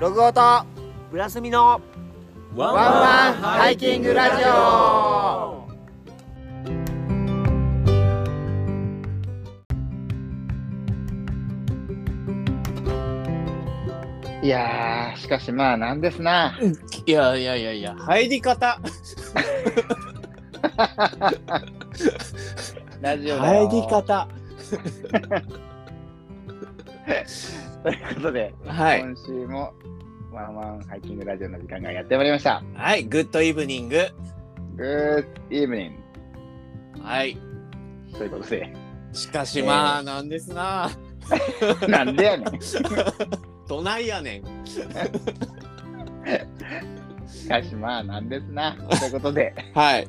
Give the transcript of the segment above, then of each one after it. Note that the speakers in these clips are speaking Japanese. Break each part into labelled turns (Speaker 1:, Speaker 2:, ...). Speaker 1: ログオと
Speaker 2: ブラスミの
Speaker 1: ワンワンハイキングラジオいやーしかしまあなんですな
Speaker 3: いやいやいやいや、入り方。
Speaker 1: ラジオだ
Speaker 3: 入
Speaker 1: よ
Speaker 3: り方。
Speaker 1: ということで、
Speaker 3: はい。
Speaker 1: 今週もワンワンハイキングラジオの時間がやってまいりました
Speaker 3: はい、グッドイブニング。
Speaker 1: グッドイーブニン
Speaker 3: はい。
Speaker 1: グということで
Speaker 3: しかし
Speaker 1: えー
Speaker 3: まあ、なんですな。
Speaker 1: なんでやねん
Speaker 3: どないやねん。
Speaker 1: しかしまあなんですなということで
Speaker 3: はい。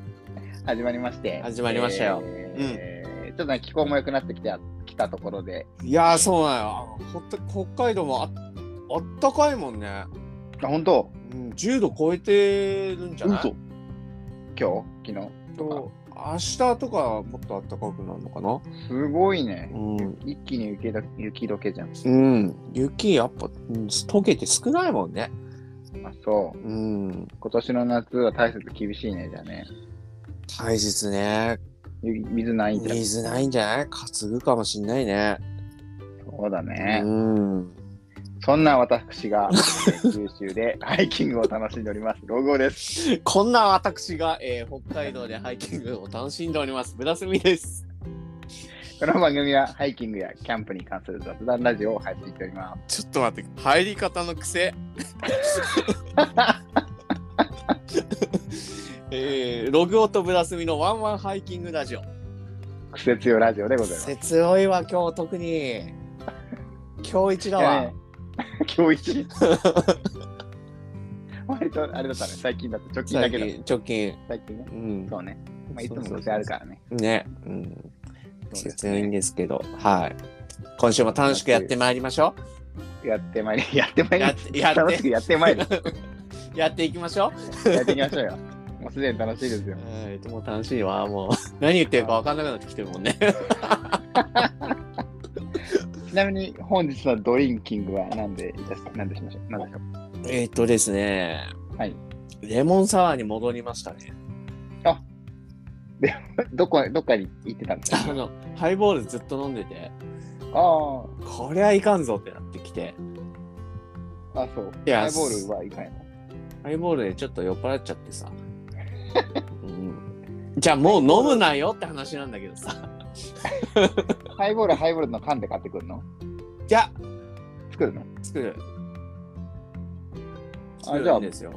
Speaker 1: 始まりまして
Speaker 3: 始まりましたよ
Speaker 1: えーちょっとね気候も良くなってきてきたところで
Speaker 3: いやー、そうなんよ。ほっと北海道もああったかいもんね。
Speaker 1: あ本当
Speaker 3: うん、10度超えてるんじゃない
Speaker 1: 嘘今日昨
Speaker 3: と明日とかもっとあったかくなるのかな
Speaker 1: 日すごいね
Speaker 3: うん、
Speaker 1: 一気に雪だ雪解けじゃん
Speaker 3: うん、雪やっぱ、うん、溶けて少ないもんね。
Speaker 1: あそう
Speaker 3: うん、
Speaker 1: 今年の夏は大切厳しいねじゃあね
Speaker 3: 大切ね。
Speaker 1: ゆ水ないんじゃん
Speaker 3: 水ないんじゃない担ぐかもしんないね。
Speaker 1: そうだね、
Speaker 3: うん。
Speaker 1: そんな私がえー九州でハイキングを楽しんでおりますロゴです
Speaker 3: こんな私が、えー北海道でハイキングを楽しんでおります。ブラスミです。
Speaker 1: この番組はハイキングやキャンプに関する雑談ラジオを配信しております
Speaker 3: ちょっと待って、入り方の癖。 えーログオとブラスミのワンワンハイキングラジオ。
Speaker 1: 苦節用ラジオでございます
Speaker 3: せ強いわ、今日特に。今日一だ
Speaker 1: いや
Speaker 3: わ
Speaker 1: ね。今日一割とあれだったね最近だと直近だ
Speaker 3: 最
Speaker 1: けど
Speaker 3: 近、直近。
Speaker 1: 最近ね
Speaker 3: うん。
Speaker 1: そうね、まあ、いつ
Speaker 3: そう
Speaker 1: も
Speaker 3: そうそう
Speaker 1: 癖あるからね
Speaker 3: ね。うん。
Speaker 1: そうです
Speaker 3: 強いん
Speaker 1: ね
Speaker 3: ですけど、はい。今週も楽しくやってまいりましょ
Speaker 1: やってまいりやってま
Speaker 3: う。
Speaker 1: いり
Speaker 3: やって、やっ
Speaker 1: 楽しく
Speaker 3: て、
Speaker 1: やってまいり
Speaker 3: やっていきましょう。
Speaker 1: やっていきましょうよもうすでに楽しいですよ
Speaker 3: えー、もう楽しいわ、もう。何言ってるか分かんなくなってきてるもんね。
Speaker 1: ちなみに本日のドリンキングは何でいたし何でしましょう何でしょう
Speaker 3: えーっとですね。
Speaker 1: はい。
Speaker 3: レモンサワーに戻りましたね。
Speaker 1: どこどっかに行ってたんです
Speaker 3: あ
Speaker 1: か
Speaker 3: の、ハイボールずっと飲んでて、
Speaker 1: あ
Speaker 3: こりゃいかんぞってなってきて、
Speaker 1: ああそう
Speaker 3: いや
Speaker 1: ハイボールはいかないの
Speaker 3: ハイボールでちょっと酔っ払っちゃってさ。うん、じゃあもう飲むなよって話なんだけどさ。
Speaker 1: ハイボールはハイボールの缶で買ってくるの
Speaker 3: じゃ
Speaker 1: 作るの
Speaker 3: あ、作る。作
Speaker 1: あじゃ
Speaker 3: る
Speaker 1: あ
Speaker 3: んですよ。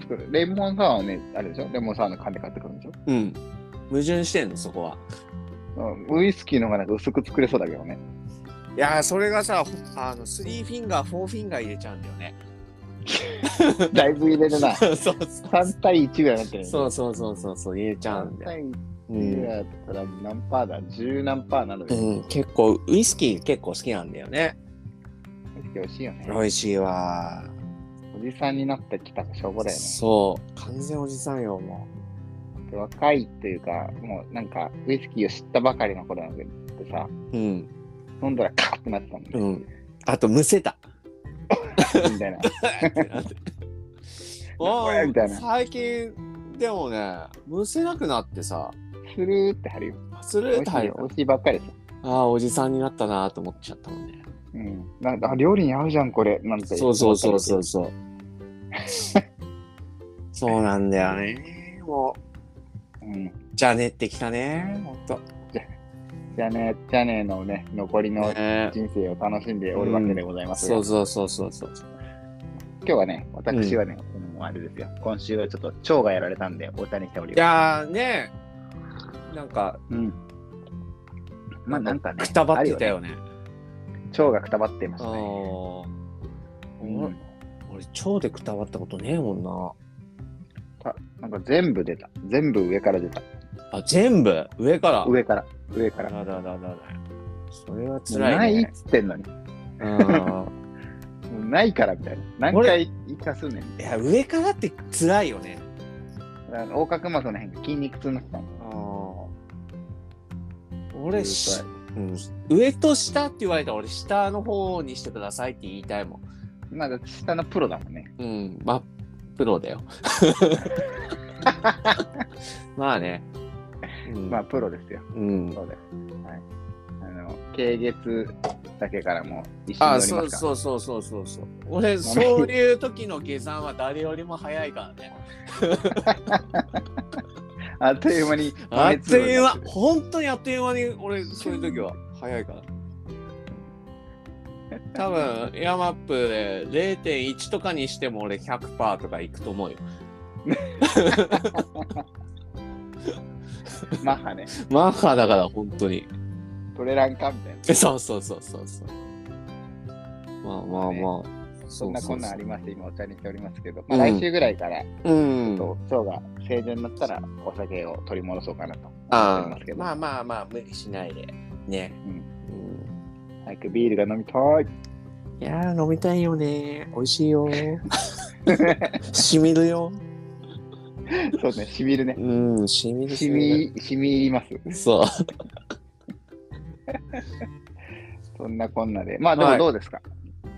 Speaker 1: 作るレモンサワーはねあれでしょレモンサワーの缶で買ってくるんでしょ
Speaker 3: うん。矛盾してんの、そこは。
Speaker 1: うんウイスキーの方がなんか薄く作れそうだけど ね
Speaker 3: いやー、それがさ、ほあの、3フィンガー、4フィンガー入れちゃうんだよね。
Speaker 1: だいぶ入れるな
Speaker 3: そうそうそう。
Speaker 1: 3対1ぐらいになってるよね
Speaker 3: そうそうそうそうそう入れちゃうん
Speaker 1: 3
Speaker 3: だよ。
Speaker 1: 対
Speaker 3: う
Speaker 1: 1ぐ
Speaker 3: ん
Speaker 1: らいだったら何パーだ10何パーなので、
Speaker 3: うん、結構ウイスキー結構好きなんだよね。
Speaker 1: 美味しいよね
Speaker 3: 美味しいわ、
Speaker 1: おじさんになってきた証拠だよね
Speaker 3: そう完全おじさんよも
Speaker 1: 若いっていうか、もうなんか、ウイスキーを知ったばかりの頃なんでさ、
Speaker 3: う。うん
Speaker 1: 飲んだらカッてなってたもん
Speaker 3: う
Speaker 1: ね、
Speaker 3: ん。あとむせた。
Speaker 1: みたいな。
Speaker 3: お
Speaker 1: みたいな
Speaker 3: 最近でもねむせなくなってさ
Speaker 1: スルーって張るよ。
Speaker 3: スル
Speaker 1: 美
Speaker 3: ー
Speaker 1: 味
Speaker 3: タ
Speaker 1: しい
Speaker 3: イ
Speaker 1: よ。美味しいばっかりですよ。
Speaker 3: ああおじさんになったなーと思っちゃったもんね。
Speaker 1: うん。なんか、あ料理に合うじゃん、これ。なんて。
Speaker 3: そうそうそうそうそう。そうなんだよね。も
Speaker 1: う。うん。
Speaker 3: うじゃねってきたね。ほんと。
Speaker 1: じゃあね、じゃあねのね、残りの
Speaker 3: ね
Speaker 1: 人生を楽しんでおるわけでございますが、
Speaker 3: そうそうそうそうそう。
Speaker 1: 今日はね、私はね、もうあれですよ。今週はちょっと腸がやられたんで、お茶にしており
Speaker 3: い
Speaker 1: ま
Speaker 3: やーねなんか
Speaker 1: す。うん。まあ、なんかね、
Speaker 3: くたばってた
Speaker 1: ある
Speaker 3: よね。
Speaker 1: ね。腸がくたばってま
Speaker 3: あ
Speaker 1: し
Speaker 3: あ
Speaker 1: たね。
Speaker 3: ー。
Speaker 1: う
Speaker 3: 俺
Speaker 1: ん、
Speaker 3: 俺腸でくたばったことねえもんな。
Speaker 1: なんか全部出た。全部上から出た。
Speaker 3: あ全部上から。
Speaker 1: 上から、上か。
Speaker 3: からら。だだだだだ。それは
Speaker 1: もうな
Speaker 3: 辛い
Speaker 1: いっ
Speaker 3: ね。
Speaker 1: つってんのに。も
Speaker 3: うん
Speaker 1: うないからみたいな。何回行かすねん。
Speaker 3: いや上からって辛いよね。
Speaker 1: あの横隔膜の辺が筋肉痛になってたの。
Speaker 3: 俺し、うん上と下って言われたら俺下の方にしてくださいって言いたいもん。
Speaker 1: まあ、下のプロだもんね。
Speaker 3: うん、まあ、プロだよ。 まあね。うん
Speaker 1: まあ、プロですよ。
Speaker 3: うん。
Speaker 1: そうです。はい。あの、軽月だけからもう一緒に
Speaker 3: あ
Speaker 1: 乗り
Speaker 3: そ
Speaker 1: ま
Speaker 3: う
Speaker 1: すから。
Speaker 3: そうそうそうそうそう。俺、そういう時の下山は誰よりも早いからね。
Speaker 1: あっという間に
Speaker 3: あっという間
Speaker 1: 豆、粒になってる
Speaker 3: 本当にあっという間に俺、そういう時は早いから。多分、エアマップで0.1とかにしても俺100%とかいくと思うよ。
Speaker 1: マッハね。
Speaker 3: マッハだから、本当に。
Speaker 1: 取れらんかみたい な。
Speaker 3: そうそうそうそうそう。まあまあまあ。
Speaker 1: そ
Speaker 3: そ
Speaker 1: ん
Speaker 3: う
Speaker 1: な
Speaker 3: そ
Speaker 1: こ
Speaker 3: うん
Speaker 1: な
Speaker 3: そ
Speaker 1: んあ
Speaker 3: う。
Speaker 1: りまして、今お茶にしておりますけど、まあ、
Speaker 3: うん
Speaker 1: 来週ぐらいから、
Speaker 3: うん。
Speaker 1: と腸が正常になったらお酒を取り戻そうかなと思ってい
Speaker 3: あ
Speaker 1: ますけ
Speaker 3: ー
Speaker 1: ど、
Speaker 3: まあまあまあ、無理しないで。ね。
Speaker 1: うん
Speaker 3: うん
Speaker 1: 早くビールが飲みたい。
Speaker 3: いやー飲みたいよね美味しいよしみるよ
Speaker 1: そう ね、しみるね。
Speaker 3: うんしみる
Speaker 1: しみ、しみ入ります。
Speaker 3: そう
Speaker 1: そんなこんなで。まあでも
Speaker 3: はい
Speaker 1: どうですか、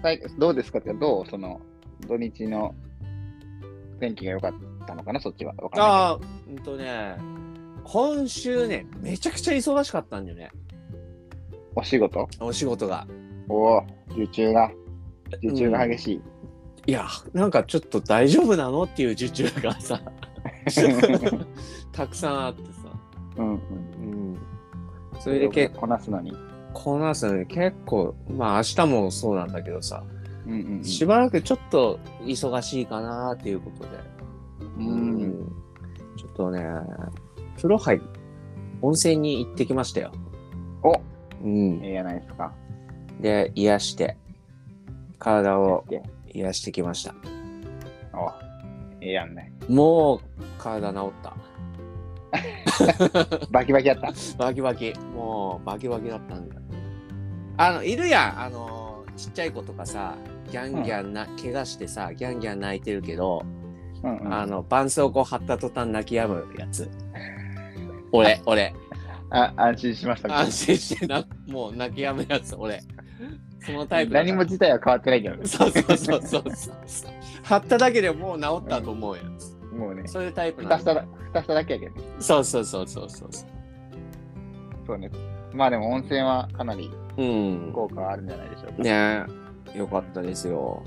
Speaker 1: はい、どうですかってどうその土日の天気が良かったのかなそっちは。わかんない
Speaker 3: ああうんとね今週ねめちゃくちゃ忙しかったんだよね
Speaker 1: けどお仕事
Speaker 3: お仕事が
Speaker 1: おお、受注が、受注が激しい。
Speaker 3: いやなんかちょっと大丈夫なのっていう受注が さたくさんあってさ
Speaker 1: うんうん。
Speaker 3: うんそれでけ
Speaker 1: こなすのに。
Speaker 3: こうなんすよね結構まあ明日もそうなんだけどさ、
Speaker 1: うんうん
Speaker 3: しばらくちょっと忙しいかなっていうことで
Speaker 1: う。
Speaker 3: うん
Speaker 1: うん。
Speaker 3: んちょっとね、風呂入、温泉に行ってきましたよ。
Speaker 1: お
Speaker 3: うん。
Speaker 1: ええやないですか。
Speaker 3: で、癒して、体を
Speaker 1: で
Speaker 3: 癒してきました。
Speaker 1: おええやんね。
Speaker 3: もう、体治った。
Speaker 1: バキバキやった。
Speaker 3: バキバキ。もう、バキバキだったんだ。あの、いるやん。あの、ちっちゃい子とかさ、ギャンギャンな、怪我してさ、ギャンギャン泣いてるけど、
Speaker 1: うんうん。
Speaker 3: あ
Speaker 1: あ
Speaker 3: の、絆創膏貼った途端泣き止むやつ。俺、俺。
Speaker 1: 安心しました。
Speaker 3: 安心してな、もう泣きやむやつ、俺。そのタイプだから
Speaker 1: 何も自体は変わってないけどね。
Speaker 3: そうそうそうそうそう。貼っただけでもう治ったと思うよ。
Speaker 1: もうね、
Speaker 3: そういうタイプな
Speaker 1: 蓋
Speaker 3: んだ
Speaker 1: しただ、蓋しただけやけどね。
Speaker 3: そうそうそうそうそうそ
Speaker 1: そうね。まあでも温泉はかなり
Speaker 3: う。うん。
Speaker 1: 効果はあるんじゃないでしょうか。
Speaker 3: ねえ、よかったですよ。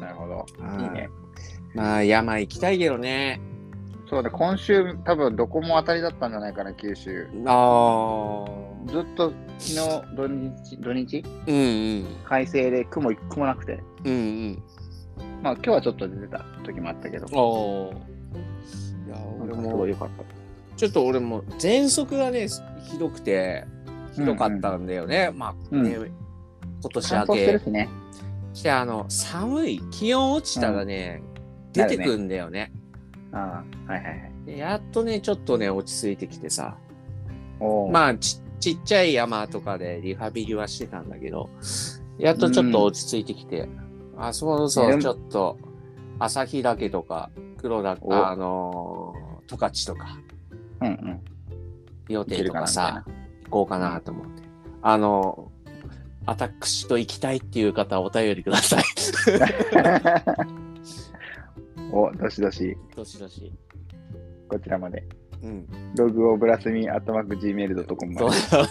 Speaker 1: なるほど。
Speaker 3: はい
Speaker 1: いいね。
Speaker 3: まあ、山行きたいけどね。
Speaker 1: そうね、今週多分どこも当たりだったんじゃないかな、九州。
Speaker 3: ああ。
Speaker 1: ずっと昨日土日、土日
Speaker 3: うんうん。
Speaker 1: 快晴で雲一個もなくて。
Speaker 3: うんうん。
Speaker 1: まあ今日はちょっと出てた時もあったけど。
Speaker 3: おーいや、俺
Speaker 1: なんかすごい
Speaker 3: も、
Speaker 1: 良かった。
Speaker 3: ちょっと俺も、喘息がね、ひどくて、ひどかったんだよね。まあ、ね、今年
Speaker 1: 乾
Speaker 3: 明
Speaker 1: 燥して
Speaker 3: け
Speaker 1: る。しね。
Speaker 3: してあの寒い気温落ちたらね、出てくんだよね
Speaker 1: ああ、はいはいはい。
Speaker 3: でやっとねちょっとね落ち着いてきてさ
Speaker 1: おお。
Speaker 3: まあちちっちゃい山とかでリハビリはしてたんだけどやっとちょっと落ち着いてきて、あそうそ
Speaker 1: で
Speaker 3: う
Speaker 1: も
Speaker 3: ちょっと旭岳とか黒岳
Speaker 1: お
Speaker 3: あのー十勝とか
Speaker 1: うんうん。
Speaker 3: 予定とか
Speaker 1: 行ける
Speaker 3: さ
Speaker 1: か
Speaker 3: 行こうかなと思ってあのーアタックしと行きたいっていう方お便りくださ い
Speaker 1: お、どしどし、
Speaker 3: どしどし
Speaker 1: こちらまで。
Speaker 3: うん
Speaker 1: ログをブラスミアットマーク Gmail.com ま
Speaker 3: そう
Speaker 1: で。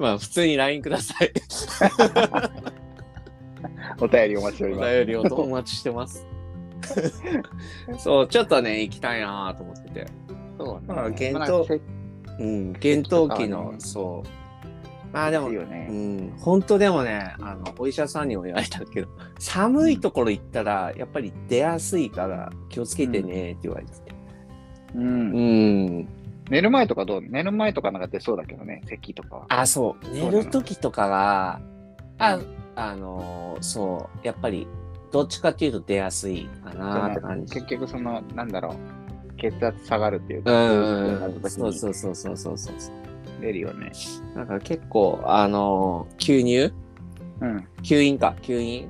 Speaker 3: まあ普通に LINE ください。
Speaker 1: お便りお待ちして
Speaker 3: お
Speaker 1: おります。
Speaker 3: 便りをお待ちして ます。そう、ちょっとね、行きたいなと思ってて。
Speaker 1: そうね。
Speaker 3: まあ幻
Speaker 1: まあ
Speaker 3: 冬
Speaker 1: せっ
Speaker 3: うん、厳冬期
Speaker 1: そうだ
Speaker 3: の、
Speaker 1: ね
Speaker 3: そう。まあで
Speaker 1: か
Speaker 3: も
Speaker 1: い、よね。
Speaker 3: うん、本当でもね、あの、お医者さんにも言われたけど、寒いところ行ったら、やっぱり出やすいから、気をつけてねって言われてて。
Speaker 1: うん
Speaker 3: うん。
Speaker 1: 寝る前とかどう寝る前とかなんか出そうだけどね、咳とかは。
Speaker 3: あ、そう。
Speaker 1: な
Speaker 3: 寝
Speaker 1: の
Speaker 3: る時とかが、あ
Speaker 1: う、
Speaker 3: あのーそう、やっぱり、どっちかっていうと出やすいかなって感じ
Speaker 1: 結。局その、なんだろう、血圧下がるっていう
Speaker 3: う
Speaker 1: か、
Speaker 3: ん
Speaker 1: なっ
Speaker 3: うん、
Speaker 1: た
Speaker 3: そう
Speaker 1: 時
Speaker 3: そ
Speaker 1: に
Speaker 3: うそうそうそうそうそう。
Speaker 1: 出るよね。
Speaker 3: だから結構、あのー吸入
Speaker 1: うん。
Speaker 3: 吸引か、吸引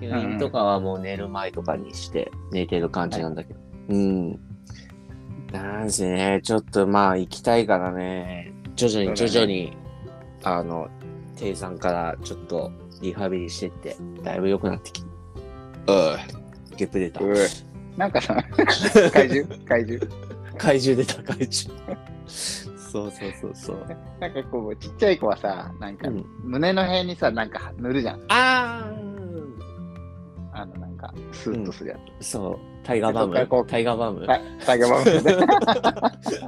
Speaker 3: 吸
Speaker 1: うんう
Speaker 3: 引
Speaker 1: ん
Speaker 3: とかはもう寝る前とかにして寝てる感じなんだけど。うん。なんせね、ちょっとまあ行きたいからね、徐々に
Speaker 1: そうだ
Speaker 3: 徐
Speaker 1: ね
Speaker 3: 々に、あの、低山からちょっとリハビリしてって、だいぶ良くなってきて。うん。ゲップ出た。
Speaker 1: うーなんかさ、怪獣怪獣
Speaker 3: 怪獣出た、怪獣。そうそうそうそう。
Speaker 1: なんかこう、ちっちゃい子はさ、なんか
Speaker 3: うん
Speaker 1: 胸の辺にさ、なんか塗るじゃん。
Speaker 3: ああ
Speaker 1: あの、なんか、スーッとするや
Speaker 3: そう、タイガーバ
Speaker 1: でどっかこ
Speaker 3: ム。
Speaker 1: う
Speaker 3: タイガーバム
Speaker 1: つ。。はい、タイガーバー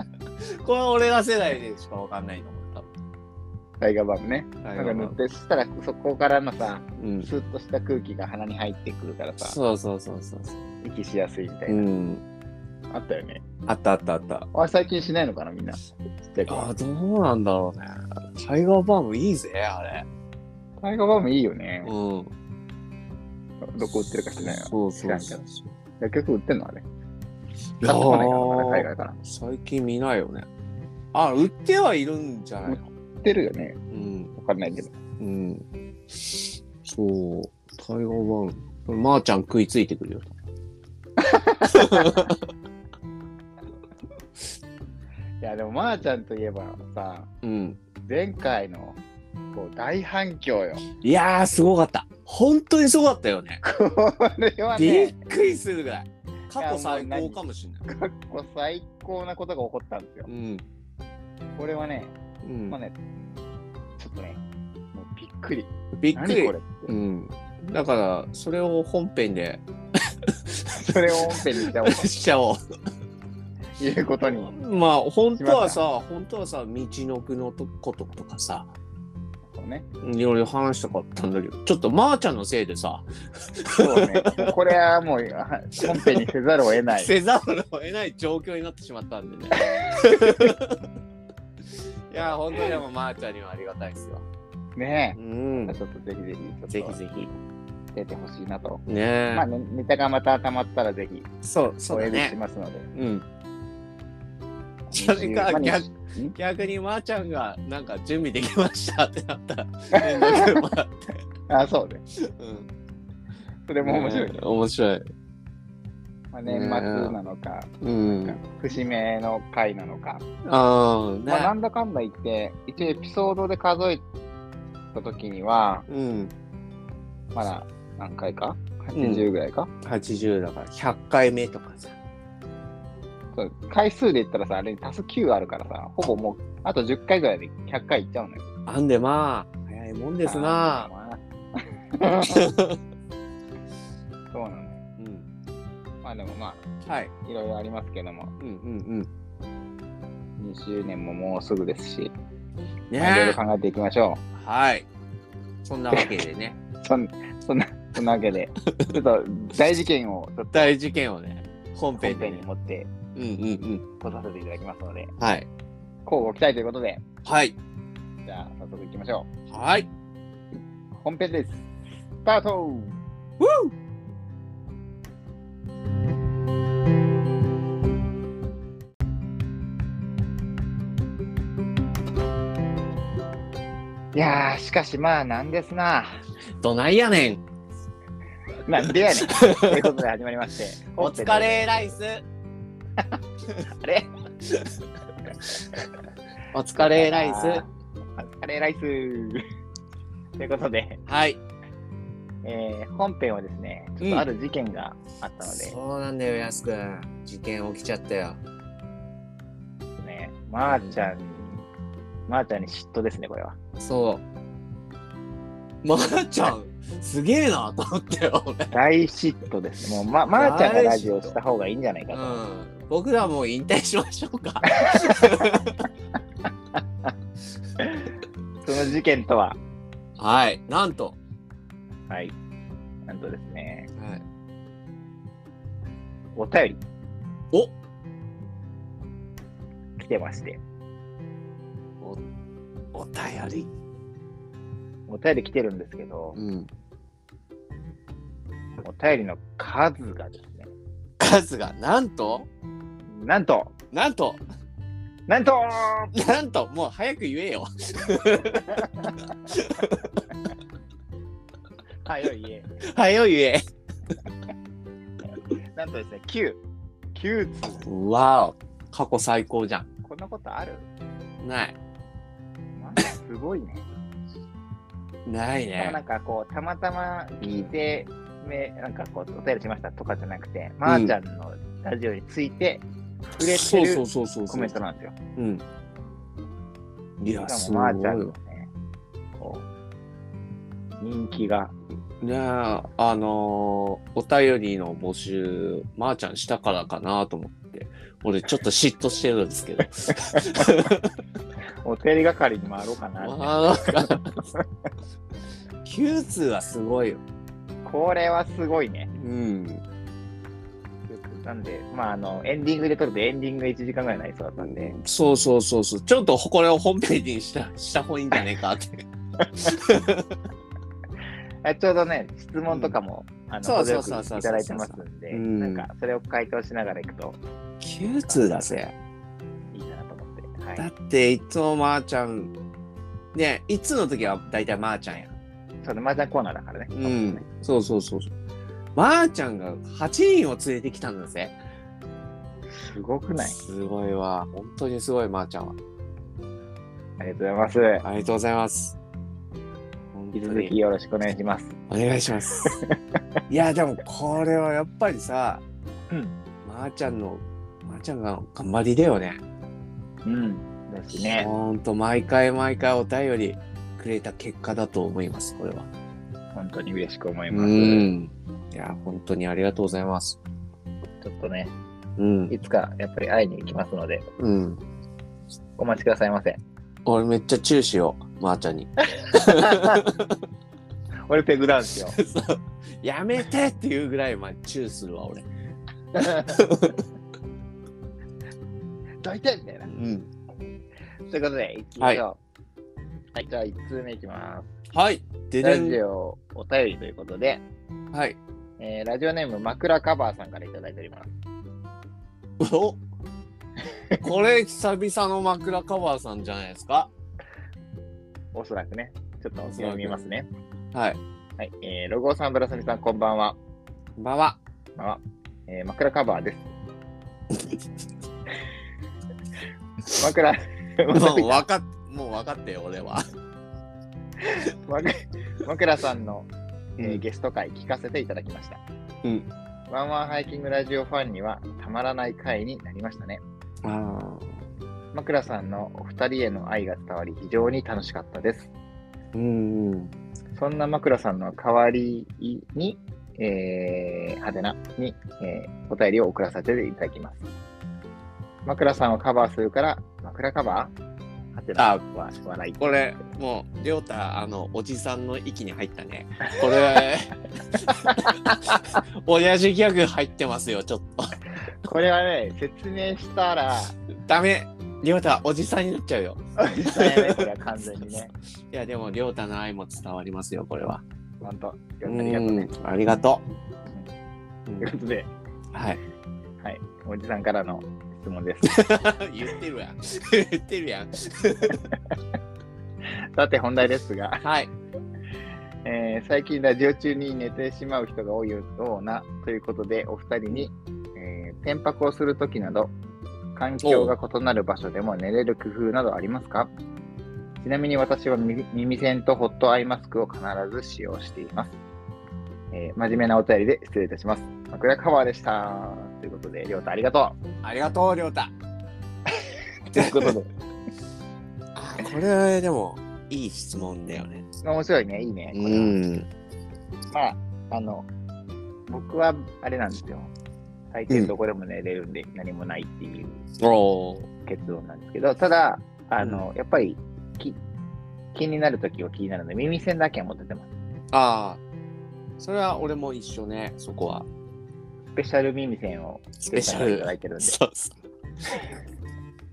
Speaker 1: ム。
Speaker 3: これは俺ら世代でしかわかんないと思う。多
Speaker 1: タイガーバームね。
Speaker 3: 分
Speaker 1: なんか塗って、そしたらそこからのさ、
Speaker 3: うん。
Speaker 1: スーッとした空気が鼻に入ってくるからさ、
Speaker 3: そうそうそうそう。
Speaker 1: 息しやすいみたいうな。
Speaker 3: ん。
Speaker 1: あったよね。
Speaker 3: あったあったあった。
Speaker 1: あ、最近しないのかな、みんな。ちっちゃい子
Speaker 3: あ
Speaker 1: は
Speaker 3: あ、どうなんだろうね。タイガーバームいいぜ、あれ。
Speaker 1: タイガーバームいいよね。
Speaker 3: うん。
Speaker 1: どこ売ってるか知らないわ。
Speaker 3: そうそう
Speaker 1: 知
Speaker 3: そ
Speaker 1: ら。
Speaker 3: うん
Speaker 1: 薬局売ってんのあれ。
Speaker 3: い
Speaker 1: 買
Speaker 3: や
Speaker 1: ってこないか
Speaker 3: ー
Speaker 1: な、まだ海外から。
Speaker 3: 最近見ないよね。あ、売ってはいるんじゃないの
Speaker 1: 売ってるよね。
Speaker 3: うん。
Speaker 1: わかんないけど。
Speaker 3: うん。そう。タイガーバーム。まー、ちゃん食いついてくるよ。
Speaker 1: いや、でも、まー、ちゃんといえばさ、
Speaker 3: うん。
Speaker 1: 前回のこう大反響よ。
Speaker 3: いやー、すごかった。本当にすごかったよね。
Speaker 1: これは
Speaker 3: びっ
Speaker 1: ね、
Speaker 3: くりするぐらい。過去最高かもしれない。
Speaker 1: 過去最高なことが起こったんですよ
Speaker 3: う。ん。
Speaker 1: これはね、
Speaker 3: うん
Speaker 1: まあね、ちょっとね、もうびっくり。
Speaker 3: びっく
Speaker 1: 何
Speaker 3: り
Speaker 1: こ。れっ
Speaker 3: うん。だから、それを本編で
Speaker 1: て。それを本編にしたおう
Speaker 3: しちゃおう。
Speaker 1: ということに。
Speaker 3: まあ、本当はさ、本当はさ、道のくのとこととかさ、
Speaker 1: そうね。
Speaker 3: いろいろ話したかったんだけど、ちょっとまーちゃんのせいでさ、
Speaker 1: そうね。もうこれはもうあ本編にせざるを得 ない。
Speaker 3: せざるを得ない状況になってしまったん でね。いや、本当にでもまーちゃんにはありがたいですよ。
Speaker 1: ね
Speaker 3: うん
Speaker 1: え。。ちょっとぜひぜひ、
Speaker 3: ぜひぜひ。
Speaker 1: 出てほしいなと。
Speaker 3: ねえ。
Speaker 1: まあ、ね、ネタがまた溜まったらぜひ、
Speaker 3: そう、
Speaker 1: お
Speaker 3: そう
Speaker 1: 呼
Speaker 3: だ
Speaker 1: びし
Speaker 3: ね。
Speaker 1: ますので。
Speaker 3: うん。それか
Speaker 1: 20
Speaker 3: 逆
Speaker 1: ん
Speaker 3: 逆にまーちゃんがなんか準備できましたってな ったら連絡もらって
Speaker 1: あ、そうね。
Speaker 3: うん
Speaker 1: それも面白い。
Speaker 3: ね面白い
Speaker 1: まあ、年末なのか、
Speaker 3: うん
Speaker 1: 節目の回なのか。
Speaker 3: ああね、
Speaker 1: まあ、なんだかんだ言って、一応エピソードで数えた時には、
Speaker 3: うん
Speaker 1: まだ何回か ?80 ぐらいか、
Speaker 3: 80だから100回目とかさ
Speaker 1: そう回数で言ったらさ、あれに足す9あるからさ、ほぼもう、あと10回ぐらいで100回いっちゃうのよ。
Speaker 3: あんでまあ早いもんですな
Speaker 1: あー。まあそうなの。
Speaker 3: うん
Speaker 1: まあでもま
Speaker 3: はい
Speaker 1: あ、いろいろありますけども、
Speaker 3: うんうん
Speaker 1: 2周年ももうすぐですし、
Speaker 3: うん
Speaker 1: まあいろいろ
Speaker 3: ね
Speaker 1: 考えていきましょ
Speaker 3: えはいそんなわけで ね
Speaker 1: う。そんそんな、そんなわけで、ちょっと大事件をちょっと
Speaker 3: 大事件をね本
Speaker 1: 本
Speaker 3: 編で
Speaker 1: 編
Speaker 3: ね
Speaker 1: に持って
Speaker 3: うんうん
Speaker 1: 来させていただきますので、
Speaker 3: うんはい
Speaker 1: こうご期待ということで、
Speaker 3: はい
Speaker 1: じゃあ早速いきましょ
Speaker 3: はい、
Speaker 1: う。本編です。スタートいやー、しかしまあ、なんですな。
Speaker 3: どないやねん
Speaker 1: なんで やねん。ということで始まりまして。
Speaker 3: お疲れライス。
Speaker 1: あれ
Speaker 3: お疲れライ
Speaker 1: あ
Speaker 3: ス。
Speaker 1: ーカレーライスということで、
Speaker 3: はい。
Speaker 1: えー本編はですね、ちょっとある事件があったので、
Speaker 3: そうなんだよ、やすくん。事件起きちゃったよ。
Speaker 1: ちょっとね、まーちゃんに、まーちゃんに嫉妬ですね、これは。
Speaker 3: そう。まー、ちゃん、すげえなと思ったよ、俺。
Speaker 1: 大嫉妬ですね。もう、ま、まーちゃんがラジオした方がいいんじゃないか
Speaker 3: う
Speaker 1: と。
Speaker 3: ん。僕らもう引退しましょうか。
Speaker 1: その事件とは、
Speaker 3: はい。なんと。
Speaker 1: はい。なんとですね、
Speaker 3: はい、
Speaker 1: お便
Speaker 3: お
Speaker 1: り来てまして、
Speaker 3: お便り。
Speaker 1: お便り来てるんですけど、
Speaker 3: うん。
Speaker 1: お便りの数がですね、
Speaker 3: 数が、なんと、
Speaker 1: なんと、
Speaker 3: なんと、
Speaker 1: なんと
Speaker 3: なんと、もう早く言えよ。
Speaker 1: はい、いえ。
Speaker 3: 早く言え。
Speaker 1: なんとですね、9。9通。
Speaker 3: わお。過去最高じゃん。
Speaker 1: こんなことある
Speaker 3: ない。
Speaker 1: なんかすごいね。
Speaker 3: ない
Speaker 1: でもな
Speaker 3: ね
Speaker 1: ん。かこう、たまたま聞いて、めなんかこう、お便りしましたとかじゃなくて、まーちゃんのラジオについて触れ
Speaker 3: そ
Speaker 1: て
Speaker 3: うそ
Speaker 1: る
Speaker 3: うそうそう。
Speaker 1: コメントなんですよ。
Speaker 3: うん。いや、
Speaker 1: し
Speaker 3: す
Speaker 1: かも
Speaker 3: ご
Speaker 1: まー
Speaker 3: い
Speaker 1: ちゃんの
Speaker 3: よ。
Speaker 1: ね、こう、人気が。
Speaker 3: ねえ、あのーお便りの募集、まー、ちゃんしたからかなと思って、俺ちょっと嫉妬してるんですけ ど。
Speaker 1: お便り係に回ろうかな。
Speaker 3: まあ、なんか、9通はすごいよ。
Speaker 1: これはすごいね。
Speaker 3: うん。
Speaker 1: なんで、まあ、あの、エンディングで撮るとエンディング1時間ぐらいになりそうだったんで、
Speaker 3: そうそうそうそう。ちょっとこれを本編にしたした方がいいんじゃねえかって。
Speaker 1: あちょうどね、質問とかも、あの、
Speaker 3: そう
Speaker 1: 程
Speaker 3: そ
Speaker 1: よ
Speaker 3: う
Speaker 1: く
Speaker 3: そうそうそう
Speaker 1: いただいてますんで、
Speaker 3: うん
Speaker 1: なんか、それを回答しながらいくと
Speaker 3: 9通だぜ。
Speaker 1: いいかなと思って。は
Speaker 3: だっ
Speaker 1: い。
Speaker 3: て、いつもまーちゃん、ねいつの時は大体まーちゃんや。
Speaker 1: そうね、マージャンコーナーだからね。
Speaker 3: うん。そうそうそうそう。まーちゃんが8人を連れてきたんだぜ。
Speaker 1: すごくない
Speaker 3: すごいわ。本当にすごい、まーちゃんは。
Speaker 1: ありがとうございます。
Speaker 3: ありがとうございます。本当
Speaker 1: 引き続き
Speaker 3: に。
Speaker 1: よろしくお願いします。
Speaker 3: お願いし ます。いや、でもこれはやっぱりさ、
Speaker 1: うん
Speaker 3: まーちゃんの、まーちゃんが頑張りだよね。
Speaker 1: うん。ですね。
Speaker 3: ほんと、毎回毎回お便りくれた結果だと思います、これは。
Speaker 1: 本当に嬉しく思いうます。
Speaker 3: ん。いや、本当にありがとうございます。
Speaker 1: ちょっとね、
Speaker 3: うん。
Speaker 1: いつかやっぱり会いに行きますので、
Speaker 3: うん。
Speaker 1: お待ちくださいませ。
Speaker 3: 俺めっちゃチューしよう、まーちゃ んに。
Speaker 1: 俺ペグダウンですよ。
Speaker 3: そうやめてっていうぐらいまでチューするわ、俺。
Speaker 1: どいてみたいな
Speaker 3: う。ん。
Speaker 1: ということで、いきま
Speaker 3: はい
Speaker 1: しょう。はい。じゃあ、1通目いきます。
Speaker 3: はい。で
Speaker 1: ラ
Speaker 3: で
Speaker 1: ジ
Speaker 3: ん。
Speaker 1: オお便りということで、
Speaker 3: はい。
Speaker 1: えーラジオネーム、枕カバーさんからいただいております。
Speaker 3: おこれ、久々の枕カバーさんじゃないですか。
Speaker 1: おそらくね、ちょっと読みますね。
Speaker 3: はい。
Speaker 1: はい。えー、ロゴさん、ブラサミさん、こんばんは。
Speaker 3: こんばんは。
Speaker 1: こんばんはえー枕カバー です。枕、
Speaker 3: もうわかっ、もう分かってよ、俺は。
Speaker 1: 枕枕さんの、えー
Speaker 3: うん
Speaker 1: ゲスト会聞かせていただきました。
Speaker 3: うん
Speaker 1: ワンワンハイキングラジオファンにはたまらない回になりましたね。
Speaker 3: あ
Speaker 1: 枕さんのお二人への愛が伝わり非常に楽しかったです。
Speaker 3: あ。うんうん。
Speaker 1: そんな枕さんの代わりに、えー、派手なに、えーお便りを送らせていただきます。枕さんをカバーするから、枕カバーはてな
Speaker 3: あ
Speaker 1: わ笑い。
Speaker 3: これ、もう、りょうた、あの、おじさんの域に入ったね。こ れ、親父ギャグ入ってますよ、ちょっと。
Speaker 1: これはね、説明したら、
Speaker 3: ダメ。りょうた、おじさんになっちゃうよ。
Speaker 1: おじさんやねこれは完全に ね。
Speaker 3: いや、でも、りょうたの愛も伝わりますよ、これは。
Speaker 1: 本当、あ
Speaker 3: う
Speaker 1: りがとうね。
Speaker 3: んありがとう。
Speaker 1: ということで、
Speaker 3: うんはい。
Speaker 1: はい、おじさんからの質問です。
Speaker 3: 言ってるやん。言ってるやん。
Speaker 1: さて、本題ですが、
Speaker 3: はい。
Speaker 1: えー最近ラジオ中に寝てしまう人が多いようなということで、お二人に、えー転泊をするときなど、環境が異なる場所でも寝れる工夫などありますかちなみに私は耳耳栓とホットアイマスクを必ず使用しています。えー真面目なお便りで失礼いたします。枕カバーでした。ということで、りょうたありがと
Speaker 3: ありがとう、りょうた。
Speaker 1: う。 ということで、
Speaker 3: あこれ、でも、いい質問だよね。
Speaker 1: 面白いね、いいね。これは
Speaker 3: ん。
Speaker 1: まあ、あの、僕はあれなんですよ。最近どこでも寝れるんで、何もないっていう
Speaker 3: おー
Speaker 1: 結論なんですけど、ただ、あの、やっぱりき気になるときは気になるので、耳栓だけは持っててます。
Speaker 3: ああ。それは俺も一緒ね、そこは。
Speaker 1: スペシャル耳栓を
Speaker 3: ス
Speaker 1: スペシャルいただいて るんで、
Speaker 3: そう そう。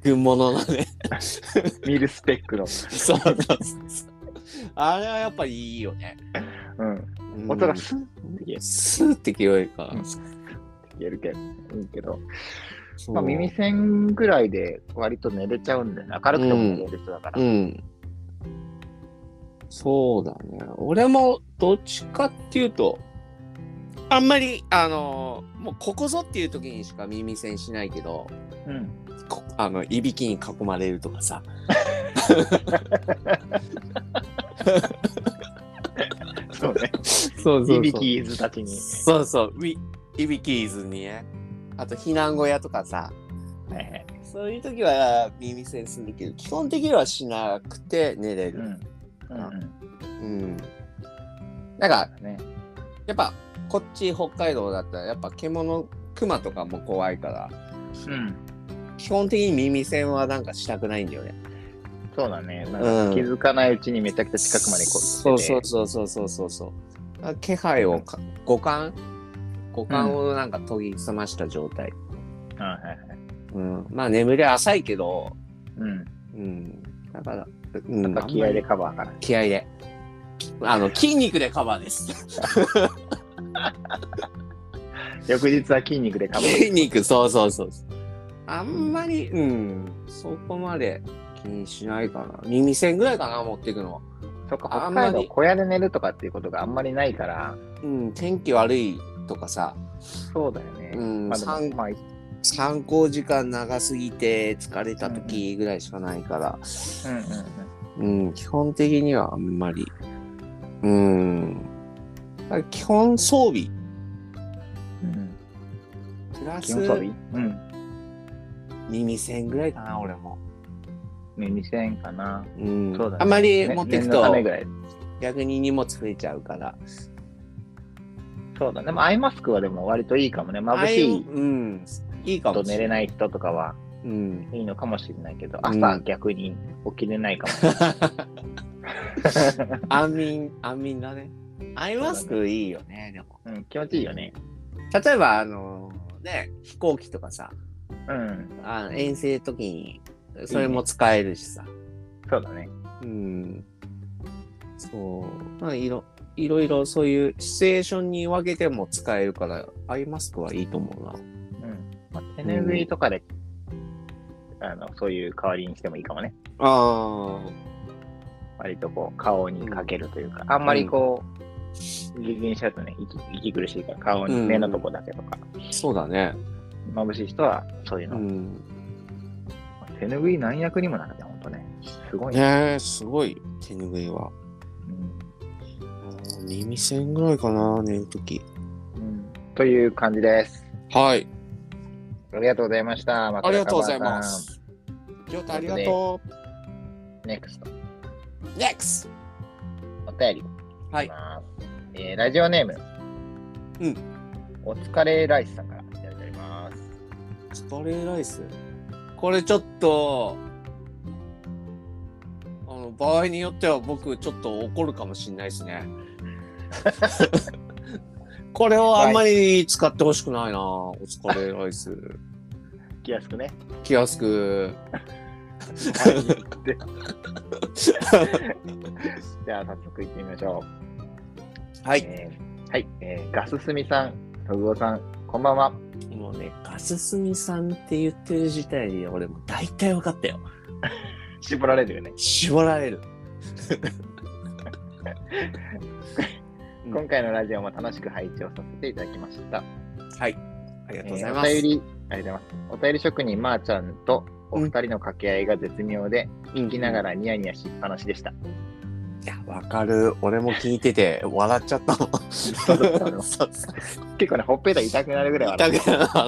Speaker 3: 軍物のね。
Speaker 1: ミルスペックの、
Speaker 3: そうそうそう。あれはやっぱりいいよね。
Speaker 1: うん、
Speaker 3: うん
Speaker 1: 音がスンって消える
Speaker 3: スーって聞こえるから。
Speaker 1: うん消えるけど、いいけど、
Speaker 3: そう
Speaker 1: まあ、耳栓ぐらいで割と寝れちゃうんだよね。明るくても寝れる人だから。
Speaker 3: うん。そうだね。俺もどっちかっていうと、あんまり、あのーもうここぞっていう時にしか耳栓しないけど、
Speaker 1: うん。
Speaker 3: こあの、いびきに囲まれるとかさ。 そうそうそう。
Speaker 1: いびきーズたちに。
Speaker 3: そうそう。ウィいびきーずにね。あと、避難小屋とかさ。
Speaker 1: はいはい
Speaker 3: そういう時は耳栓するけど、基本的にはしなくて寝れ
Speaker 1: う
Speaker 3: る。
Speaker 1: ん。うん
Speaker 3: うん。なんか、
Speaker 1: うん。ね。
Speaker 3: やっぱ、こっち北海道だったら、やっぱ獣、熊とかも怖いから、
Speaker 1: うん。
Speaker 3: 基本的に耳栓はなんかしたくないんだよね。
Speaker 1: そうだね。なん
Speaker 3: うん
Speaker 1: か気づかないうちにめちゃくちゃ近くまで来る。
Speaker 3: そうそうそうそうそうそうそう。あ気配をか、五感五感をなんか研ぎ澄ました状態。
Speaker 1: はいはいはい。
Speaker 3: うん。まあ眠りは浅いけど、
Speaker 1: うん。
Speaker 3: うん。だから、うん、
Speaker 1: なんか気合でカバーから。
Speaker 3: 気合で。あの、筋肉でカバーです。
Speaker 1: 翌日は筋肉でカバー。
Speaker 3: 筋肉、そうそうそうそう。あんまり、うん、そこまで気にしないかな。耳栓ぐらいかな、持っていくの。
Speaker 1: そっか、
Speaker 3: あ
Speaker 1: 北
Speaker 3: んまり
Speaker 1: 海道小屋で寝るとかっていうことがあんまりないから、
Speaker 3: うん、天気悪いとかさ、
Speaker 1: そうだよね。
Speaker 3: うん
Speaker 1: まあでも
Speaker 3: 三
Speaker 1: まあ、
Speaker 3: 参考時間長すぎて疲れた時ぐらいしかないから、
Speaker 1: うんうんうん。
Speaker 3: うん、基本的にはあんまり。うん。だから基本装備、
Speaker 1: うん、
Speaker 3: プラ
Speaker 1: 基
Speaker 3: ス
Speaker 1: 本装備うん。
Speaker 3: 耳栓ぐらいかな、俺も。
Speaker 1: ね、2000円かな。
Speaker 3: うん。
Speaker 1: そうだね
Speaker 3: あんまり持っていく
Speaker 1: ね念のた
Speaker 3: と
Speaker 1: めぐらい。
Speaker 3: 逆に荷物増えちゃうから。
Speaker 1: そうだね。まあ、アイマスクはでも割といいかもね。眩し
Speaker 3: ああう
Speaker 1: い
Speaker 3: うん。いいか
Speaker 1: と
Speaker 3: も
Speaker 1: 寝れない人とかは
Speaker 3: うん。
Speaker 1: いいのかもしれないけど、
Speaker 3: うん
Speaker 1: 朝逆に起きれないかもしれない。
Speaker 3: 安眠、安眠だね。アイマスクいいよね、でも。
Speaker 1: うん、気持ちいいよね。
Speaker 3: 例えば、あのね、飛行機とかさ、
Speaker 1: うん。
Speaker 3: あ遠征の時に、それも使えるしさ。
Speaker 1: そうだね。
Speaker 3: うん。そう。まあ、いろ、いろいろそういうシチュエーションに分けても使えるから、アイマスクはいいと思うな。
Speaker 1: うん。まあ、手拭いとかで、あの、そういう代わりにしてもいいかもね。
Speaker 3: ああ。
Speaker 1: 割とこう、顔にかけるというか、あんまりこう、ギリギリにしちゃうとね、息息苦しいから、顔に
Speaker 3: うん
Speaker 1: 目のとこだけとか、
Speaker 3: そうだね。
Speaker 1: 眩しい人はそういう
Speaker 3: う
Speaker 1: の。
Speaker 3: ん。
Speaker 1: 手拭い何役にもなるね、ほんとね。すごいね。
Speaker 3: ねえ、すごい、手ぬぐいは。うん耳栓ぐらいかな、寝るとき。
Speaker 1: うんうんという感じです。
Speaker 3: はい。
Speaker 1: ありがとうございました。また
Speaker 3: ありがとうございます。りょうたありがとう。
Speaker 1: 中川さん。ネクスト。
Speaker 3: NEXT!
Speaker 1: お便り。
Speaker 3: はい
Speaker 1: ます。えーラジオネーム。
Speaker 3: うん。
Speaker 1: お疲れライスさんからいただいております。
Speaker 3: スカレーライスこれちょっと、あの、場合によっては僕ちょっと怒るかもしれないです ね。これをあんまり使ってほしくないな、お疲れライス。
Speaker 1: 気安くね。
Speaker 3: 気安く。
Speaker 1: じゃあ、早速行ってみましょう。
Speaker 3: は。
Speaker 1: えーはい、えーガススミさん、トグオさん、こんばんは。
Speaker 3: もうね、ガススミさんって言ってる時点で俺もう大体分かったよ。
Speaker 1: 絞られるよね。
Speaker 3: 絞られる。うん
Speaker 1: 今回のラジオも楽しく配置をさせていただきました。あ
Speaker 3: はい。ありがとうございま
Speaker 1: お
Speaker 3: す。
Speaker 1: 便り、ありがとうございます。お便り職人、まー、ちゃんとお二人の掛け合いが絶妙で、
Speaker 3: 聞
Speaker 1: 聞きながらニヤニヤしっぱなしで した。
Speaker 3: いや、わかる。俺も聞いてて、笑っちゃったもん。
Speaker 1: うだった の
Speaker 3: そうそう
Speaker 1: 結構ね、ほっぺた痛くなるぐらい笑
Speaker 3: 痛くなる笑った。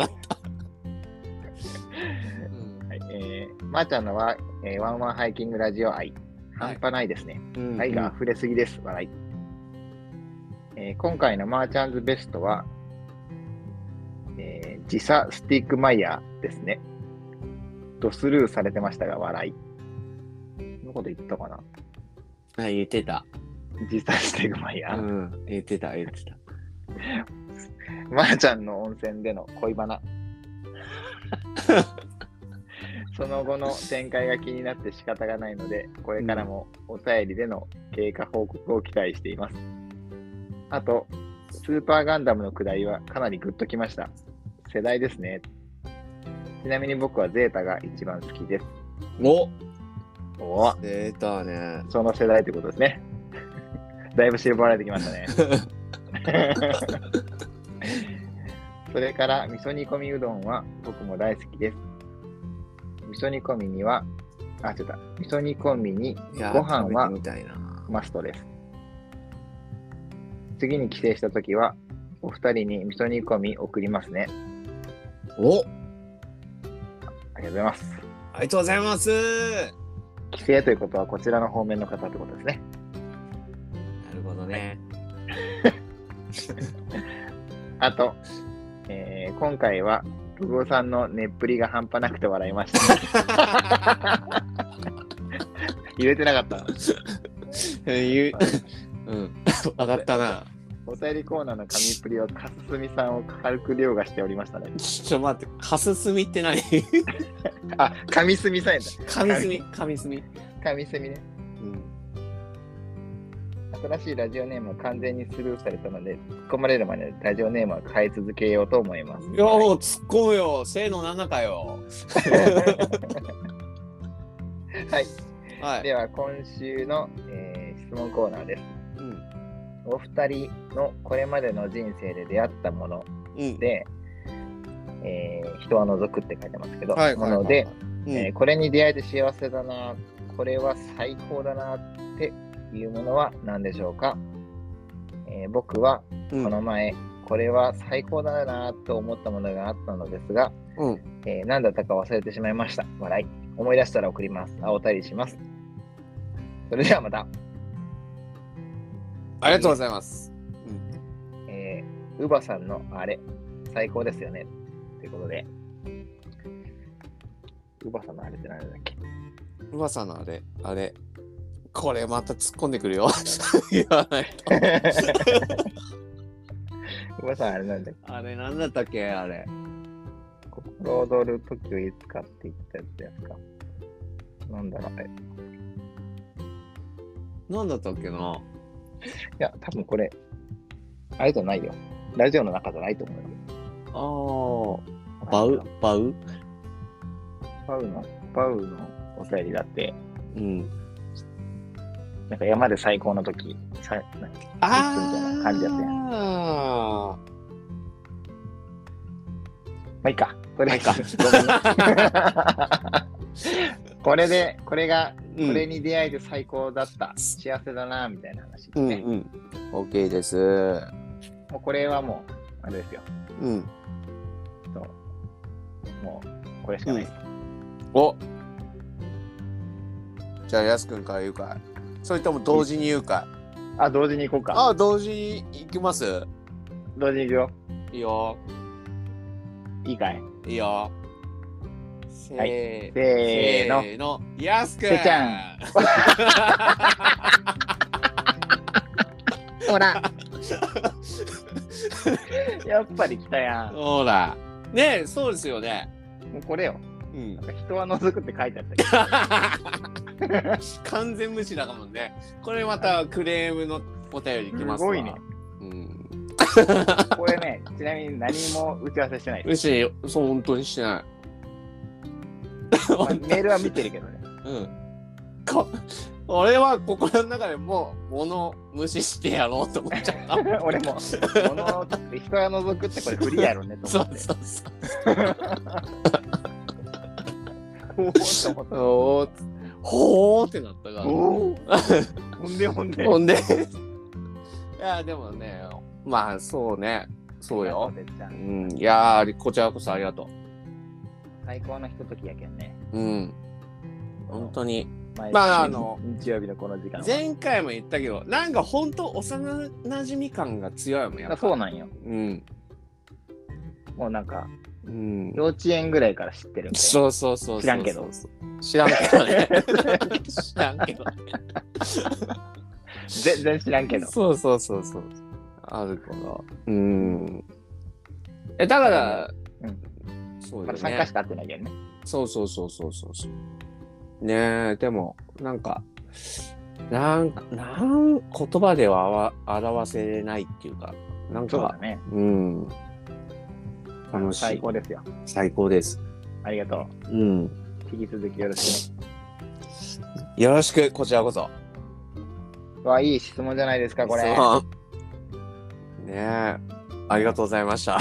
Speaker 1: はい、えー、まー、ちゃんのは、えーワンワンハイキングラジオ愛、
Speaker 3: はい
Speaker 1: 半端ないですね。
Speaker 3: うん
Speaker 1: 愛が溢れすぎです、笑い。えー今回のマーチャンズベストは、えー、時差スティックマイヤーですね。ドスルーされてましたが、笑い。どこで言ったかな
Speaker 3: あ言ってた。
Speaker 1: 時差スティックマイヤ
Speaker 3: う
Speaker 1: ー。
Speaker 3: ん。言ってた、言ってた。
Speaker 1: マーちゃんの温泉での恋バナ。その後の展開が気になって仕方がないので、これからもお便りでの経過報告を期待しています。あと、スーパーガンダムの下りはかなりグッときました。世代ですね。ちなみに僕はゼータが一番好きです。
Speaker 3: お
Speaker 1: おお、
Speaker 3: 出たね。
Speaker 1: その世代ってことですね。 だいぶ絞られてきましたね。それから味噌煮込みうどんは僕も大好きです。味噌煮込みには、あ、違った。味噌煮込みに
Speaker 3: いや
Speaker 1: ご飯は
Speaker 3: 食べてみたいな。
Speaker 1: マストです。次に帰省した時は、お二人に味噌煮込み送りますね。
Speaker 3: お
Speaker 1: ありがとうございます。
Speaker 3: ありがとうございます
Speaker 1: 帰省ということは、こちらの方面の方ってことですね。
Speaker 3: なるほどね。
Speaker 1: あと、えー今回は、ブゴさんのねっぷりが半端なくて笑いました。入れてなかったな。
Speaker 3: 言ううん。わかったな。
Speaker 1: お便りコーナーの紙っぷりを、かすすみさんを軽く凌駕しておりましたね。
Speaker 3: ちょっと待って、かすすみって何
Speaker 1: あ、紙すみさんやっ
Speaker 3: かみすみ、かみすみ。
Speaker 1: た。紙すみね。
Speaker 3: うん。
Speaker 1: 新しいラジオネームを完全にスルーされたので、突っ込まれるまでラジオネームは変え続けようと思います。
Speaker 3: いや、もう突っ込むよ。せーの7かよ。
Speaker 1: はい。
Speaker 3: はい。
Speaker 1: では、今週の、えー質問コーナーです。
Speaker 3: うん。
Speaker 1: お二人のこれまでの人生で出会ったもの
Speaker 3: うん。
Speaker 1: で、えー人は除くって書いてますけど、
Speaker 3: はい、
Speaker 1: な
Speaker 3: はい。
Speaker 1: ので、
Speaker 3: うん、
Speaker 1: えーこれに出会えて幸せだな、これは最高だなっていうものは何でしょうか、えー僕は
Speaker 3: うん
Speaker 1: この前、これは最高だなと思ったものがあったのですが、
Speaker 3: うん
Speaker 1: えー何だったか忘れてしまいました。笑い。思い出したら送ります。あお便りします。それではまた、
Speaker 3: ありがとうございます。
Speaker 1: えー、ウバさんのあれ、最高ですよね。ということで、ウバさんのあれって何だっ け
Speaker 3: うわさのあれ、あれ。これまた突っ込んでくるよ。 言わないと。
Speaker 1: ウバさんあれなんだっけ
Speaker 3: あれ、なんだったっけあれ。
Speaker 1: 心躍る時をいつかって言ったやつですか。なんだろう、あれ。い
Speaker 3: なんだったっけな
Speaker 1: や、多分これ、あれじゃないよ。ラジオの中じゃないと思うよ。
Speaker 3: あー。バウバウ
Speaker 1: パウの、パウのお便りだって、
Speaker 3: うん。
Speaker 1: なんか山で最高の時、さなんか
Speaker 3: あ
Speaker 1: 感じやったやん
Speaker 3: あ
Speaker 1: まあいいか。これ
Speaker 3: まあいいか
Speaker 1: ごめんな これで、これが、
Speaker 3: うん
Speaker 1: これに出会えて最高だった。幸せだな、みたいな話です
Speaker 3: うん
Speaker 1: ね。
Speaker 3: うん。OK です。う
Speaker 1: もうこれはもう、あれですよ。
Speaker 3: ん。
Speaker 1: もう、これしかないです。
Speaker 3: おじゃあ、やすくんから言うかい。それとも同時に言うかい。
Speaker 1: あ、同時に行こうか。
Speaker 3: ああ、同時に行きます
Speaker 1: 同時に行くよ。
Speaker 3: いいよ。
Speaker 1: いいかい
Speaker 3: いいよ。せ
Speaker 1: はい
Speaker 3: ー
Speaker 1: せーの。
Speaker 3: ーの。やすくん
Speaker 1: せちゃほら やっぱり来たやん。も
Speaker 3: ほら。ねえ、そうですよね。
Speaker 1: うこれよ。
Speaker 3: うん
Speaker 1: な。んか人は覗くって書いてあったけど。
Speaker 3: 完全無視だもんね。これまたクレームのお便りきます
Speaker 1: す
Speaker 3: わ
Speaker 1: ごいね。
Speaker 3: うん。
Speaker 1: これね、ちなみに何も打ち合わせしてないで
Speaker 3: 無
Speaker 1: す。
Speaker 3: 視、そう、本当にしてない。
Speaker 1: まあメールは見てるけどね。
Speaker 3: うん。こ俺は心の中でもう物無視してやろうと思っちゃ った。
Speaker 1: 俺も、物を人は覗くってこれフリーやろねと
Speaker 3: そ
Speaker 1: 思
Speaker 3: う
Speaker 1: って。
Speaker 3: そうそう。
Speaker 1: お
Speaker 3: おおほー
Speaker 1: ーって思った
Speaker 3: ってなったから。
Speaker 1: おーほんでほん で。
Speaker 3: ほんで。 いや、でもね、まあそうね。そうよ。
Speaker 1: てっちゃ
Speaker 3: うんん。いやー、こちらこそありがと
Speaker 1: 最高のひとときやけんね。
Speaker 3: う。うん。本当に。
Speaker 1: 毎週
Speaker 3: まああの
Speaker 1: 日曜日のこの時間は。
Speaker 3: 前回も言ったけど、なんか本当幼馴染み感が強いもん、やっぱ。
Speaker 1: そうなんよ。
Speaker 3: うん。
Speaker 1: もうなんか、
Speaker 3: うん。
Speaker 1: 幼稚園ぐらいから知ってるんで。
Speaker 3: そうそうそうそう。
Speaker 1: 知らんけど。
Speaker 3: 知らんけど ね。知らんけど。
Speaker 1: 全然知らんけど。
Speaker 3: そうそうそうそう。あるから。うん。え、だから、
Speaker 1: うん
Speaker 3: そう
Speaker 1: ま
Speaker 3: よ
Speaker 1: だ参加
Speaker 3: ね
Speaker 1: し。か会ってないけどね。
Speaker 3: そうそうそうそうそうそう。ねえ、でも、なんか、なんか、なん、言葉ではあわ表せれないっていうか、なん
Speaker 1: そうだ
Speaker 3: か、
Speaker 1: ね。
Speaker 3: うん。楽しい。
Speaker 1: 最高ですよ。
Speaker 3: 最高です。
Speaker 1: ありがとう。
Speaker 3: うん。
Speaker 1: 引き続きよろしく
Speaker 3: よろしく、こちらこそ。
Speaker 1: ね。わあ、いい質問じゃないですか、これ。
Speaker 3: そうねえ、ありがとうございました。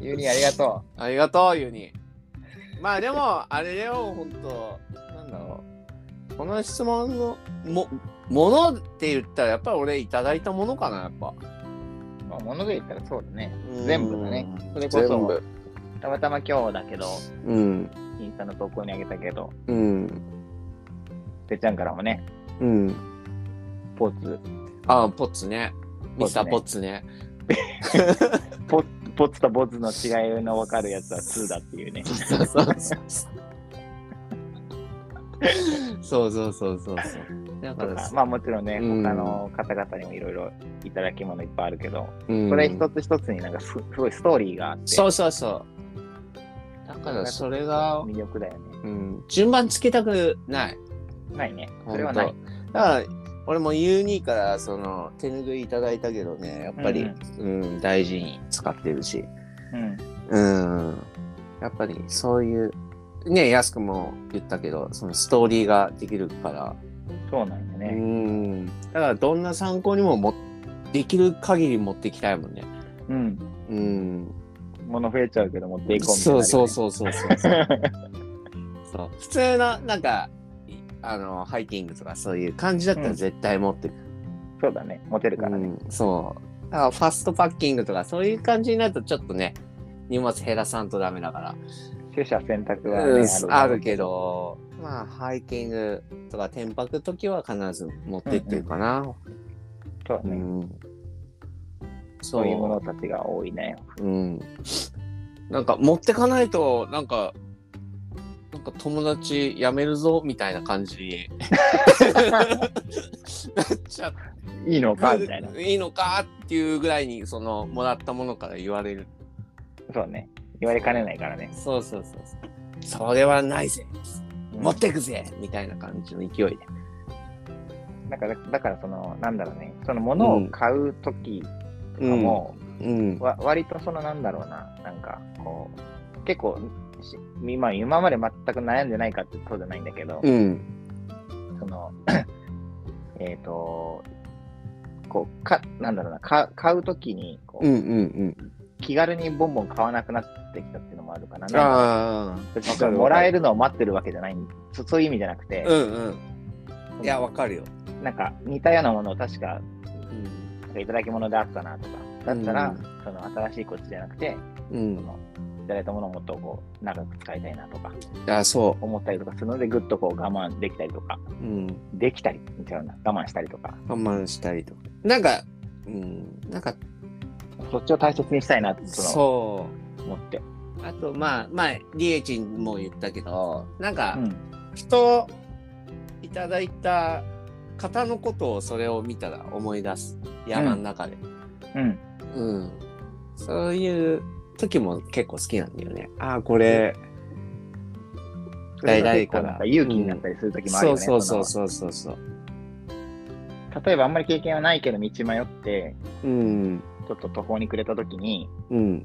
Speaker 1: ユニありがと
Speaker 3: ありがとう、ユニ。まあでも、あれよ、ほんと、なんだろう。この質問のもものって言ったらやっぱり俺いただいたものかなやっぱ
Speaker 1: まあ、もので言ったらそうだね。全部だねそれこそ
Speaker 3: 全部
Speaker 1: たまたま今日だけど、
Speaker 3: うん
Speaker 1: インスタの投稿にあげたけど、
Speaker 3: うん
Speaker 1: てっちゃんからもね、
Speaker 3: うん
Speaker 1: ポーツ、
Speaker 3: あポッツねミスターポ
Speaker 1: ポ
Speaker 3: ッツね
Speaker 1: ポポツとボツの違いの分かるやつは2だっていうね。
Speaker 3: そうそうそうそうそうそうそうそうだか
Speaker 1: と
Speaker 3: ら
Speaker 1: かまあもちろんね、
Speaker 3: うん
Speaker 1: 他の方々にもいろいろいただき物いっぱいあるけど、
Speaker 3: うん
Speaker 1: それ一つ一つになんかすすごいストーリーがあって、
Speaker 3: そうそうそうだからそれが、
Speaker 1: 魅力だよね。
Speaker 3: うん、順番つけたくない
Speaker 1: ないね。それはない
Speaker 3: 本。当だから俺も U2 からその手拭いいただいたけどねやっぱり、うん大事に使ってるし
Speaker 1: うん。
Speaker 3: うんやっぱりそういうね安くも言ったけどそのストーリーができるから、
Speaker 1: そうなんだ
Speaker 3: う
Speaker 1: ね。
Speaker 3: んだからどんな参考にももできる限り持っていきたいもんね
Speaker 1: うん。
Speaker 3: うん
Speaker 1: 物増えちゃうけど持っていこうみたいな、
Speaker 3: そうそうそうそうそうそうそう普通のなんかいあのハイキングとかそういう感じだったら
Speaker 1: うん
Speaker 3: 絶対持ってく
Speaker 1: そうだね。持てるからね。
Speaker 3: うん、そう。だからファストパッキングとかそういう感じになるとちょっとね、荷物減らさんとダメだから。
Speaker 1: 取捨選択はね、
Speaker 3: うん
Speaker 1: ある
Speaker 3: あるけど、まあハイキングとか天泊時は必ず持ってってるかな。
Speaker 1: そう
Speaker 3: う
Speaker 1: だね。
Speaker 3: ん。そ
Speaker 1: そういうも
Speaker 3: う。
Speaker 1: のたちが多いね。
Speaker 3: うん。なんか持ってかないと、なんか、なんか友達辞めるぞみたいな感じ になっちゃって
Speaker 1: いいのかみたいな。
Speaker 3: いいのかっていうぐらいにそのもらったものから言われる
Speaker 1: そうね。言われかねないからね。
Speaker 3: そうそうそうそうそれはないぜ持ってくぜみたいな感じの勢いで
Speaker 1: だから、だからその、なんだろうね。その物を買うときとかも、
Speaker 3: うん
Speaker 1: わ割とその、なんだろうな。なんか、こう、結構、し今今まで全く悩んでないかってそうじゃないんだけど、
Speaker 3: うん
Speaker 1: その、 えっと、こう、か、なんだろうな、か買うときに、こ
Speaker 3: う
Speaker 1: う、
Speaker 3: んうん
Speaker 1: 気軽にボンボン買わなくなってきたっていうのもあるかな。
Speaker 3: うん
Speaker 1: なんか
Speaker 3: あ
Speaker 1: 別に
Speaker 3: わかるわかる
Speaker 1: もらえるのを待ってるわけじゃないんそそういう意味じゃなくて、
Speaker 3: あうんうんいやわかるよ、
Speaker 1: なんか似たようなものを確か
Speaker 3: うん
Speaker 1: なんかいただき物であったなとか、だったら、
Speaker 3: うん
Speaker 1: その新しいこっちじゃなくて、
Speaker 3: う
Speaker 1: そ
Speaker 3: ん、
Speaker 1: のいただいたものをもっとこう長く使いたいなとか
Speaker 3: あそ
Speaker 1: 思ったりとかするので、ぐっとこう我慢できたりとか、
Speaker 3: う、うん、
Speaker 1: できたり、ちゃうな、我慢したりとか、
Speaker 3: 我慢したりとかなんかうんなんか
Speaker 1: そっちを大切にしたいなってその
Speaker 3: そ
Speaker 1: 思って。
Speaker 3: うあとまあまあリエチンも言ったけどなんか、
Speaker 1: うん、
Speaker 3: 人いただいた方のことをそれを見たら思い出す山の中で、
Speaker 1: うん、
Speaker 3: うんそういう時も結構好きなんだよねああこれ、
Speaker 1: それ
Speaker 3: 大
Speaker 1: が
Speaker 3: 々
Speaker 1: 結
Speaker 3: か
Speaker 1: 構
Speaker 3: ら
Speaker 1: なんか勇気になったりする時もあ
Speaker 3: そ
Speaker 1: るよ
Speaker 3: う
Speaker 1: ね。
Speaker 3: そうそう
Speaker 1: そ
Speaker 3: そうそうそう
Speaker 1: の例えばあんまり経験はないけど道迷って、
Speaker 3: うん
Speaker 1: ちょっと途方に暮れた時に、
Speaker 3: うん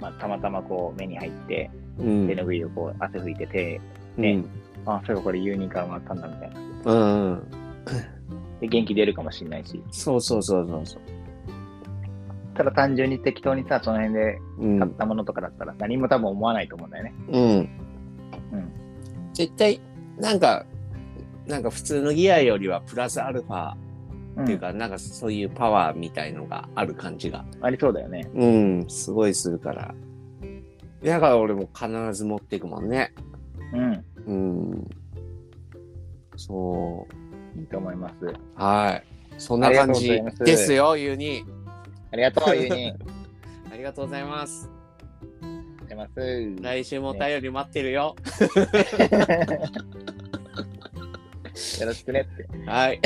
Speaker 1: まあ、たまたまこう目に入って、
Speaker 3: うん
Speaker 1: 手拭いをこう汗拭いて手、
Speaker 3: うん
Speaker 1: あ、そういえばこれユーニーからもらったんだみたいな。
Speaker 3: うんうん
Speaker 1: で、元気出るかもしれないし、
Speaker 3: そうそうそうそうそう
Speaker 1: ただ単純に適当にさ、その辺で
Speaker 3: うん
Speaker 1: 買ったものとかだったら何も多分思わないと思うんだよね。
Speaker 3: うん
Speaker 1: うん。
Speaker 3: 絶対なんかなんか普通のギアよりはプラスアルファ
Speaker 1: うん
Speaker 3: っていうか、なんかそういうパワーみたいのがある感じが
Speaker 1: ありそうだよね。
Speaker 3: うん、すごいするから。だから俺も必ず持っていくもんね。
Speaker 1: うん。
Speaker 3: うん。そう。
Speaker 1: いいと思います。
Speaker 3: はい。そんな感
Speaker 1: あり
Speaker 3: じ
Speaker 1: がとうございます
Speaker 3: ですよ、ゆうに。
Speaker 1: ありがとう、ユーニー。あ
Speaker 3: あり
Speaker 1: りがと
Speaker 3: がとうございます。
Speaker 1: うございます。
Speaker 3: 来週もお便り待ってるよ。
Speaker 1: よろしくねって。
Speaker 3: はい。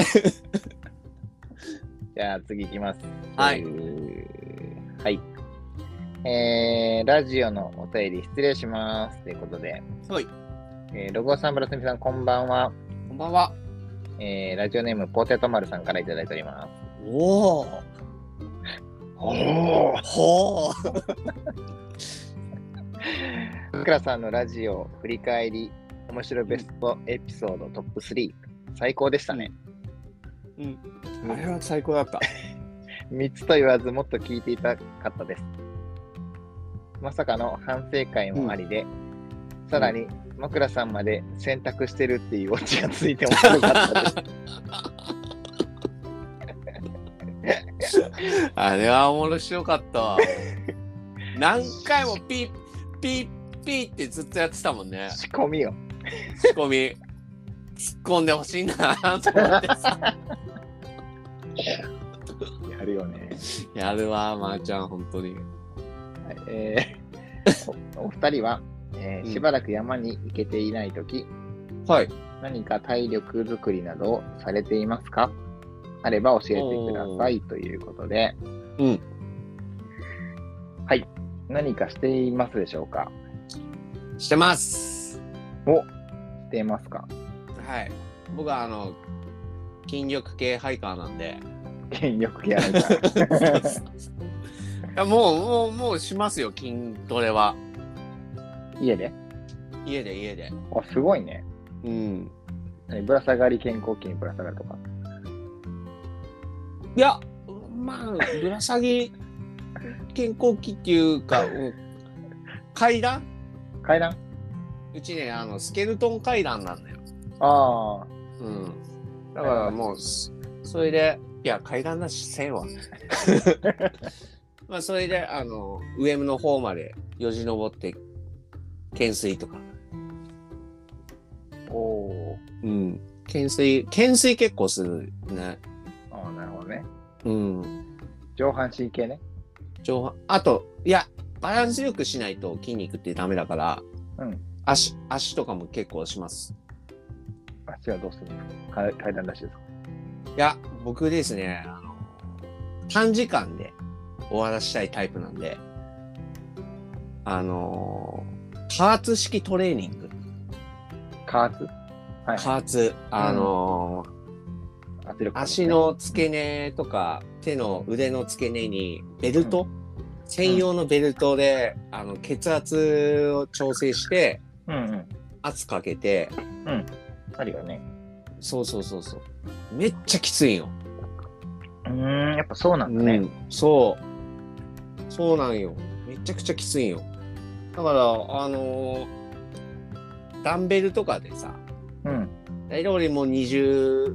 Speaker 1: じゃあ次行きます。
Speaker 3: はい
Speaker 1: えーはい。えー、ラジオのお便り失礼します。ということで、
Speaker 3: はい。
Speaker 1: えー、ロゴさん、ブラスミさん、こんばんは。
Speaker 3: こんばんは。
Speaker 1: えー、ラジオネーム、ポテトマルさんからいただいております。
Speaker 3: おお。
Speaker 1: お
Speaker 3: ほう。
Speaker 1: ふくらさんのラジオ振り返り、面白ベストエピソードトップ3、最高でしたね。
Speaker 3: うん。あれは最高だった。
Speaker 1: 3つと言わず、もっと聞いていたかったです。まさかの反省会もありで、さらに枕さんまで洗濯してるっていうオチがついて面白かったです。
Speaker 3: あれは面白かった わ。何回もピッピッピッってずっとやってたもんね。
Speaker 1: 仕込みよ。
Speaker 3: 仕込み。突っ込んでほしいなと思ってさ。
Speaker 1: やるよね。
Speaker 3: やるわ、まー、ちゃん、本当に。
Speaker 1: はいえーおお二人は、えー
Speaker 3: うん
Speaker 1: しばらく山に行けていないとき、
Speaker 3: はい。
Speaker 1: 何か体力作りなどをされていますかあれば教えてくださいということで、
Speaker 3: うん
Speaker 1: はい。何かしていますでしょうか
Speaker 3: してます。
Speaker 1: おしていますか
Speaker 3: はい。僕は、あの、筋力系ハイカーなんで。
Speaker 1: 権力やられた。
Speaker 3: いや もう、もう、もうしますよ、筋トレは。
Speaker 1: 家で
Speaker 3: 家で、家で。
Speaker 1: あ、すごいね。
Speaker 3: うん。
Speaker 1: 何ぶら下がり健康筋ぶら下がるとか。
Speaker 3: いや、まあ、ぶら下げ健康器っていうか、うん階段
Speaker 1: 階段
Speaker 3: うちね、あの、スケルトン階段なんだよ。
Speaker 1: ああ。
Speaker 3: うん。だからもう、すそれで、いや、階段なしせ んわ。まあ、それで、あの、上の方までよじ登って、懸垂とか。
Speaker 1: おお
Speaker 3: うん。懸垂、懸垂結構するね。
Speaker 1: ー。ああ、なるほどね。
Speaker 3: うん。
Speaker 1: 上半身系ね。
Speaker 3: 上半、あと、いや、バランスよくしないと筋肉ってダメだから、
Speaker 1: うん。
Speaker 3: 足、足とかも結構します。
Speaker 1: 足はどうするんですか階階段らしいですか
Speaker 3: いや、僕ですね、あの、短時間で終わらしたいタイプなんで、あの、加圧式トレーニング。
Speaker 1: 加圧はい。
Speaker 3: 加圧、あの、
Speaker 1: 圧力、
Speaker 3: 足。の付け根とか手の腕の付け根にベルト、専用のベルトで、あの血圧を調整して
Speaker 1: うんうん。
Speaker 3: 圧かけて
Speaker 1: あるよね。
Speaker 3: そうそうそうそうめっちゃきついんよ、
Speaker 1: うーん、やっぱそうなんだ
Speaker 3: う
Speaker 1: ね。
Speaker 3: んそうそうなんよめちゃくちゃきついんよだからあのーダンベルとかでさ
Speaker 1: うん。
Speaker 3: 大体俺もう20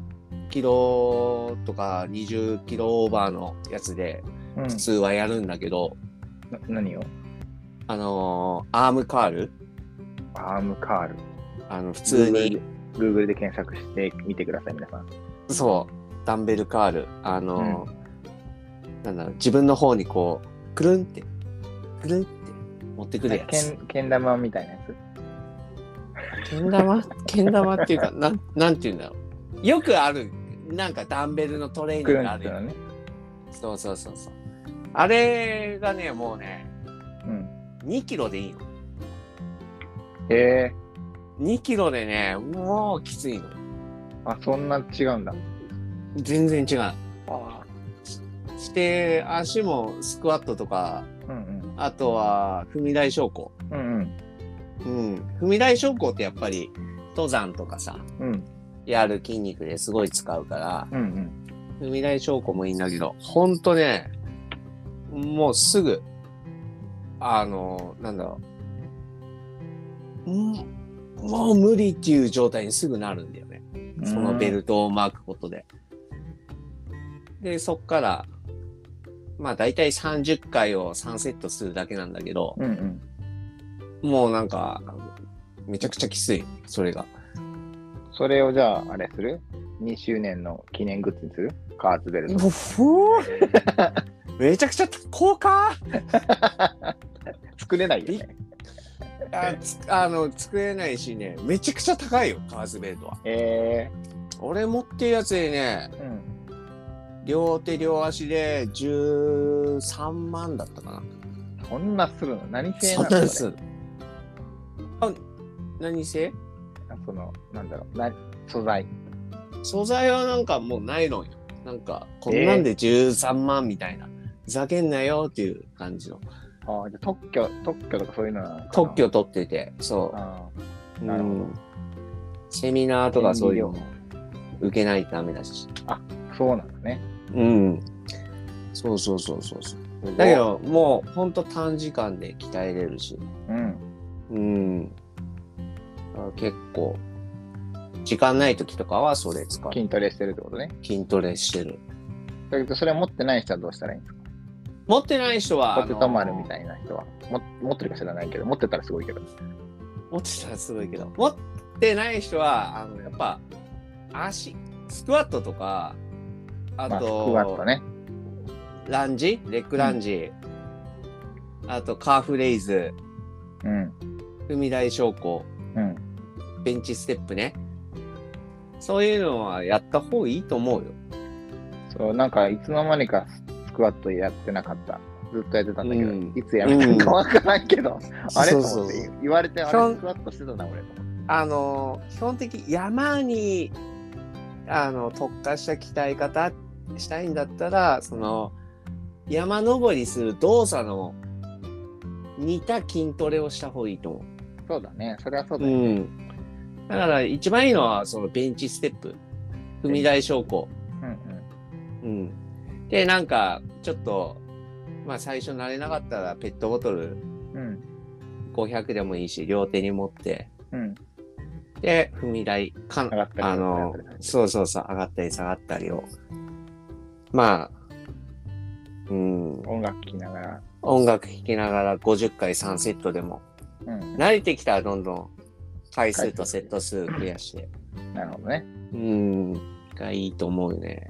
Speaker 3: キロとか20キロオーバーのやつで
Speaker 1: うん。
Speaker 3: 普通はやるんだけど、
Speaker 1: な何を
Speaker 3: あのーアームカール
Speaker 1: アームカール。
Speaker 3: あの、普通に、。
Speaker 1: Google で検索してみてください、皆さん。
Speaker 3: そう、ダンベルカール。あのーなんだろう、自分の方にこう、くるんって、くるんって持ってくるや
Speaker 1: け
Speaker 3: つ。
Speaker 1: んけん玉みたいなやつ。
Speaker 3: けん玉 けん玉っていうか、なん、なんて言うんだろう。よくある、なんかダンベルのトレーニン
Speaker 1: く
Speaker 3: グ
Speaker 1: るん
Speaker 3: があ
Speaker 1: っ
Speaker 3: る
Speaker 1: ての
Speaker 3: よ。
Speaker 1: ね。
Speaker 3: そうそうそうそう。あれがね、もうね、
Speaker 1: うん。
Speaker 3: 2キロでいいの。
Speaker 1: へえ
Speaker 3: 2キロでね、もうきついの。
Speaker 1: あ、そんな違うんだ。
Speaker 3: 全然違う。
Speaker 1: あ
Speaker 3: して、足もスクワットとか、
Speaker 1: うん
Speaker 3: あとは、踏み台昇降。
Speaker 1: うん。うん
Speaker 3: うん。踏み台昇降ってやっぱり、登山とかさ、
Speaker 1: うん。うん
Speaker 3: やる筋肉ですごい使うから、
Speaker 1: うんうん。
Speaker 3: 踏み台昇降もいいんだけど、ほんとね、もうすぐ、あの、なんだろう。んもう無理っていう状態にすぐなるんだよね。そのベルトを巻くことで。で、そっから、まあ大体30回を3セットするだけなんだけど、
Speaker 1: うんうん。
Speaker 3: もうなんか、めちゃくちゃきつい、それが。
Speaker 1: それをじゃあ、あれする ?2 周年の記念グッズにするカーツベルト。
Speaker 3: めちゃくちゃ高価
Speaker 1: 作れないよね。
Speaker 3: あつあの、作れないしね、めちゃくちゃ高いよ、カーズベルトは。
Speaker 1: え
Speaker 3: 俺持ってるやつでね
Speaker 1: え、うん。
Speaker 3: 両手両足で13万だったかな。
Speaker 1: そんなするの何製
Speaker 3: そ
Speaker 1: な
Speaker 3: うな
Speaker 1: の
Speaker 3: んで
Speaker 1: それ
Speaker 3: す。あ、何せ
Speaker 1: あその、なんだろう。な素材。
Speaker 3: 素材はなんかもうナイロンよ。なんか、こんなんで13万みたいな。ふざけんなよっていう感じの。
Speaker 1: ああ、じゃあ特許、特許とかそういうのなのかな
Speaker 3: 特。許取ってて、そう。
Speaker 1: ああ
Speaker 3: な
Speaker 1: なるほど
Speaker 3: セミナーとかそういうのも受けないとダメだし。
Speaker 1: そうなのね。
Speaker 3: うん。そうそうそうそうそう。だけ、ど、もうほんと短時間で鍛えれるし。
Speaker 1: うん。
Speaker 3: うん。あ結構、時間ない時とかはそれ使って
Speaker 1: 筋トレしてるってことね。
Speaker 3: 筋トレしてる。
Speaker 1: だけど、それ持ってない人はどうしたらいいんですか
Speaker 3: 持ってない人は、
Speaker 1: ポテトマルみ
Speaker 3: い。
Speaker 1: たいな人は。も持ってるか知らないけど、持ってたらすごいけど。
Speaker 3: 持ってたらすごいけど、持ってない人は、あの、やっぱ、足、スクワットとか、あ
Speaker 1: まあ、スク
Speaker 3: と、
Speaker 1: ワットね。
Speaker 3: ランジレッグランジ、あと、カーフレイズ、
Speaker 1: うん。
Speaker 3: 踏み台昇降、
Speaker 1: うん。
Speaker 3: ベンチステップね。そういうのはやった方がいいと思うよ。
Speaker 1: そう、なんか、いつの間にかスクワットやってなかった。ずっとやってたんだけど、
Speaker 3: うん
Speaker 1: いつやめたかわからんけど、あれと
Speaker 3: そうそう
Speaker 1: 思っ
Speaker 3: そう
Speaker 1: て言われて、あ
Speaker 3: ひょ
Speaker 1: れ
Speaker 3: ん
Speaker 1: スクワットしてたな、俺と思って。
Speaker 3: あの基本的山にあの特化した鍛え方したいんだったらその山登りする動作の似た筋トレをした方がいいと思
Speaker 1: そうだね。それはそう
Speaker 3: う。
Speaker 1: だよ。
Speaker 3: ん、だから一番いいのはそのベンチステップ踏み台昇降。
Speaker 1: うんうん。
Speaker 3: うん、でなんかちょっと、まあ、最初慣れなかったらペットボトル
Speaker 1: うん。
Speaker 3: 500でもいいし両手に持って
Speaker 1: うん。
Speaker 3: で踏み台か
Speaker 1: 上がったり
Speaker 3: あの
Speaker 1: 下がったり
Speaker 3: そうそうそう上がったり下がったりをまあうん
Speaker 1: 音楽聴きながら。
Speaker 3: 音楽聴きながら50回3セットでも
Speaker 1: うん。
Speaker 3: 慣れてきたらどんどん回数とセット数増やして
Speaker 1: なるほどね。
Speaker 3: うんがいいと思うね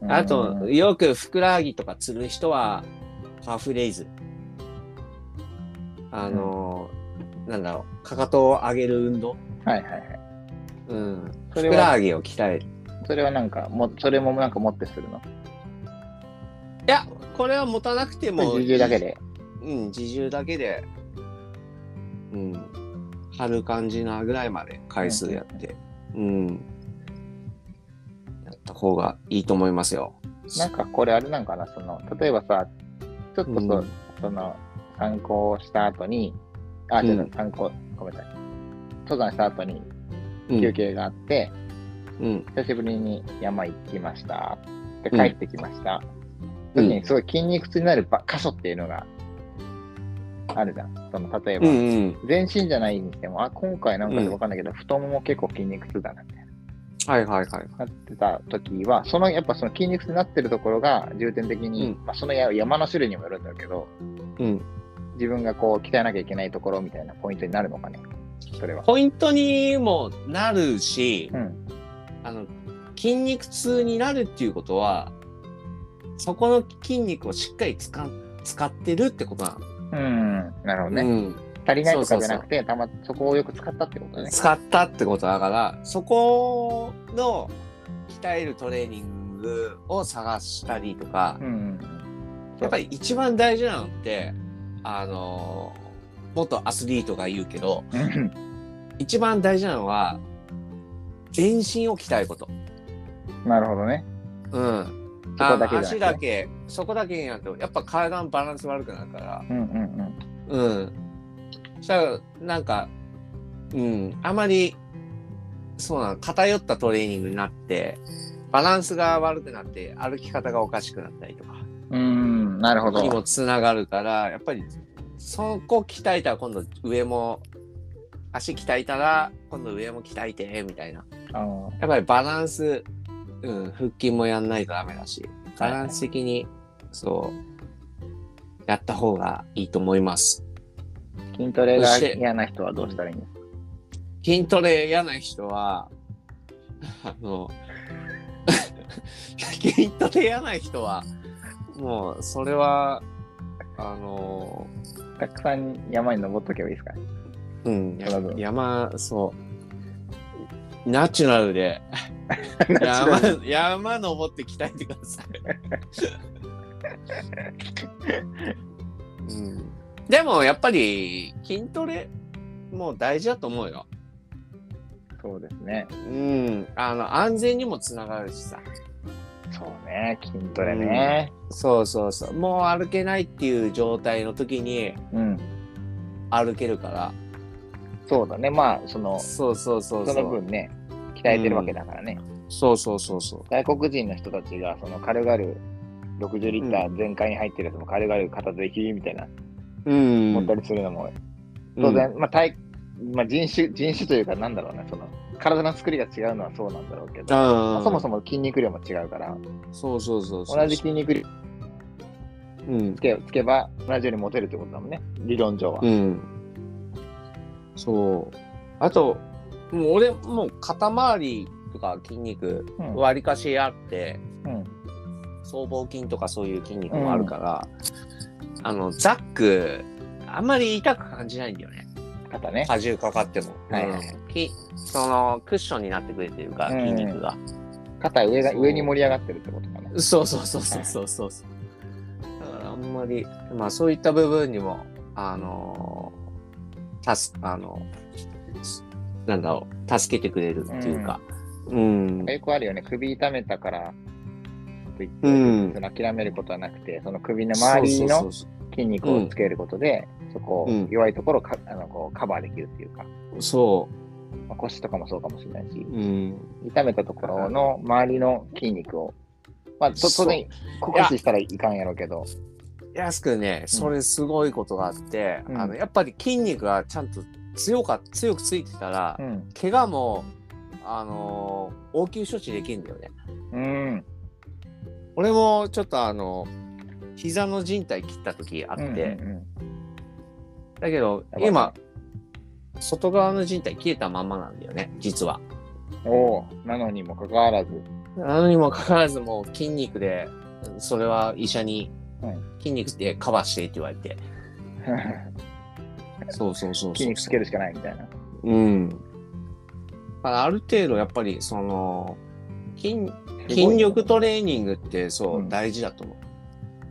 Speaker 1: うん
Speaker 3: あとよくふくらはぎとかつる人はハーフレイズあの、なんだろうかかとを上げる運動
Speaker 1: はいはいはい。
Speaker 3: うん
Speaker 1: そ
Speaker 3: ふ
Speaker 1: れ
Speaker 3: く
Speaker 1: は
Speaker 3: らはぎを鍛える
Speaker 1: それはなんか、もそれもなんか持ってするの。
Speaker 3: いや、これは持たなくても。
Speaker 1: 自重だけ。で。
Speaker 3: うん、自重だけで。うん。張る感じなぐらいまで回数やって。うん。やった方がいいと思いますよ。
Speaker 1: なんかこれあれなんかな、その、例えばさ、ちょっとそ,、
Speaker 3: うん
Speaker 1: その、参考した後に、あ、ちょ
Speaker 3: う
Speaker 1: っ
Speaker 3: ん
Speaker 1: と参考、ごめんなさい。登山した後に
Speaker 3: うん
Speaker 1: 休憩があって、
Speaker 3: うん。
Speaker 1: 久しぶりに山行きました。で、
Speaker 3: うん
Speaker 1: 帰ってきました。
Speaker 3: う
Speaker 1: 時
Speaker 3: ん
Speaker 1: にすごい筋肉痛になるば箇所っていうのがあるじゃん。その、例え
Speaker 3: う
Speaker 1: ば、
Speaker 3: んうん。
Speaker 1: 全身じゃないにしても、あ、今回なんかでわかんないけど、太もも結構筋肉痛だな、みたいな。
Speaker 3: はいはいはい。
Speaker 1: なってた時は、そのやっぱその筋肉痛になってるところが重点的に、
Speaker 3: う
Speaker 1: まあ、そのや山の種類にもよるんだけど、
Speaker 3: うん。
Speaker 1: 自分がこう鍛えなきゃいけないところみたいなポイントになるのかね、それは。
Speaker 3: ポイントにもなるし
Speaker 1: う、ん、
Speaker 3: あの、筋肉痛になるっていうことは、そこの筋肉をしっかり使使ってるってことな
Speaker 1: うん、なるほど
Speaker 3: の。
Speaker 1: ね、
Speaker 3: うん。
Speaker 1: 足りないとかじゃなくて、たまそこをよく使ったってことね。
Speaker 3: 使ったってことだからそこの鍛えるトレーニングを探したりとか
Speaker 1: うん、
Speaker 3: やっぱり一番大事なのってあの元アスリートが言うけど
Speaker 1: うん
Speaker 3: 一番大事なのは全身を鍛えること。
Speaker 1: なるほどね。
Speaker 3: うん
Speaker 1: そこだけ
Speaker 3: あの
Speaker 1: じ
Speaker 3: 足
Speaker 1: ゃな
Speaker 3: だ
Speaker 1: くて
Speaker 3: けそこだけになるとやっぱ体のバランス悪くなるから
Speaker 1: うんうん
Speaker 3: うんそしたらなんかうんあまりそうなの偏ったトレーニングになってバランスが悪くなって歩き方がおかしくなったりとか
Speaker 1: うん。うん、なるほ
Speaker 3: に
Speaker 1: ど。
Speaker 3: もつながるからやっぱりそこ鍛えたら今度上も足鍛えたら今度上も鍛えてみたいな
Speaker 1: あの
Speaker 3: やっぱりバランス、うん、腹筋もやんないとダメだしバランス的にそうやった方がいいと思います。
Speaker 1: 筋トレが
Speaker 3: そして
Speaker 1: 嫌な人はどうしたらいいんですか
Speaker 3: 筋トレ嫌な人は、あの、 筋トレ嫌な人は、もう、それは、あの、
Speaker 1: たくさん山に登っとけばいいですか
Speaker 3: うん、や
Speaker 1: なるほど
Speaker 3: 山、そう、ナチュラルで、 山、山登って鍛えてください。 うん、でも、やっぱり、筋トレ、もう大事だと思うよ。
Speaker 1: そうですね。
Speaker 3: うん、あの、安全にもつながるしさ。
Speaker 1: そうね、筋トレね。
Speaker 3: そうそうそう。もう歩けないっていう状態の時に
Speaker 1: うん、
Speaker 3: 歩けるから。
Speaker 1: そうだね。まあ、その、
Speaker 3: そうそうそう
Speaker 1: そ
Speaker 3: そ
Speaker 1: の
Speaker 3: う。
Speaker 1: 分ね、鍛えてるわけだからね。
Speaker 3: そうそうそうそ
Speaker 1: 外国人の人たちが、その軽々、60リッター全開に入ってるやつも軽々片付きみたいな、
Speaker 3: う。うん。
Speaker 1: 持ったりするのも、当然、まあ体、まあ、人種、人種というか、なんだろうね、その、体の作りが違うのはそうなんだろうけど、まあそもそ
Speaker 3: も。
Speaker 1: も筋肉量も違うから、
Speaker 3: そうそうそうそう。
Speaker 1: 同じ筋肉量
Speaker 3: うん
Speaker 1: つ。けつけば、同じようにモテるってことだもんね、理論上は。
Speaker 3: うん。そう。あと、もう俺、もう肩周りとか筋肉、
Speaker 1: うん
Speaker 3: わりかしあって、
Speaker 1: うん
Speaker 3: 僧帽筋とかそういう筋肉もあるから、あの、ザック、あんまり痛く感じないんだよね。
Speaker 1: 肩ね。
Speaker 3: 荷重かかっても。
Speaker 1: はいはい
Speaker 3: うんきその、クッションになってくれてるから、筋肉が。
Speaker 1: 肩上が、
Speaker 3: そう
Speaker 1: 上に盛り上がってるってことかね。
Speaker 3: そうそうそうそうそうそうそう。だからあんまり、まあそういった部分にも、あのー、たす、あのすなんだろう、助けてくれるっていうか。うん。
Speaker 1: よくあるよね、首痛めたから、と言って、
Speaker 3: うん
Speaker 1: そ。の諦めることはなくて、その首の周り
Speaker 3: そ
Speaker 1: の
Speaker 3: うそう
Speaker 1: 筋肉をつけることで、そこを
Speaker 3: うん
Speaker 1: 弱いところをかあのこうカバーできるっていうか、
Speaker 3: そうそ
Speaker 1: まあ腰とかもそうかもしれないし
Speaker 3: う。、うん。
Speaker 1: 痛めたところの周りの筋肉を、まあ、と
Speaker 3: そ
Speaker 1: 当
Speaker 3: う
Speaker 1: 然、酷使したらいかんやろうけど、
Speaker 3: やすくね、それすごいことがあって、
Speaker 1: うん
Speaker 3: あの、やっぱり筋肉がちゃんと強か、強くついてたら
Speaker 1: う、ん、
Speaker 3: 怪我も、あのー応急処置できるんだよね。
Speaker 1: うん、
Speaker 3: 俺もちょっとあの膝の靭帯切った時あって、
Speaker 1: うん
Speaker 3: だけど
Speaker 1: やばい
Speaker 3: 今外側の靭帯切れたまんまなんだよね実は。
Speaker 1: うんおうなのにもかかわらず、
Speaker 3: なのにもかかわらずもう筋肉でそれは医者に
Speaker 1: うん
Speaker 3: 筋肉でカバーしてって言われて、そうそうそうそう
Speaker 1: 筋肉つけるしかないみたいな。
Speaker 3: うんだからある程度やっぱりその筋筋力トレーニングってそう、
Speaker 1: うん
Speaker 3: 大事だと思う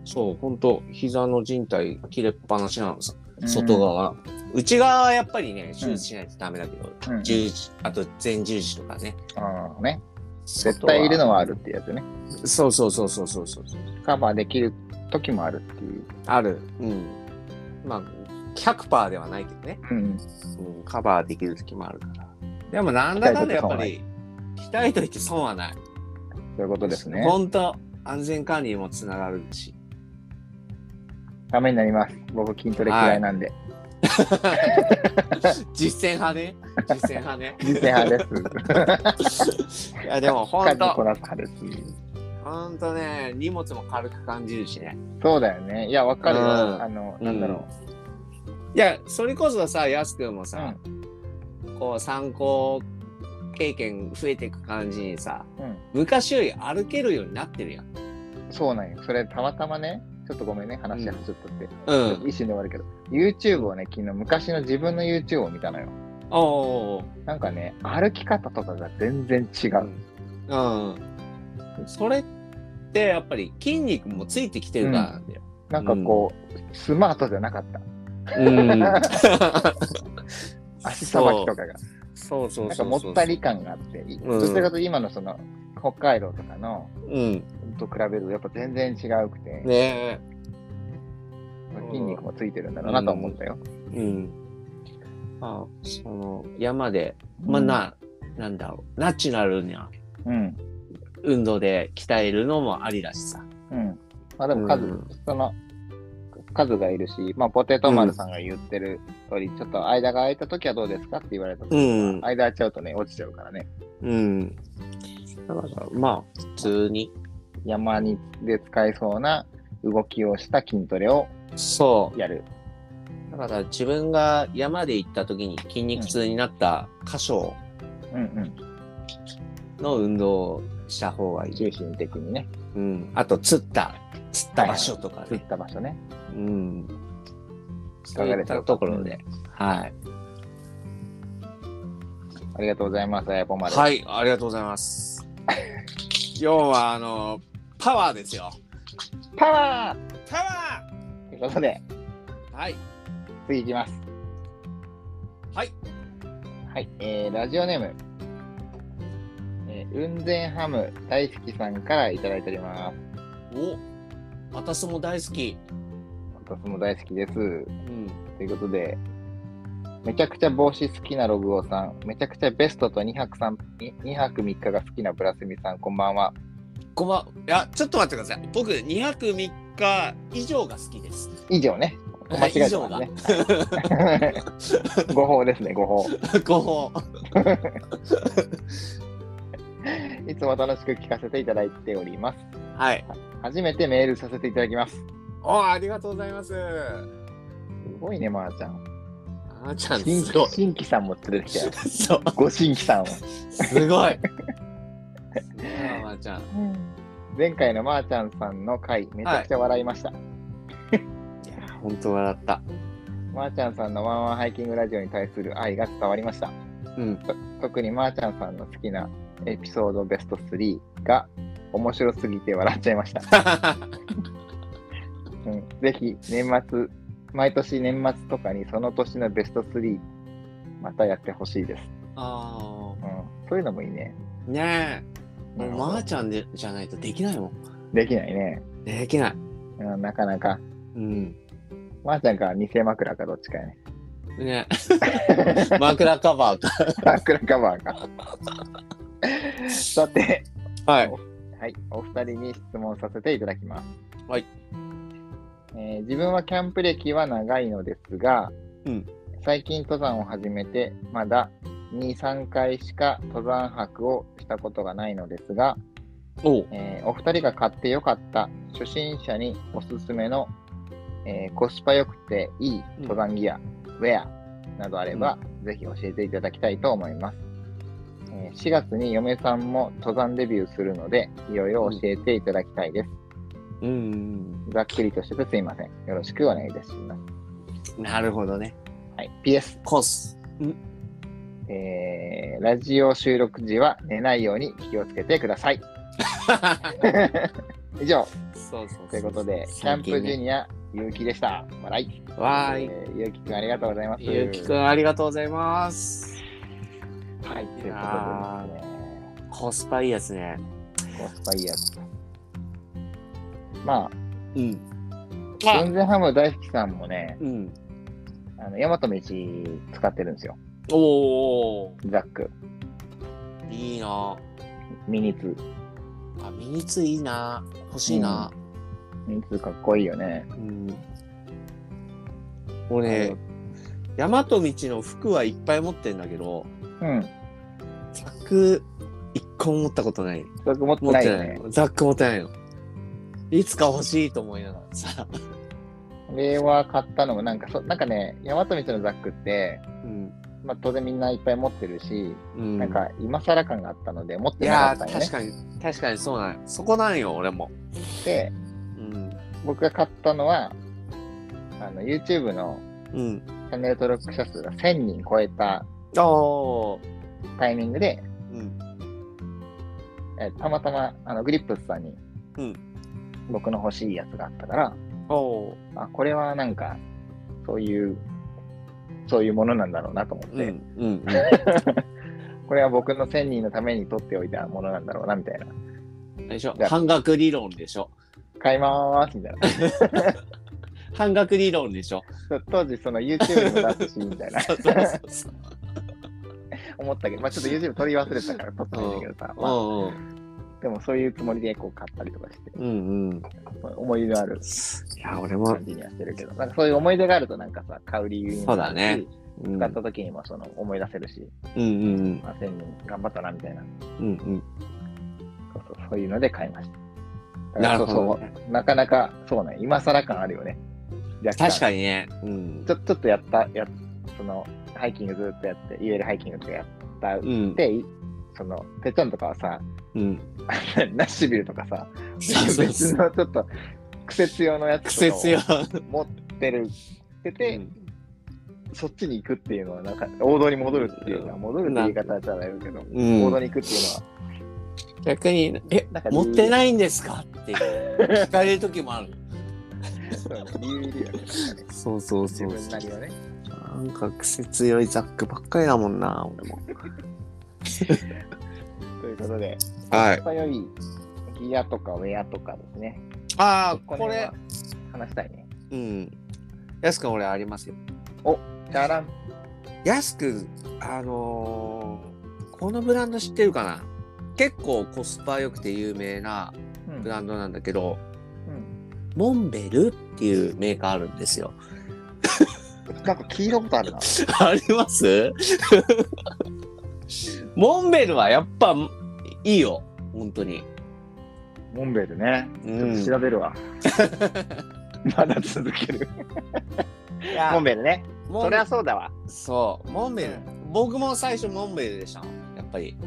Speaker 3: そう本当膝の靭帯切れっぱなしなのさ
Speaker 1: うん
Speaker 3: 外。側、内側はやっぱりね手術しないとダメだけど、
Speaker 1: うん
Speaker 3: 十字あと前十字とかね
Speaker 1: ああね、絶
Speaker 3: 絶
Speaker 1: 対いるのはあるっていうやつね。
Speaker 3: そうそうそうそうそうそう
Speaker 1: カバーできる時もあるっていう。
Speaker 3: あるうんまあ100%ではないけどね、
Speaker 1: うん、
Speaker 3: うん、カバーできる時もあるからでもなんだかんだやっぱり鍛えといて損はない
Speaker 1: そういうことですね。
Speaker 3: ほんと安全管理にもつながる し
Speaker 1: ためになります。僕筋トレ嫌いなんで。
Speaker 3: 実践派ね実践派ね
Speaker 1: 実践 派です。
Speaker 3: いやでもほ
Speaker 1: 数
Speaker 3: ん
Speaker 1: こ
Speaker 3: と
Speaker 1: なす派です。
Speaker 3: ほんとね荷物も軽く感じるしね
Speaker 1: そうだよね。いや、わかるよ。
Speaker 3: うん
Speaker 1: あの、
Speaker 3: うん
Speaker 1: なんだろ
Speaker 3: いやそれこそさやすくんも
Speaker 1: う。
Speaker 3: さ、こう参考経験増えていく感じにさ
Speaker 1: うん、うん。
Speaker 3: 昔より歩けるようになってるやん。
Speaker 1: そうなんよ。それ、たまたまね、ちょっとごめんね、話がちょっとって。
Speaker 3: う
Speaker 1: 一。瞬で終わるけど、YouTube をね、昨日、昔の自分の YouTube を見たのよ。
Speaker 3: おおー。
Speaker 1: なんかね、歩き方とかが全然違
Speaker 3: う
Speaker 1: う。
Speaker 3: ん。うんそれってやっぱり筋肉もついてきてるからなんだよ。
Speaker 1: なんかこう、スマートじゃなかった。
Speaker 3: うん。
Speaker 1: 足さばきとかが。
Speaker 3: そうそうそうそう。
Speaker 1: なんかもったり感があって、い
Speaker 3: うん
Speaker 1: どちらかというと今のその、北海道とかの、
Speaker 3: うん。
Speaker 1: と比べるとやっぱ全然違うくて、
Speaker 3: ね
Speaker 1: 筋肉もついてるんだろうなと思ったよ。
Speaker 3: え。うん。あその山で、まあな、なんだろう、ナチュラルな
Speaker 1: うん。
Speaker 3: 運動で鍛えるのもありだしさ。
Speaker 1: うん。まあでも数、
Speaker 3: うん
Speaker 1: その、数がいるし、まあポテト丸さんが言ってる通り、ちょっと間が空いた時はどうですかって言われた時は、
Speaker 3: うん
Speaker 1: 間空いちゃうとね、落ちちゃうからね。
Speaker 3: うん。だから、まあ、普通に。
Speaker 1: 山にで使えそうな動きをした筋トレを
Speaker 3: そ
Speaker 1: やる。
Speaker 3: う。だから、自分が山で行った時に筋肉痛になった箇所
Speaker 1: うんうん。
Speaker 3: の運動をした方がいい。
Speaker 1: 中心的にね、
Speaker 3: うん。あと、釣った、釣った場所とか
Speaker 1: 釣っ
Speaker 3: ね。
Speaker 1: た場所ね。
Speaker 3: うん。そ
Speaker 1: か
Speaker 3: う
Speaker 1: が
Speaker 3: い
Speaker 1: で
Speaker 3: っ
Speaker 1: しょう
Speaker 3: た
Speaker 1: か
Speaker 3: ところで。はい。
Speaker 1: ありがとうございます、あやぽまで。い。
Speaker 3: はい、ありがとうございます。要は、あの、パワーですよ。
Speaker 1: パワー
Speaker 3: パワ
Speaker 1: ということで、
Speaker 3: ーはい。
Speaker 1: 次いきます。
Speaker 3: はい。
Speaker 1: はい、えー、ラジオネーム、えー、雲仙ハム大好きさんからいただいております。
Speaker 3: お私も大好き。
Speaker 1: 私も大好きです。と
Speaker 3: うん。
Speaker 1: いうことで、めちゃくちゃ帽子好きなログオさん、めちゃくちゃベストと2泊 ,3 2泊3日が好きなブラスミさん、こんばんは。
Speaker 3: ごま、いや、ちょっと待ってください。僕、2泊3日以上が好きです。
Speaker 1: 以上ね。と間違えてますね。 誤報ですね、誤報。
Speaker 3: こう。
Speaker 1: いつも楽しく聞かせていただいております。
Speaker 3: はい。
Speaker 1: 初めてメールさせていただきます。す
Speaker 3: おーありがとうございます。
Speaker 1: ごいね、まー、ちゃん。
Speaker 3: あーちゃん、
Speaker 1: 新
Speaker 3: すご
Speaker 1: 規新規さんも連れてきたよ。
Speaker 3: い。そう。
Speaker 1: ご新規さんを。
Speaker 3: すごい。すごいなまーちゃん。い
Speaker 1: 前回のまーちゃんさんの回、めちゃくちゃ笑いました。
Speaker 3: や、本当笑った。
Speaker 1: まーちゃんさんのワンワンハイキングラジオに対する愛が伝わりました。
Speaker 3: うん。
Speaker 1: 特にまーちゃんさんの好きなエピソードベスト3が面白すぎて笑っちゃい ました。うん、ぜひ年末、毎年年末とかにその年のベスト3またやってほしいです、
Speaker 3: あ
Speaker 1: うん。そういうのもいいね。
Speaker 3: あ。ねえ。もうまー
Speaker 1: ち
Speaker 3: ちゃんでじゃないとできないもん。
Speaker 1: ゃんできないね、
Speaker 3: できない。
Speaker 1: うん。なかなか。
Speaker 3: うん。
Speaker 1: まー、ちゃんか偽枕かどっちかやね。
Speaker 3: ね 枕カバーか。
Speaker 1: 枕カバーか。さて、。
Speaker 3: はい
Speaker 1: はい、お二人に質問させていただきます。
Speaker 3: はい。
Speaker 1: えー自分はキャンプ歴は長いのですが、
Speaker 3: うん
Speaker 1: 最近登山を始めて、まだ2、3回しか登山泊をしたことがないのですが、
Speaker 3: おう
Speaker 1: えーお二人が買ってよかった初心者におすすめの、えーコスパ良くていい登山ギア、ウェアなどあれば、ぜひ教えていただきたいと思います、えー4月に嫁さんも登山デビューするのでいろいろ教えていただきたいです、
Speaker 3: うん。
Speaker 1: ざっくりとしててすいませんよろしくお願いいたします、
Speaker 3: なるほどね。
Speaker 1: はい、PS、
Speaker 3: コス。
Speaker 1: えーラジオ収録時は寝ないように気をつけてください 以上
Speaker 3: そうそう
Speaker 1: ということで、キャ
Speaker 3: 最
Speaker 1: ンプ
Speaker 3: 近ね
Speaker 1: ジュニア、ゆうきでした。笑い。
Speaker 3: わーい
Speaker 1: えーゆうきくん、ありがとうございます。
Speaker 3: ゆうきくんありがとうございます。
Speaker 1: はい、という
Speaker 3: や
Speaker 1: こ
Speaker 3: コスパいいやつね。
Speaker 1: とでですね、コスパいいやつ。ま
Speaker 3: うん。
Speaker 1: あ、
Speaker 3: あ
Speaker 1: 全然ハム大好きさんもね、
Speaker 3: うん。
Speaker 1: あの、ヤマト道使ってるんですよ。
Speaker 3: おお。
Speaker 1: ザック、
Speaker 3: いいな。
Speaker 1: ミニツ。
Speaker 3: あ、身についいな。欲しいな。
Speaker 1: ミニツかっこいいよね。
Speaker 3: うん。俺、大和道の服はいっぱい持ってんだけど、
Speaker 1: うん、
Speaker 3: ザック一個も持ったことない。
Speaker 1: ザック持って
Speaker 3: 持っ
Speaker 1: ない
Speaker 3: て
Speaker 1: よ
Speaker 3: ない。
Speaker 1: ね。
Speaker 3: ザック持ってないの。いつか欲しいと思いながらさ。
Speaker 1: 俺は買ったのも、なんか、そなんかね、ヤマト道のザックって、
Speaker 3: うん。
Speaker 1: まあ、当然みんないっぱい持ってるし、
Speaker 3: うん。
Speaker 1: なんか、今更感があったので、持っ
Speaker 3: い
Speaker 1: て
Speaker 3: や
Speaker 1: な
Speaker 3: ー
Speaker 1: かったんよね
Speaker 3: 確。かに確かにそうなんよそこなんよ俺も
Speaker 1: で
Speaker 3: うん
Speaker 1: 僕が買ったのは、あの、YouTube の
Speaker 3: うん
Speaker 1: チャンネル登録者数が1000人超えた
Speaker 3: ああ
Speaker 1: タイミングで、
Speaker 3: うん
Speaker 1: えたまたま、あの、グリップスさんに、
Speaker 3: うん
Speaker 1: 僕の欲しいやつがあったから、
Speaker 3: おお
Speaker 1: あ、これはなんか、そういう、そういうものなんだろうなと思っ
Speaker 3: うんう
Speaker 1: て、
Speaker 3: んうん
Speaker 1: これは僕の1000人のために取っておいたものなんだろうな、みたいな。
Speaker 3: あれでしょ
Speaker 1: じゃあ
Speaker 3: 半額理論でしょ
Speaker 1: 買いまーす、みたいな。
Speaker 3: 半額理論 でしょ
Speaker 1: そう当時、その YouTube にも出すし、みたいな、
Speaker 3: そうそうそうそう
Speaker 1: 思ったけど、まあちょっと YouTube 取り忘れてたから取ってないんだけどさ、まあでもそういうつもりでこう買ったりとかして、
Speaker 3: うんうんうん
Speaker 1: 思い出のある
Speaker 3: いや俺も
Speaker 1: 感じにはしてるけど、なんかそういう思い出があるとなんかさ、買う理由にも
Speaker 3: そうだね。うん
Speaker 1: 使った時にもその思い出せるし、
Speaker 3: うんうん
Speaker 1: まあ、1000人頑張ったなみたいな、
Speaker 3: うんうん
Speaker 1: そうそうそういうので買いました。
Speaker 3: なるほど
Speaker 1: そうそうなかなか、そうね、今更感あるよね。
Speaker 3: 確か
Speaker 1: に。
Speaker 3: にねうん
Speaker 1: ちょちょっとやった、やっその、ハイキングずっとやって、u えるハイキングとかやったっ
Speaker 3: うん
Speaker 1: て、その、てっちゃんとかはさ、
Speaker 3: うん
Speaker 1: ナッシュビルとかさ、
Speaker 3: そうそう
Speaker 1: 別
Speaker 3: そう
Speaker 1: のちょっと、苦節用のや
Speaker 3: 苦
Speaker 1: つと
Speaker 3: 節よ
Speaker 1: かを持ってる。てて、
Speaker 3: うん
Speaker 1: そっちに行くっていうのは、なんか王道に戻るっていうのは、戻るって言い方じゃないけど、
Speaker 3: うん
Speaker 1: 王道に行くっていうのは、
Speaker 3: 逆に「え
Speaker 1: なんか理
Speaker 3: 持
Speaker 1: 由
Speaker 3: ってないんですか?」って聞かれる時もある
Speaker 1: そう理由いるよね。
Speaker 3: そうそう
Speaker 1: 自分なりのね。
Speaker 3: なんか癖強いザックばっかりだもんな、俺も。
Speaker 1: ということで、
Speaker 3: はい。
Speaker 1: やっぱよりギアとかウェアとかですね。
Speaker 3: ああ、こ
Speaker 1: この辺
Speaker 3: れ
Speaker 1: は、話したいね。
Speaker 3: うん。やすくん、俺ありますよ。
Speaker 1: じゃらん。
Speaker 3: やすくん、あのーこのブランド知ってるかな結構コスパ良くて有名な
Speaker 1: うん
Speaker 3: ブランドなんだけど、
Speaker 1: うん
Speaker 3: モンベルっていうメーカーあるんですよ。
Speaker 1: なんか聞いたことあるな。
Speaker 3: あります モンベルはやっぱいいよ本当に、
Speaker 1: モンベルね。
Speaker 3: う
Speaker 1: ちょっ
Speaker 3: ん
Speaker 1: と調べる わ。まだ続ける。
Speaker 3: いや
Speaker 1: モンベルね。
Speaker 3: モン
Speaker 1: そりゃそうだわ。
Speaker 3: そうモンベル僕も最初モンベルでしたやっぱり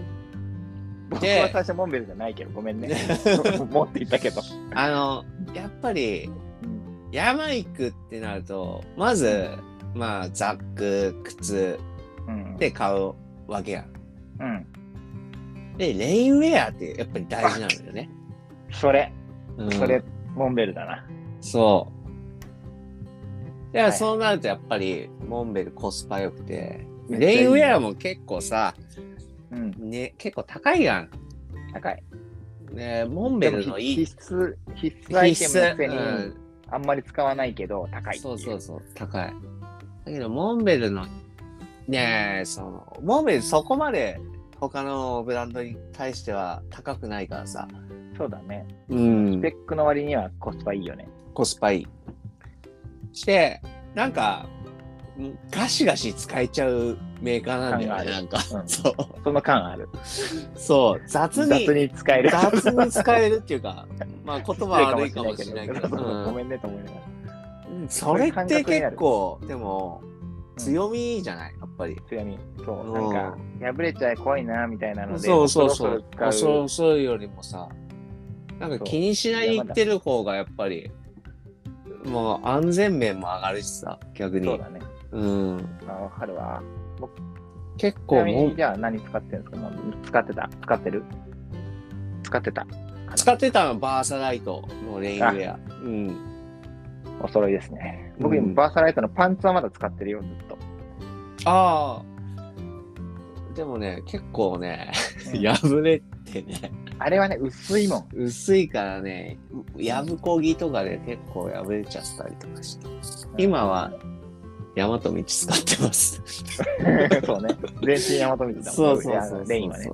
Speaker 1: 僕は最初モンベルじゃないけど、ごめ んね。 持っていたけど。
Speaker 3: あのやっぱり山行くってなるとまずまあザック靴
Speaker 1: うん。
Speaker 3: で買うわけやん
Speaker 1: うん。
Speaker 3: でレインウェアってやっぱり大事なんだよね、
Speaker 1: それ、
Speaker 3: うん
Speaker 1: それ、モンベルだな。
Speaker 3: そう。だか
Speaker 1: は
Speaker 3: ら
Speaker 1: い
Speaker 3: そうなるとやっぱりモンベルコスパ良くて、レインウェア
Speaker 1: も。
Speaker 3: も結構さ、
Speaker 1: うん。
Speaker 3: ね、結構高いや
Speaker 1: 高い。
Speaker 3: ん。ね、モンベルのいい
Speaker 1: 必須、必須アイ
Speaker 3: 必
Speaker 1: テムのくせ
Speaker 3: 須、
Speaker 1: に、
Speaker 3: うん
Speaker 1: あんまり使わないけど、高いってい
Speaker 3: そうそうそう、高い。だけどモンベルの、ねその、モンベルそこまで他のブランドに対しては高くないからさ、
Speaker 1: そうだね。
Speaker 3: うん
Speaker 1: スペ、ックの割にはコスパいいよね。
Speaker 3: コスパいい。して、なんか、うんガシガシ使えちゃうメーカーなんだよ
Speaker 1: 感があ
Speaker 3: ね、
Speaker 1: る
Speaker 3: なんか。
Speaker 1: う ん
Speaker 3: そう。
Speaker 1: その感ある。
Speaker 3: そう、雑
Speaker 1: 雑
Speaker 3: に、
Speaker 1: に使える。
Speaker 3: 雑に使えるっていうか、まあ言葉は悪いかもしれないけど、
Speaker 1: そうそうそうご
Speaker 3: う
Speaker 1: めんねと思いながら。
Speaker 3: んそれって結構、でも、強みじゃない、やっぱり。
Speaker 1: 強み。そうう。
Speaker 3: ん
Speaker 1: なんか、破れちゃい怖いな、みたいなので、
Speaker 3: そうそうそ
Speaker 1: ろ
Speaker 3: う。
Speaker 1: ろ使
Speaker 3: そうそうよりもさ、なんか気にしないで行ってる方がやっぱり、もう安全面も上がるしさ、逆に。
Speaker 1: そうだね。
Speaker 3: うん。
Speaker 1: あ、わかるわ。
Speaker 3: 結
Speaker 1: ちな
Speaker 3: 構
Speaker 1: み
Speaker 3: もう
Speaker 1: に、じゃあ何使ってるんですかもう使ってた使ってる使ってた。
Speaker 3: 使ってたのバーサライトのレインウェア。うん。
Speaker 1: お揃いですね。僕
Speaker 3: うん
Speaker 1: 今、バーサライトのパンツはまだ使ってるよ、ずっと。
Speaker 3: ああ。でもね、結構ね、
Speaker 1: うん
Speaker 3: 破れてね、
Speaker 1: あれはね、薄いも ん。
Speaker 3: 薄いからね、やぶこぎとかで結構破れちゃったりとかして。今は、大和道使ってます。
Speaker 1: そうね。全身ヤマト水だもんいやあのレインはね。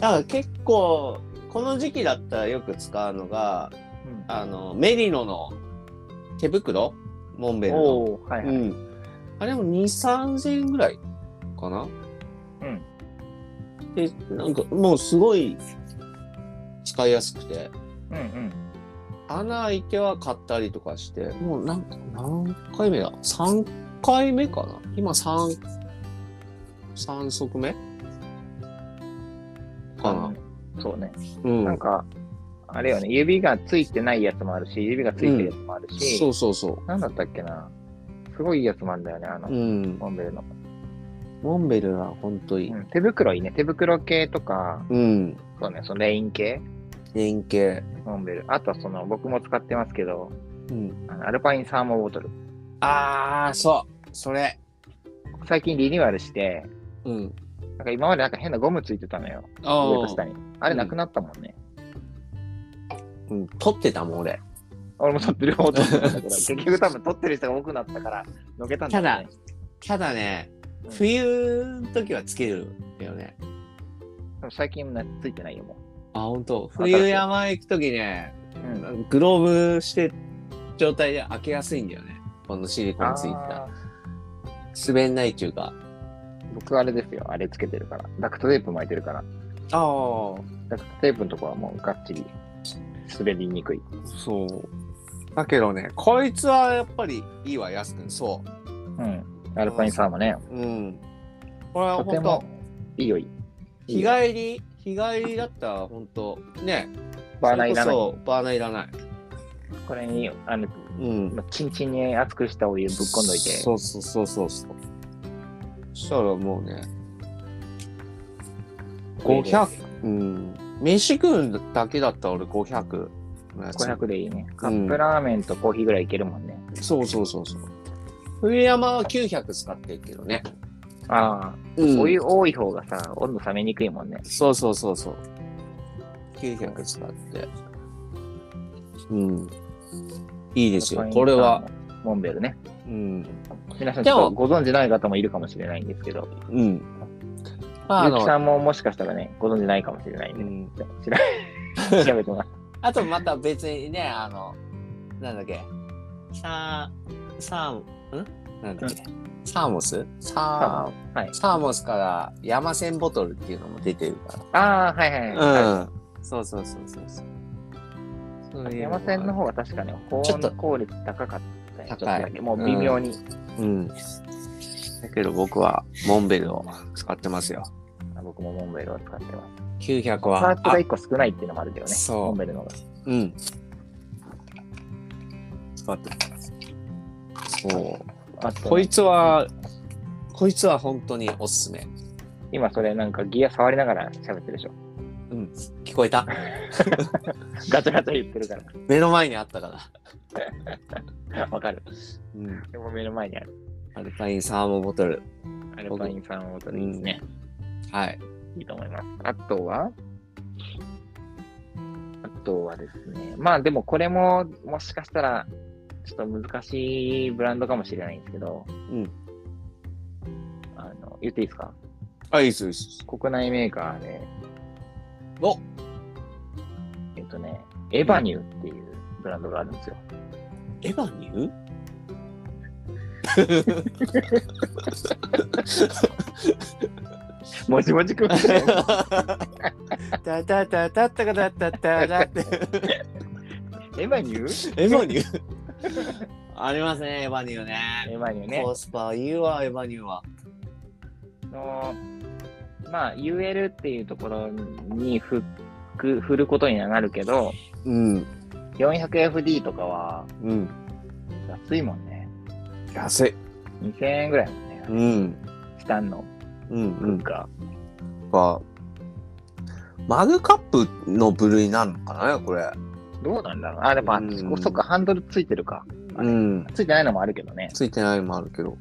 Speaker 3: だから結構、この時期だったらよく使うのが、
Speaker 1: うん
Speaker 3: あの、メリノの手袋モンベルの。
Speaker 1: おおはいは
Speaker 3: う
Speaker 1: い。
Speaker 3: ん。あれも2、3000円ぐらいかな
Speaker 1: うん。
Speaker 3: で、なんかもうすごい使いやすくて、
Speaker 1: うんうん。
Speaker 3: 穴開いては買ったりとかして、もうなん何回目だ ?3 回目かな今3、3足目かな
Speaker 1: そうね。
Speaker 3: うん。
Speaker 1: なんか、あれよね、指がついてないやつもあるし、指がついてるやつもある
Speaker 3: そ
Speaker 1: し、
Speaker 3: うそうそ
Speaker 1: なんだったっけな。すごいいいやつもあるんだよね、あの
Speaker 3: う。う、ん。
Speaker 1: モンベルの。
Speaker 3: モンベルは本当に
Speaker 1: う。ん手袋いいね。手袋系とか、
Speaker 3: うん。
Speaker 1: そうね、そのレイン系、
Speaker 3: 円形。
Speaker 1: モンベル。あとはその、僕も使ってますけど、
Speaker 3: うん。
Speaker 1: あのアルパインサーモボトル。
Speaker 3: あー、そう。それ。
Speaker 1: 最近リニューアルして、
Speaker 3: うん。
Speaker 1: なんか今までなんか変なゴムついてたのよ。
Speaker 3: あ
Speaker 1: 上と
Speaker 3: ー
Speaker 1: 下に。あれなくなったもんね。
Speaker 3: うん。取ってたもん、俺。
Speaker 1: 俺も取ってる方と思ったんだけど、 結局多分取ってる人が多くなったから、のけたんだよね。
Speaker 3: ただね、
Speaker 1: うん
Speaker 3: 冬の時はつけるんだよね。
Speaker 1: でも最近なついてないよ、も
Speaker 3: あ、本当。
Speaker 1: 新しい
Speaker 3: 冬山行く時ね、
Speaker 1: う。うん
Speaker 3: グローブして状態で開けやすいんだよね。このシリコンついてた。
Speaker 1: あー
Speaker 3: 滑んないっていうか。
Speaker 1: 僕あれですよ、あれつけてるから。ダクトテープ巻いてるから。
Speaker 3: ああ、
Speaker 1: ダクトテープのとこはもうがっちり滑りにくい。
Speaker 3: そう。だけどね、こいつはやっぱりいいわ、安くん。そ
Speaker 1: うん。アルパインサーもね、
Speaker 3: う。うん。これは
Speaker 1: とて
Speaker 3: 本
Speaker 1: も
Speaker 3: 当
Speaker 1: いいよ、いい。
Speaker 3: 日帰り、日帰りだったら本当ね、
Speaker 1: バーナーいらない。
Speaker 3: そう、バーナーいらない。
Speaker 1: これに、あの、
Speaker 3: うん。
Speaker 1: まあチンチンに熱くしたお湯ぶっ込んどいて、
Speaker 3: そうそうそうそうそう。そしたらもうね、500、うん。飯食うんだけだったら俺500のやつ。
Speaker 1: 500でいいね。カップラーメンとコーヒーぐらいいけるもんね。
Speaker 3: そうそうそうそう。冬山は900使ってるけどね。
Speaker 1: ああ、
Speaker 3: う
Speaker 1: お湯多い方がさ、温度冷めにくいもんね。
Speaker 3: そうそうそうそう。900使って。うん。いいですよ。これは。。
Speaker 1: モンベルね。
Speaker 3: うん。
Speaker 1: 皆さん、
Speaker 3: でも
Speaker 1: ご存知ない方もいるかもしれないんですけど、
Speaker 3: うん。まあ、あ
Speaker 1: ゆき
Speaker 3: の、
Speaker 1: さんももしかしたらね、ご存知ないかもしれないん
Speaker 3: う
Speaker 1: で、
Speaker 3: ん、
Speaker 1: 調べ調べてもらって
Speaker 3: あとまた別にね、あの、なんだっけ、サー、サーなんだっけ、サーモスサー、
Speaker 1: はい
Speaker 3: サーモスから山線ボトルっていうのも出てるか
Speaker 1: ああ、はいはいはい。
Speaker 3: ら。うん。そうそうそうそうそう。そういう
Speaker 1: 山
Speaker 3: が
Speaker 1: 線の方は確かね、保
Speaker 3: ちょっと
Speaker 1: 温効率高かった
Speaker 3: 高
Speaker 1: ね
Speaker 3: い
Speaker 1: ちょっとだけもう微妙に。
Speaker 3: うん。だけど僕はモンベルを使ってますよ。
Speaker 1: あ僕もモンベルを使ってます。
Speaker 3: 900
Speaker 1: パ
Speaker 3: は
Speaker 1: ーツ。が1個少ないっていうのもあるけどね。
Speaker 3: そう
Speaker 1: モンベルの方が。
Speaker 3: あうん。使ってます。そう。
Speaker 1: あと
Speaker 3: こいつは、こいつは本当におすすめ。
Speaker 1: 今それなんかギア触りながら喋ってるでしょ。
Speaker 3: うん。聞こえた
Speaker 1: ガチャガチャ言ってるか
Speaker 3: 目の前にあったから。
Speaker 1: ら。わかる。
Speaker 3: うん。
Speaker 1: でも目の前にある。
Speaker 3: アルパインサーモンボトル。
Speaker 1: アルパインさんを取りですね。
Speaker 3: はい。
Speaker 1: いいと思います。あとはあとはですね、まあでもこれももしかしたらちょっと難しいブランドかもしれないんですけど、
Speaker 3: うん
Speaker 1: あの言っていいですか
Speaker 3: あ、いいです、いいです。
Speaker 1: 国内メーカーで、
Speaker 3: お
Speaker 1: えっとね、エバニューっていうブランドがあるん ですよ。
Speaker 3: エヴァニュ
Speaker 1: もじもじくん。
Speaker 3: ータタタタタカタタタタって。
Speaker 1: エバニュー
Speaker 3: エヴァニュー ありますね、エヴァニューね。
Speaker 1: エバニューね。
Speaker 3: コスパいいわ、エヴァニューは。
Speaker 1: の、まあ UL っていうところに振く振ることにはなるけど、
Speaker 3: うん、
Speaker 1: 400FD とかは
Speaker 3: うん。
Speaker 1: 安いもんね。
Speaker 3: 安い。
Speaker 1: 2000円ぐらいだもんね。
Speaker 3: うん、
Speaker 1: チタンの
Speaker 3: うん、う
Speaker 1: 文
Speaker 3: ん。
Speaker 1: 化。
Speaker 3: かマグカップの部類なのかな、これ。
Speaker 1: どうなんだろうあ、でも、あ
Speaker 3: うん
Speaker 1: そこそっか、ハンドルついてるか。
Speaker 3: うん。
Speaker 1: ついてないのもあるけどね。
Speaker 3: ついてないのもあるけど。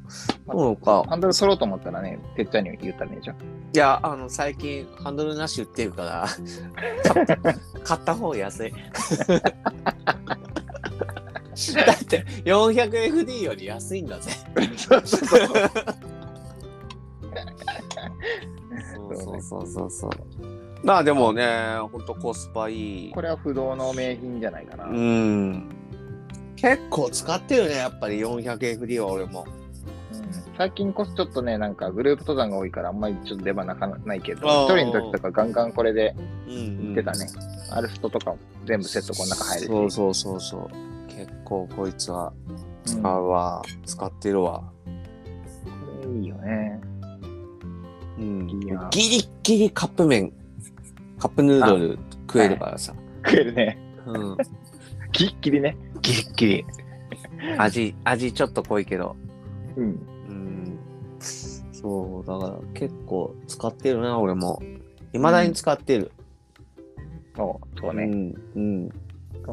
Speaker 1: まあ
Speaker 3: そうか。
Speaker 1: ハンドル取ろうと思ったらね、てっちゃんに言ったらいいじゃん。
Speaker 3: いや、あの、最近、ハンドルなし売ってるから、買った買った方安 い。だって 400FD より安いんだぜ。
Speaker 1: そうそ
Speaker 3: そうそうそ
Speaker 1: うそう。
Speaker 3: うそうそう。まあでもね、ほんとコスパいい
Speaker 1: こ。れは不動の名品じゃないかな。
Speaker 3: うん。結構使ってるね、やっぱり 400FD は俺も。
Speaker 1: うん最近こそちょっとね、なんかグループ登山が多いから、あんまりちょっと出番なかないけど、
Speaker 3: あー
Speaker 1: 一人の時とかガンガンこれで
Speaker 3: うん、
Speaker 1: 行ってたね。アルフトとかも全部セットこの中入るし。
Speaker 3: そうそうそうそう。結構こいつは使うわ、使ってるわ。
Speaker 1: これいいよね。
Speaker 3: うん
Speaker 1: いやー
Speaker 3: ギリッギリカップ麺、カップヌードル食えるからさ。
Speaker 1: 食えるね。
Speaker 3: うん。
Speaker 1: きっきりね。
Speaker 3: ギリッギリ。味、味ちょっと濃いけど。
Speaker 1: うん。
Speaker 3: うん。そう、だから結構使ってるな、俺も。未だに使ってる。
Speaker 1: そう、そううね。
Speaker 3: ん。うん。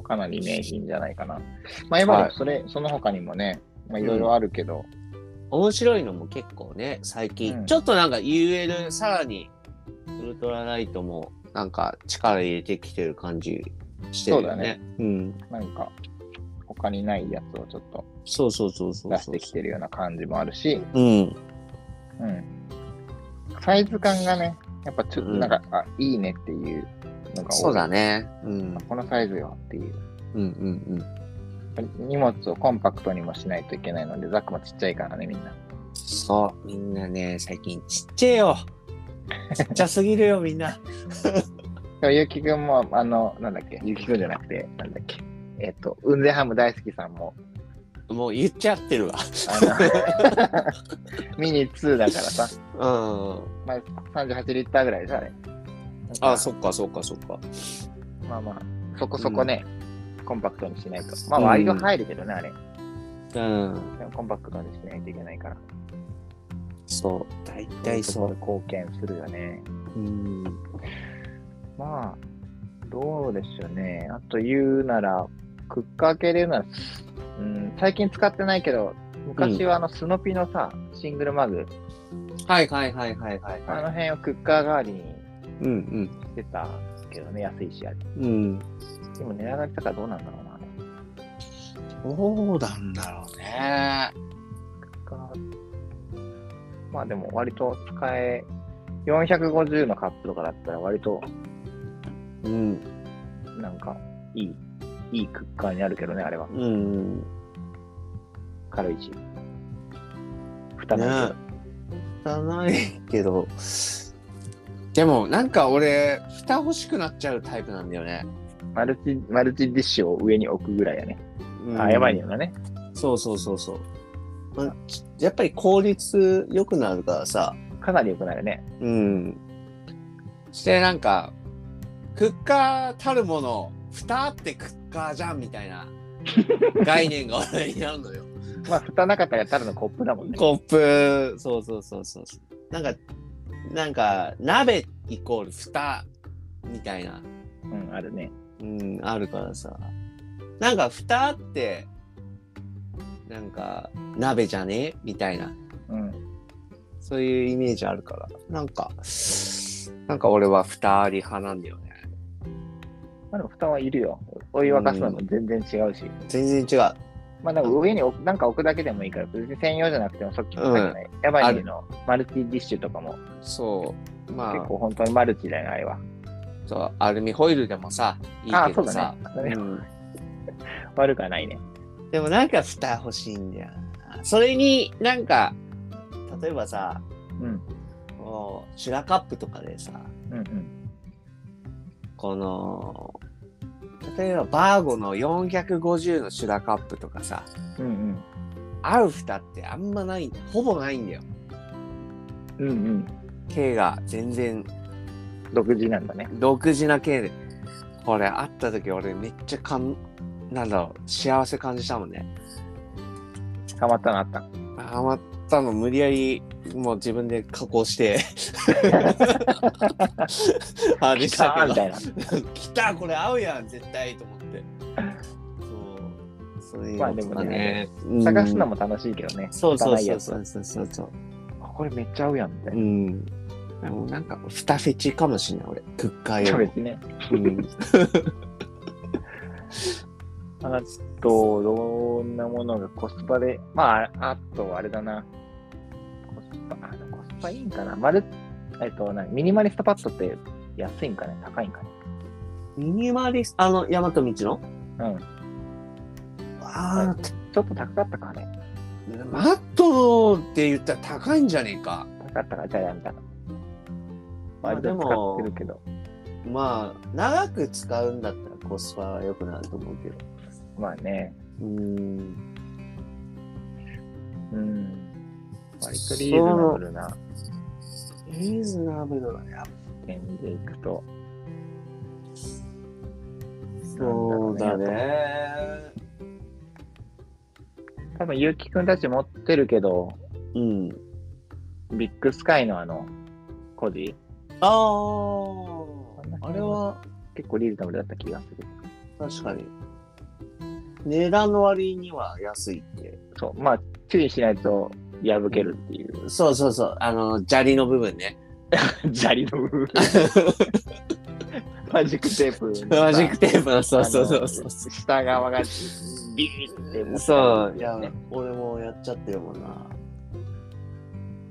Speaker 1: かなり名品じゃないかな。まあ、今で
Speaker 3: は
Speaker 1: も
Speaker 3: い
Speaker 1: それ、その他にもね、まあ、いろいろあるけど、
Speaker 3: 面白いのも結構ね、最近。
Speaker 1: うん
Speaker 3: ちょっとなんか UL、さらに、ウルトラライトも、なんか力入れてきてる感じしてるよね。
Speaker 1: そうだね。
Speaker 3: うん。
Speaker 1: なんか、他にないやつをちょっと
Speaker 3: そうそうそうそうそう。
Speaker 1: 出してきてるような感じもあるし、
Speaker 3: うん。
Speaker 1: うん。サイズ感がね、やっぱちょっと
Speaker 3: うん
Speaker 1: なんか、あ、いいねっていうのが多い
Speaker 3: そうだね。うん。
Speaker 1: このサイズよっていう。
Speaker 3: うんうんうん。
Speaker 1: 荷物をコンパクトにもしないといけないので、ザックもちっちゃいからね、みんな。
Speaker 3: そう。みんなね、最近ちっちゃいよ。ちっちゃすぎるよ、みんな。
Speaker 1: でも、ゆうきくんも、あの、なんだっけ、ゆうきくんじゃなくて、なんだっけ、えっ、と、雲仙ハム大好きさんも、
Speaker 3: もう言っちゃってるわ。
Speaker 1: あの ミニ2だからさ、
Speaker 3: うん。
Speaker 1: まあ、38リッターぐらいさ、あれ。
Speaker 3: あ、そっかそっかそっか。
Speaker 1: まあまあ、そこそこね、コンパクトにしないと。まあ、割と入るけどね、あれ。
Speaker 3: うん。
Speaker 1: でもコンパクトにしないといけないから。
Speaker 3: そう。大体そ
Speaker 1: そうい
Speaker 3: う
Speaker 1: と
Speaker 3: う。
Speaker 1: ころ貢献するよね。
Speaker 3: うん。
Speaker 1: まあ、どうでしょうね。あと言うなら、クッカー系で言うなら、うん、最近使ってないけど、昔はあの、スノピのさ、シングルマグ、
Speaker 3: はいはいはいはいはい
Speaker 1: あ
Speaker 3: は
Speaker 1: の辺をクッカー代わりに
Speaker 3: い。うん
Speaker 1: してたけどね、安いし、あれ。
Speaker 3: うん。うん。
Speaker 1: でも値上がりとかどうなんだろうな。
Speaker 3: そうなんだろうね。
Speaker 1: かまあでも割と使え、450のカップとかだったら割と
Speaker 3: うん。
Speaker 1: なんかいい、いいクッカーになるけどね、あれは。
Speaker 3: うん。
Speaker 1: 軽いし。蓋ないけど
Speaker 3: 汚いけど。でも、なんか俺、蓋欲しくなっちゃうタイプなんだよね。
Speaker 1: マルチ、マルチディッシュを上に置くぐらいやね。
Speaker 3: うん
Speaker 1: あ、やばいよなね。
Speaker 3: そうそうそうそう。まあ、ちやっぱり効率良くなるからさ。
Speaker 1: かなり良くなるね。
Speaker 3: うん。して、なんか、クッカーたるもの、蓋ってクッカーじゃんみたいな概念が俺にあるのよ。
Speaker 1: まあ、蓋なかったらただのコップだもん ね。
Speaker 3: コップ、そうそうそうそう。なんか、なんか、鍋イコール蓋みたいな、
Speaker 1: うん、あるね。
Speaker 3: うん、あるからさ。なんか、蓋って、なんか、鍋じゃねみたいな。
Speaker 1: うん。
Speaker 3: そういうイメージあるから。なんか、なんか俺は蓋あり派なんだよね。
Speaker 1: まあ、でも蓋はいるよ。お湯沸かすのも全然違うし。
Speaker 3: 全然違う。
Speaker 1: まあ、なんか上に置くなんか置くだけでもいいから、別に専用じゃなくてもさっきも言ったじゃない。やばいねのマルチディッシュとかも、
Speaker 3: そう。ま
Speaker 1: 結構本当にマルチだよね、あれは。
Speaker 3: あ、そうアルミホイルでもさ、いい
Speaker 1: あ
Speaker 3: け
Speaker 1: そう
Speaker 3: ど
Speaker 1: だ
Speaker 3: さ。
Speaker 1: ね。
Speaker 3: うん
Speaker 1: 悪くはないね。
Speaker 3: でもなんか蓋欲しいんだよな。それになんか、例えばさ、
Speaker 1: うん。
Speaker 3: こうシュラカップとかでさ、
Speaker 1: うんうん。
Speaker 3: この、例えばバーゴの450のシュラカップとかさ、
Speaker 1: うん
Speaker 3: 合う蓋ってあんまない、ほぼないんだよ。
Speaker 1: うん。うんうん。
Speaker 3: K が全然
Speaker 1: 独自なんだね。
Speaker 3: 独自な系でこれ会った時俺めっちゃかんなんだろう幸せ感じたもんね
Speaker 1: 捕まったのあった。
Speaker 3: ハマったの無理やりもう自分で加工して あれした
Speaker 1: あー
Speaker 3: け
Speaker 1: み
Speaker 3: ど
Speaker 1: たいな。
Speaker 3: 来たこれ合うやん絶対と思ってそうそういう
Speaker 1: まあ
Speaker 3: こ
Speaker 1: で
Speaker 3: と
Speaker 1: も
Speaker 3: かね,、
Speaker 1: 探すの
Speaker 3: も
Speaker 1: も楽しいけどね。
Speaker 3: そうそうそう
Speaker 1: う。
Speaker 3: そうそうそうそう
Speaker 1: あこれめっちゃ合うやんみたいうな。
Speaker 3: んでもなんか蓋フェチかもしんない俺クッカー
Speaker 1: いや
Speaker 3: よりも
Speaker 1: 別にね。
Speaker 3: うん
Speaker 1: あと、どんなものがコスパで、まあ、ああと、あれだな。コスパ、あの、コスパいいんかな。まる、えっと、なミニマリストパッドって安いんかね高いんかね
Speaker 3: ミニマリストあの大和道の
Speaker 1: うん。
Speaker 3: ああ、
Speaker 1: ちょっと高かったかね。
Speaker 3: マットって言ったら高いんじゃねえか。
Speaker 1: 高かったから、じゃあやめた
Speaker 3: ま
Speaker 1: の。
Speaker 3: あ
Speaker 1: 割と
Speaker 3: でも
Speaker 1: 使ってるけど。
Speaker 3: まあ、長く使うんだったらコスパは良くなると思うけど。
Speaker 1: まあね。
Speaker 3: うーん。
Speaker 1: うん。割とリーズナブルな
Speaker 3: リーズナブルだね。
Speaker 1: 点でいくと。
Speaker 3: そうだね。
Speaker 1: 多分、ゆうきくんたち持ってるけど、
Speaker 3: うん。
Speaker 1: ビッグスカイのあの、コーディ
Speaker 3: ああ、あれは
Speaker 1: 結構リーズナブルだった気がする。
Speaker 3: 確かに。値段の割には安いって。
Speaker 1: そう、まあ、注意しないと破けるってい う、
Speaker 3: そうそうそう。あの、砂利の部分ね。
Speaker 1: 砂利の部分 マジックテープのさ。
Speaker 3: マジックテープの、そうそうそうそ
Speaker 1: あ
Speaker 3: う
Speaker 1: の。下側がビーって持ってるんです
Speaker 3: そう、いや
Speaker 1: よね、
Speaker 3: 俺もやっちゃってるもんな。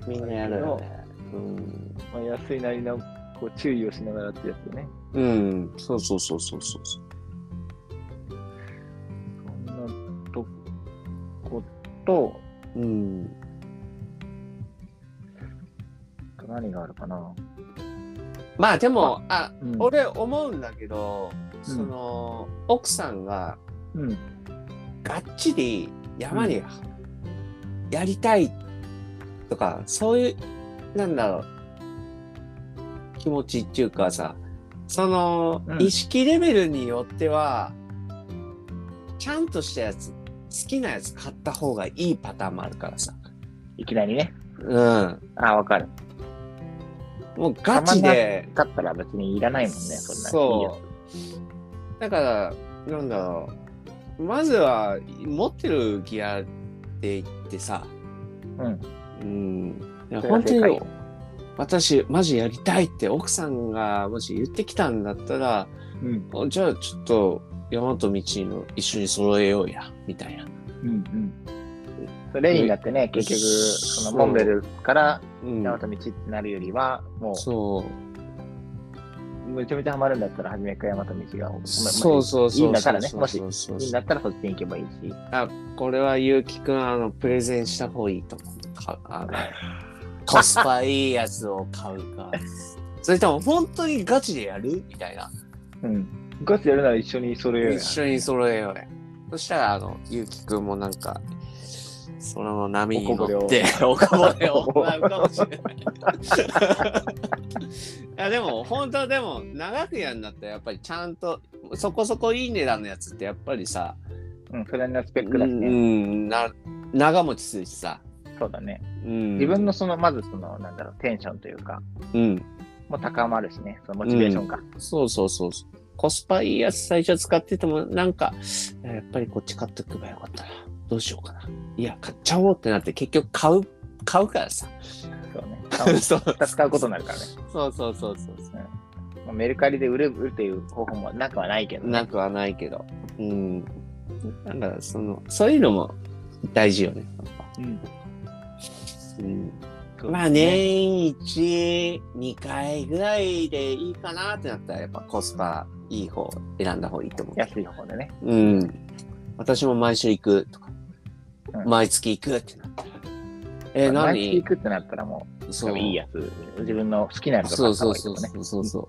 Speaker 3: みんなやるよね。うん。
Speaker 1: まあ、安いなりのこう注意をしながらってやつよね。
Speaker 3: うん、そうそうそうそうそうそ
Speaker 1: そんなとこと、
Speaker 3: う。うん。
Speaker 1: あと何があるかな。
Speaker 3: まあでも、あ、
Speaker 1: うん
Speaker 3: 俺思うんだけど、その、奥さんが
Speaker 1: うん。
Speaker 3: がっちり山にやりたいとか、そういう、なんだろう、気持ちっていうかさ、その
Speaker 1: う、ん
Speaker 3: 意識レベルによっては、ちゃんとしたやつ、好きなやつ買った方がいいパターンもあるからさ。
Speaker 1: いきなりね。
Speaker 3: うん。
Speaker 1: ああ、わかる。
Speaker 3: もうガチで、
Speaker 1: 買ったら別にいらないもんね、そんな。
Speaker 3: そう。だから、なんだろう。まずは、持ってるギアで行ってさ。
Speaker 1: うん。
Speaker 3: うん。いや
Speaker 1: それが
Speaker 3: 本当
Speaker 1: 正解
Speaker 3: に、私、マジやりたいって奥さんがもし言ってきたんだったら、
Speaker 1: いいよ。
Speaker 3: あじゃあちょっと、山と道の一緒に揃えようや、みたいな。
Speaker 1: うん。うんうん。レインだってね、結局、そのモンベルから
Speaker 3: うん
Speaker 1: 直人道ってなるよりは、もう、
Speaker 3: そう。
Speaker 1: めちゃめちゃハマるんだったら、初めから大和道が、
Speaker 3: そうそうそうそう。
Speaker 1: いいんだからね
Speaker 3: そう
Speaker 1: もし
Speaker 3: そうそう
Speaker 1: いいんだったらそっちに行けばいいし、
Speaker 3: あ、これは結城くん、あの、プレゼンした方がいいと思う。かあのコスパいいやつを買う かそれとも本当にガチでやるみたいな
Speaker 1: うん。ガチやるなら一緒にそれようや
Speaker 3: 一緒に揃えようやそしたらあのゆうきくんもなんかその波に乗って おこぼれを行うかもしれないいやでも本当でも長くやるんだったらやっぱりちゃんとそこそこいい値段のやつってやっぱりさ、
Speaker 1: うん、それなりのスペック
Speaker 3: う
Speaker 1: だしね。
Speaker 3: ん、な長持ちするしさ、
Speaker 1: そうだね。
Speaker 3: うん、
Speaker 1: 自分のその、まずその、なんだろう、テンションというか、
Speaker 3: うん、
Speaker 1: もう高まるしね、そのモチベーションが。
Speaker 3: そうそうそうそう。コスパいいやつ最初使ってても、なんか、えーやっぱりこっち買っておけばよかったな。どうしようかな。いや、買っちゃおうってなって、結局買う、買うからさ。
Speaker 1: そう ね。
Speaker 3: そう
Speaker 1: 使うことになるからね。
Speaker 3: そうそうそうそうそ
Speaker 1: まあメルカリで売る売るという方法もなくはないけど
Speaker 3: う。
Speaker 1: ね、
Speaker 3: なくはないけど。うん。なんか、その、そういうのも大事よね。
Speaker 1: うん
Speaker 3: うん。まあ、年一、2回ぐらいでいいかなってなったら、やっぱコスパいい方選んだ方がいいと思う。
Speaker 1: 安い方でね。
Speaker 3: うん。私も毎週行くとか、
Speaker 1: うん
Speaker 3: 毎月行くってなったら。えー、
Speaker 1: まあ毎月
Speaker 3: 何
Speaker 1: 行くってなったらもう、多
Speaker 3: そう
Speaker 1: 分いいやつ、自分の好きなやつ
Speaker 3: そ
Speaker 1: を買
Speaker 3: うそう
Speaker 1: った方がいい
Speaker 3: そ
Speaker 1: と
Speaker 3: う
Speaker 1: かね。
Speaker 3: そうそうそう。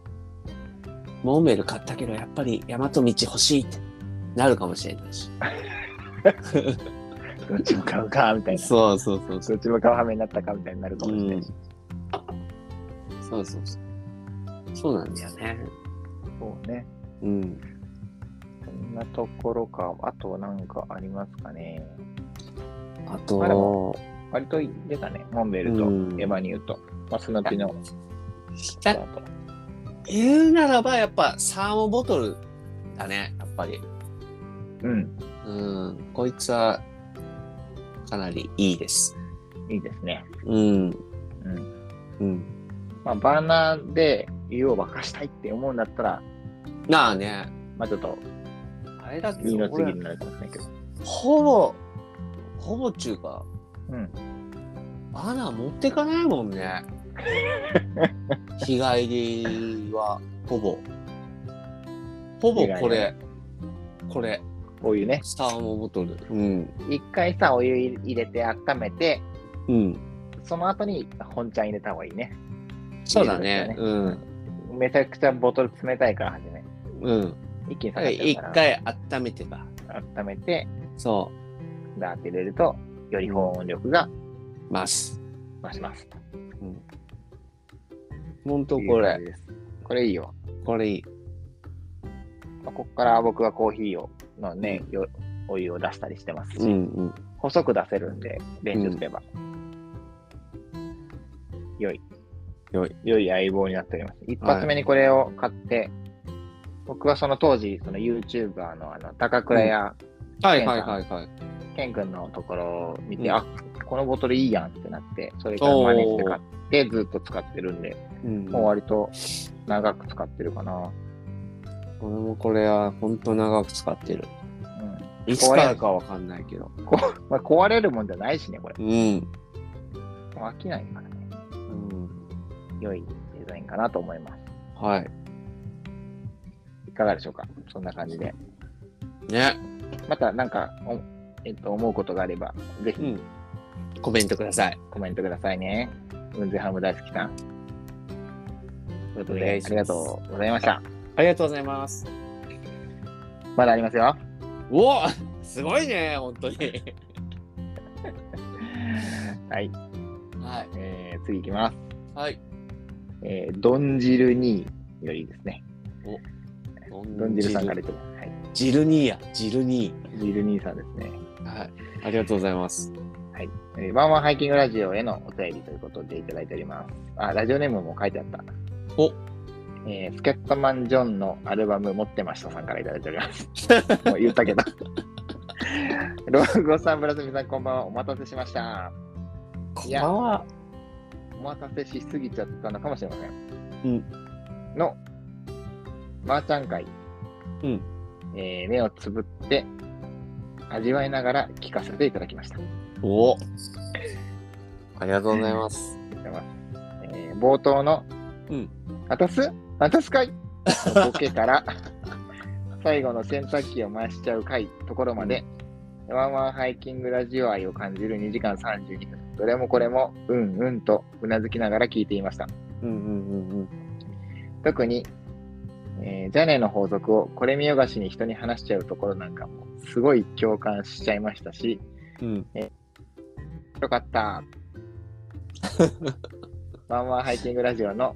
Speaker 3: モーメル買ったけど、やっぱり大和道欲しいってなるかもしれないし。
Speaker 1: どっちも買うか、みたいな。
Speaker 3: そうそうそうそ
Speaker 1: どっちも買う羽目になったか、みたいになるか
Speaker 3: う。う
Speaker 1: もしれない
Speaker 3: ん
Speaker 1: し。。
Speaker 3: そうそうそう。そうなんだよね。
Speaker 1: そうね。
Speaker 3: うん。
Speaker 1: そんなところか。あとは何かありますかね。
Speaker 3: あ
Speaker 1: まあで
Speaker 3: と、
Speaker 1: 割と出たね。モンベルと
Speaker 3: うん
Speaker 1: エヴァニューと、まあ、スナピの
Speaker 3: あ
Speaker 1: あと
Speaker 3: 言うならば、やっぱサーモボトルだね、やっぱり。
Speaker 1: うん。
Speaker 3: うん、こいつはかなりいいです。
Speaker 1: いいですね。
Speaker 3: うん、
Speaker 1: うん。
Speaker 3: うん。
Speaker 1: まあ、バーナーで湯を沸かしたいって思うんだったら、
Speaker 3: なあね、
Speaker 1: まあちょっと
Speaker 3: あれだけ
Speaker 1: 二の
Speaker 3: ど、
Speaker 1: 次
Speaker 3: 俺
Speaker 1: になるかもしれないけど。
Speaker 3: ほぼ、ほぼ中華、
Speaker 1: うん。
Speaker 3: バナー持ってかないもん ね。日帰りは、ほぼ。ほぼこれ、これ、
Speaker 1: こういうね、
Speaker 3: サーモボトル。うん、
Speaker 1: 一回さ、お湯入れて温めて、
Speaker 3: うん。
Speaker 1: その後に本ちゃん入れた方がいいね。
Speaker 3: そうだね、
Speaker 1: 入れる
Speaker 3: うん、
Speaker 1: めちゃくちゃボトル冷たいから始め。
Speaker 3: うん。
Speaker 1: 一気に
Speaker 3: だから
Speaker 1: 下がっち
Speaker 3: 一
Speaker 1: ゃうから
Speaker 3: 回温めてば。
Speaker 1: 温めて、
Speaker 3: そ
Speaker 1: ダーって入れると、より保温力が
Speaker 3: う、ます。
Speaker 1: 増します。
Speaker 3: ほんと
Speaker 1: と
Speaker 3: こ
Speaker 1: いう感
Speaker 3: れ
Speaker 1: じ、です。これいいよ。
Speaker 3: これいい。
Speaker 1: まあここから僕はコーヒーを、のね、よお湯を出したりしてますし、
Speaker 3: うん、うん。
Speaker 1: 細く出せるんで、練習すれば。良い。
Speaker 3: 良い。
Speaker 1: 良い相棒になっております。一発目にこれを買って、僕はその当時、その YouTuber のあの高倉や
Speaker 3: はいはいはいはい。
Speaker 1: ケン君のところを見て、
Speaker 3: うん
Speaker 1: あ、このボトルいいやんってなって、それから真似して買って、ずっと使ってるんで、
Speaker 3: うん、
Speaker 1: もう割と長く使ってるかな。
Speaker 3: 俺もこれは本当長く使ってる。
Speaker 1: う
Speaker 3: いつからかわかんないけど。
Speaker 1: ん。こまあ、壊れるもんじゃないしね、これ。
Speaker 3: うん。うん
Speaker 1: もう飽きないからね。良いデザインかなと思います。
Speaker 3: はい。
Speaker 1: いかがでしょうかそんな感じで。
Speaker 3: ね。
Speaker 1: またなんか、おえっと、思うことがあれば、ぜ
Speaker 3: う
Speaker 1: ひ
Speaker 3: ん。コメントください。
Speaker 1: コメントくださいね。うんぜハム大好きさん。ということ
Speaker 3: お願
Speaker 1: で
Speaker 3: い、します
Speaker 1: ありがとうございました。
Speaker 3: ありがとうございます。
Speaker 1: まだありますよ。
Speaker 3: おお すごいね、本当に。は
Speaker 1: はい。
Speaker 3: い。
Speaker 1: えー、次いきます。
Speaker 3: はい。
Speaker 1: えー、丼汁によりですね。丼汁さんからいただきます。はい。
Speaker 3: ジルニーや。ジルニ
Speaker 1: 汁兄さんですね。
Speaker 3: ー。はい。ありがとうございます。
Speaker 1: えー、ワンワンハイキングラジオへのお便りということでいただいております。あ、ラジオネームも書いてあった。
Speaker 3: お
Speaker 1: えー、スキャットマン・ジョンのアルバム持ってましたさんからいただいております。 もう言ったけど。 ローゴさん、ブラスミさん、こんばんは。お待たせしました。
Speaker 3: こ
Speaker 1: い
Speaker 3: ん
Speaker 1: や
Speaker 3: ばんは。
Speaker 1: お待たせしすぎちゃったのかもしれません。
Speaker 3: うん
Speaker 1: の、マーちゃん会。
Speaker 3: うん
Speaker 1: えー目をつぶって、味わいながら聞かせていただきました。
Speaker 3: おおありがとうございます。
Speaker 1: えー冒頭の、
Speaker 3: うん
Speaker 1: あたすあたすかいのボケから、 最後の洗濯機を回しちゃう回ところまで、ワンワンハイキングラジオ愛を感じる2時間32分。どれもこれも、うんうんとうなずきながら聞いていました。
Speaker 3: うんうんうんうん。
Speaker 1: 特に、えージャネの法則をこれ見よがしに人に話しちゃうところなんかもすごい共感しちゃいましたし、
Speaker 3: うん、
Speaker 1: よ かった。ワンワンハイキングラジオの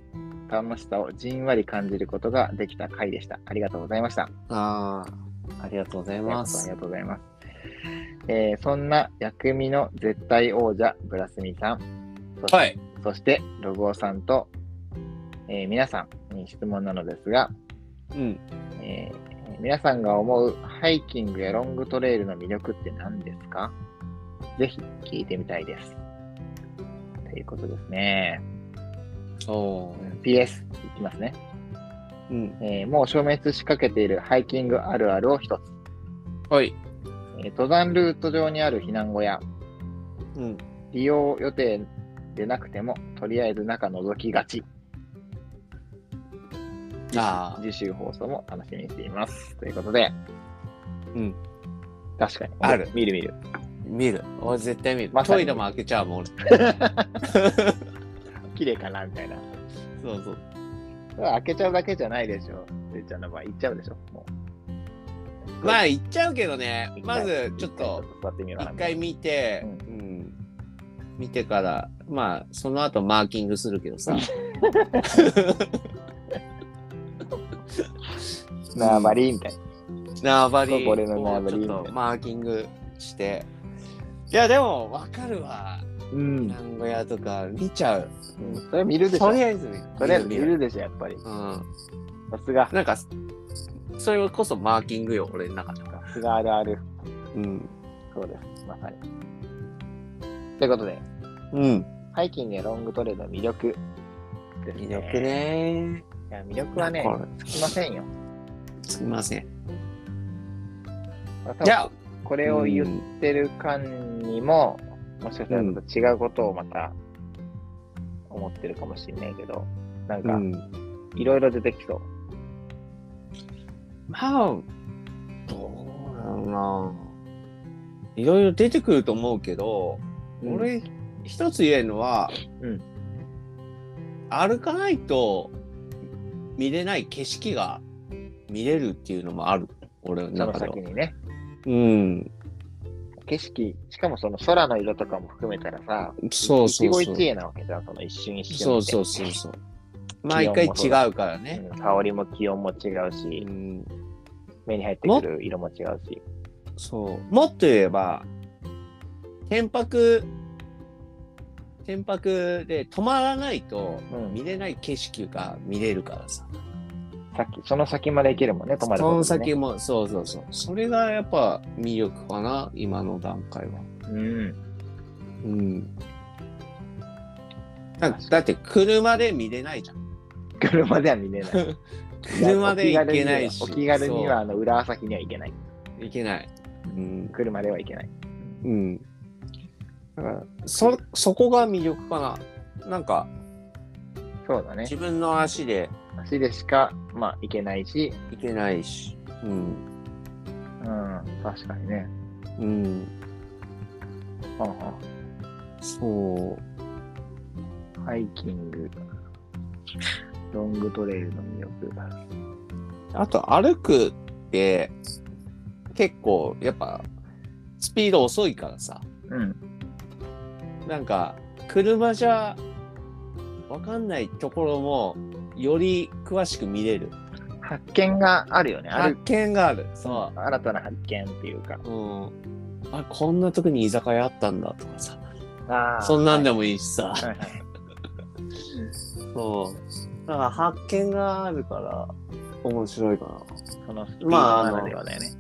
Speaker 1: 楽しさをじんわり感じることができた回でした。ありがとうございました。
Speaker 3: ああ、ありがとうござい
Speaker 1: あ
Speaker 3: ま
Speaker 1: り
Speaker 3: す。
Speaker 1: がとうございます。えーそんな薬味の絶対王者、ブラスミさん、
Speaker 3: はい。
Speaker 1: そしてロゴオさんと、えー皆さんに質問なのですが、
Speaker 3: うん。
Speaker 1: えー皆さんが思うハイキングやロングトレイルの魅力って何ですかぜひ聞いてみたいです。ということですね。
Speaker 3: そ
Speaker 1: PS、いきますね。
Speaker 3: う。うん。
Speaker 1: えーもう消滅しかけているハイキングあるあるを一つ。
Speaker 3: はい。
Speaker 1: えー登山ルート上にある避難小屋、
Speaker 3: うん。
Speaker 1: 利用予定でなくても、とりあえず中覗きがち。
Speaker 3: ああ、
Speaker 1: 次週放送も楽しみにしています。ということで、
Speaker 3: うん。
Speaker 1: 確かに。
Speaker 3: ある
Speaker 1: 見る見る。
Speaker 3: 見る。俺絶対見る。
Speaker 1: まさに
Speaker 3: トイレも開けちゃうもん。俺
Speaker 1: 綺麗かなみたいな。
Speaker 3: そうそう。
Speaker 1: 開けちゃうだけじゃないでしょ。てっちゃんの場合、行っちゃうでしょ。もう
Speaker 3: まあ、行っちゃうけどね
Speaker 1: 一。回
Speaker 3: まず、ちょっと、
Speaker 1: 一回座ってみようか
Speaker 3: 一
Speaker 1: な
Speaker 3: 回見て、う
Speaker 1: う
Speaker 3: んん。見てから、まあ、その後マーキングするけどさ。
Speaker 1: 縄張りみたい
Speaker 3: 縄張
Speaker 1: そう
Speaker 3: り
Speaker 1: こ
Speaker 3: を
Speaker 1: れの縄張りみ
Speaker 3: ち
Speaker 1: たいな
Speaker 3: ょっとマーキングしていやでも分かるわ
Speaker 1: な。うん。
Speaker 3: 団子屋とか見ちゃう、
Speaker 1: それ見るでしょ
Speaker 3: と。りあえず見る
Speaker 1: とりあえず見るでしょ、やっぱり。
Speaker 3: うん
Speaker 1: さすが、
Speaker 3: なんかそれこそマーキングよ俺の中では
Speaker 1: さすがあるある。
Speaker 3: うん
Speaker 1: そうです、まさに。ということで、
Speaker 3: うん
Speaker 1: ハイキングやロングトレードの魅力ですね。
Speaker 3: 魅力。ね
Speaker 1: いや、魅力はね、
Speaker 3: これ
Speaker 1: つきませんよ。
Speaker 3: すみません
Speaker 1: じ
Speaker 3: じ
Speaker 1: ゃ
Speaker 3: ゃ
Speaker 1: あ、
Speaker 3: あ
Speaker 1: これを言
Speaker 3: う
Speaker 1: っ
Speaker 3: ん
Speaker 1: てる間にも、もしかしたらまた違うことをまた思ってるかもしれないけど、なん
Speaker 3: う
Speaker 1: か、
Speaker 3: ん
Speaker 1: いろいろ出てきそう。
Speaker 3: まあどうだろうないろいろ出てくると思うけど、俺一つ言えるのは、
Speaker 1: うん
Speaker 3: 歩かないと見れない景色が見れるっていうのもある俺の
Speaker 1: その
Speaker 3: 中では
Speaker 1: 先。にね、
Speaker 3: うん、
Speaker 1: 景色、しかもその空の色とかも含めたらさ、
Speaker 3: そうそうそう
Speaker 1: 一期一会なわけじゃん、その一瞬一瞬
Speaker 3: そうそううそうそう毎回違うからね、
Speaker 1: ん香りも気温も違う
Speaker 3: う
Speaker 1: し、
Speaker 3: ん、
Speaker 1: 目に入ってくる色も違うし。
Speaker 3: そうもっと言えば天白天白で止まらないと
Speaker 1: うん
Speaker 3: 見れない景色が見れるからさ、
Speaker 1: さっき、その先まで行けるもんね、止まる
Speaker 3: その
Speaker 1: ことで
Speaker 3: 先
Speaker 1: ね。
Speaker 3: もそうそうそうそれがやっぱ魅力かな今の段階は。
Speaker 1: うん。
Speaker 3: うん。だだって車で見れないじゃん。
Speaker 1: 車では見れない。
Speaker 3: 車で行けないし。
Speaker 1: お気軽には、あの、裏朝日には行けない。
Speaker 3: そう。行けない。うん。
Speaker 1: 車では行けない。
Speaker 3: うん。だから、そ、そこが魅力かな。なんか、
Speaker 1: そうだね
Speaker 3: 自。分の足で
Speaker 1: 足でしか、まあ、行けないし、
Speaker 3: 行けないし。うん。
Speaker 1: うん、確かにね。
Speaker 3: うん。
Speaker 1: はんはん
Speaker 3: そう。
Speaker 1: ハイキング、ロングトレイルの魅力。
Speaker 3: あと、歩くって、結構、やっぱ、スピード遅いからさ。
Speaker 1: うん、
Speaker 3: なんか車じゃわかんないところもより詳しく見れる
Speaker 1: 発見があるよね。あ
Speaker 3: 発
Speaker 1: る
Speaker 3: 見があるそ
Speaker 1: 新たな発見っていうか。
Speaker 3: う、うん、あこんなとこに居酒屋あったんだとかさ
Speaker 1: あー
Speaker 3: そんなんでもいいしさ、
Speaker 1: はいはいはい
Speaker 3: そうだから発見があるから面白いかな
Speaker 1: そのスピード
Speaker 3: まああ
Speaker 1: な
Speaker 3: の
Speaker 1: らではだよね。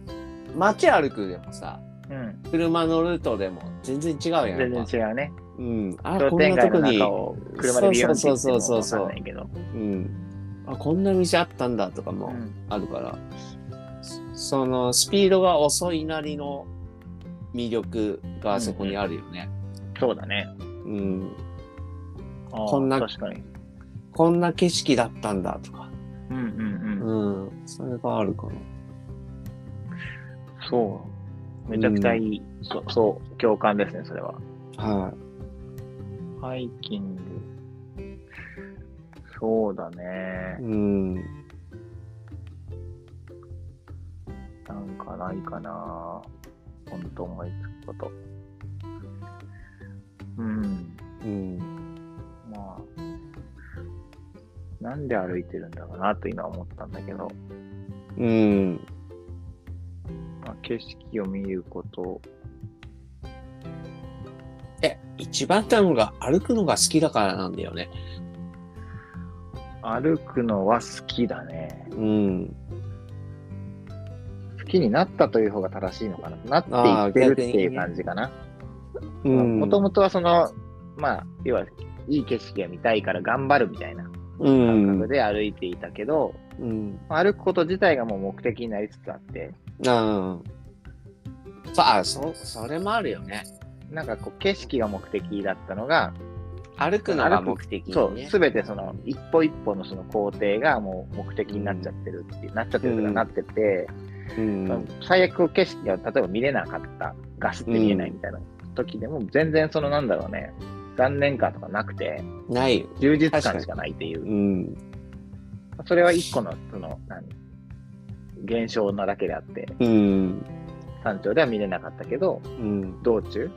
Speaker 3: 街歩くでもさ
Speaker 1: うん、
Speaker 3: 車のルートでも全然違うやんやっ
Speaker 1: 全
Speaker 3: ぱ
Speaker 1: 然違うね。
Speaker 3: うん、あ
Speaker 1: 商
Speaker 3: こん
Speaker 1: 店
Speaker 3: なと
Speaker 1: 街
Speaker 3: こ
Speaker 1: の
Speaker 3: に
Speaker 1: 中を車でビヨンって行
Speaker 3: そ
Speaker 1: って
Speaker 3: うそうそうそうそう
Speaker 1: もわかんないけど。
Speaker 3: うん、あこんな店あったんだとかも、
Speaker 1: うん
Speaker 3: あるから、そそのスピードが遅いなりの魅力がそこにあるよね。
Speaker 1: そうだね。
Speaker 3: うん、
Speaker 1: あー
Speaker 3: こんな
Speaker 1: 確かに。
Speaker 3: こんな景色だったんだとか、
Speaker 1: うんうんうん。
Speaker 3: うん、それがあるかな。
Speaker 1: そう。めちゃくちゃいい。そう、そう共感ですね、それは。
Speaker 3: はい。
Speaker 1: ハイキング。そうだね。
Speaker 3: うん。
Speaker 1: なんかないかな。ほんと思いつくこと。うん。
Speaker 3: うん。
Speaker 1: まあ。なんで歩いてるんだろうなと今思ったんだけど、
Speaker 3: うん。
Speaker 1: まあ、景色を見ること。
Speaker 3: え、一番多分が歩くのが好きだからなんだよね。
Speaker 1: 歩くのは好きだね。
Speaker 3: うん。
Speaker 1: 好きになったという方が正しいのかな。なっていってるっていう感じかな。
Speaker 3: うん。
Speaker 1: もともとはその、まあ、要は、いい景色が見たいから頑張るみたいな
Speaker 3: う
Speaker 1: 感覚
Speaker 3: ん。
Speaker 1: で歩いていたけど、
Speaker 3: うん。
Speaker 1: まあ歩くこと自体がもう目的になりつつあって、
Speaker 3: ああ。さあ、そ、それもあるよね。
Speaker 1: なんかこう、景色が目的だったのが、
Speaker 3: 歩くのが目的にね。
Speaker 1: そう、すべてその、一歩一歩のその工程がもう目的になっちゃってるっていう、なっちゃってるとか
Speaker 3: うん
Speaker 1: なってて、
Speaker 3: うん
Speaker 1: その最悪景色が例えば見れなかった、ガスって見えないみたいな時でも、全然その、なんだろうね、残念感とかなくて、
Speaker 3: ない。
Speaker 1: 充実感しかないっていう
Speaker 3: う。ん。
Speaker 1: それは一個の、その、何現象なだけであって、
Speaker 3: うん。
Speaker 1: 山頂では見れなかったけど、
Speaker 3: うん。
Speaker 1: 道中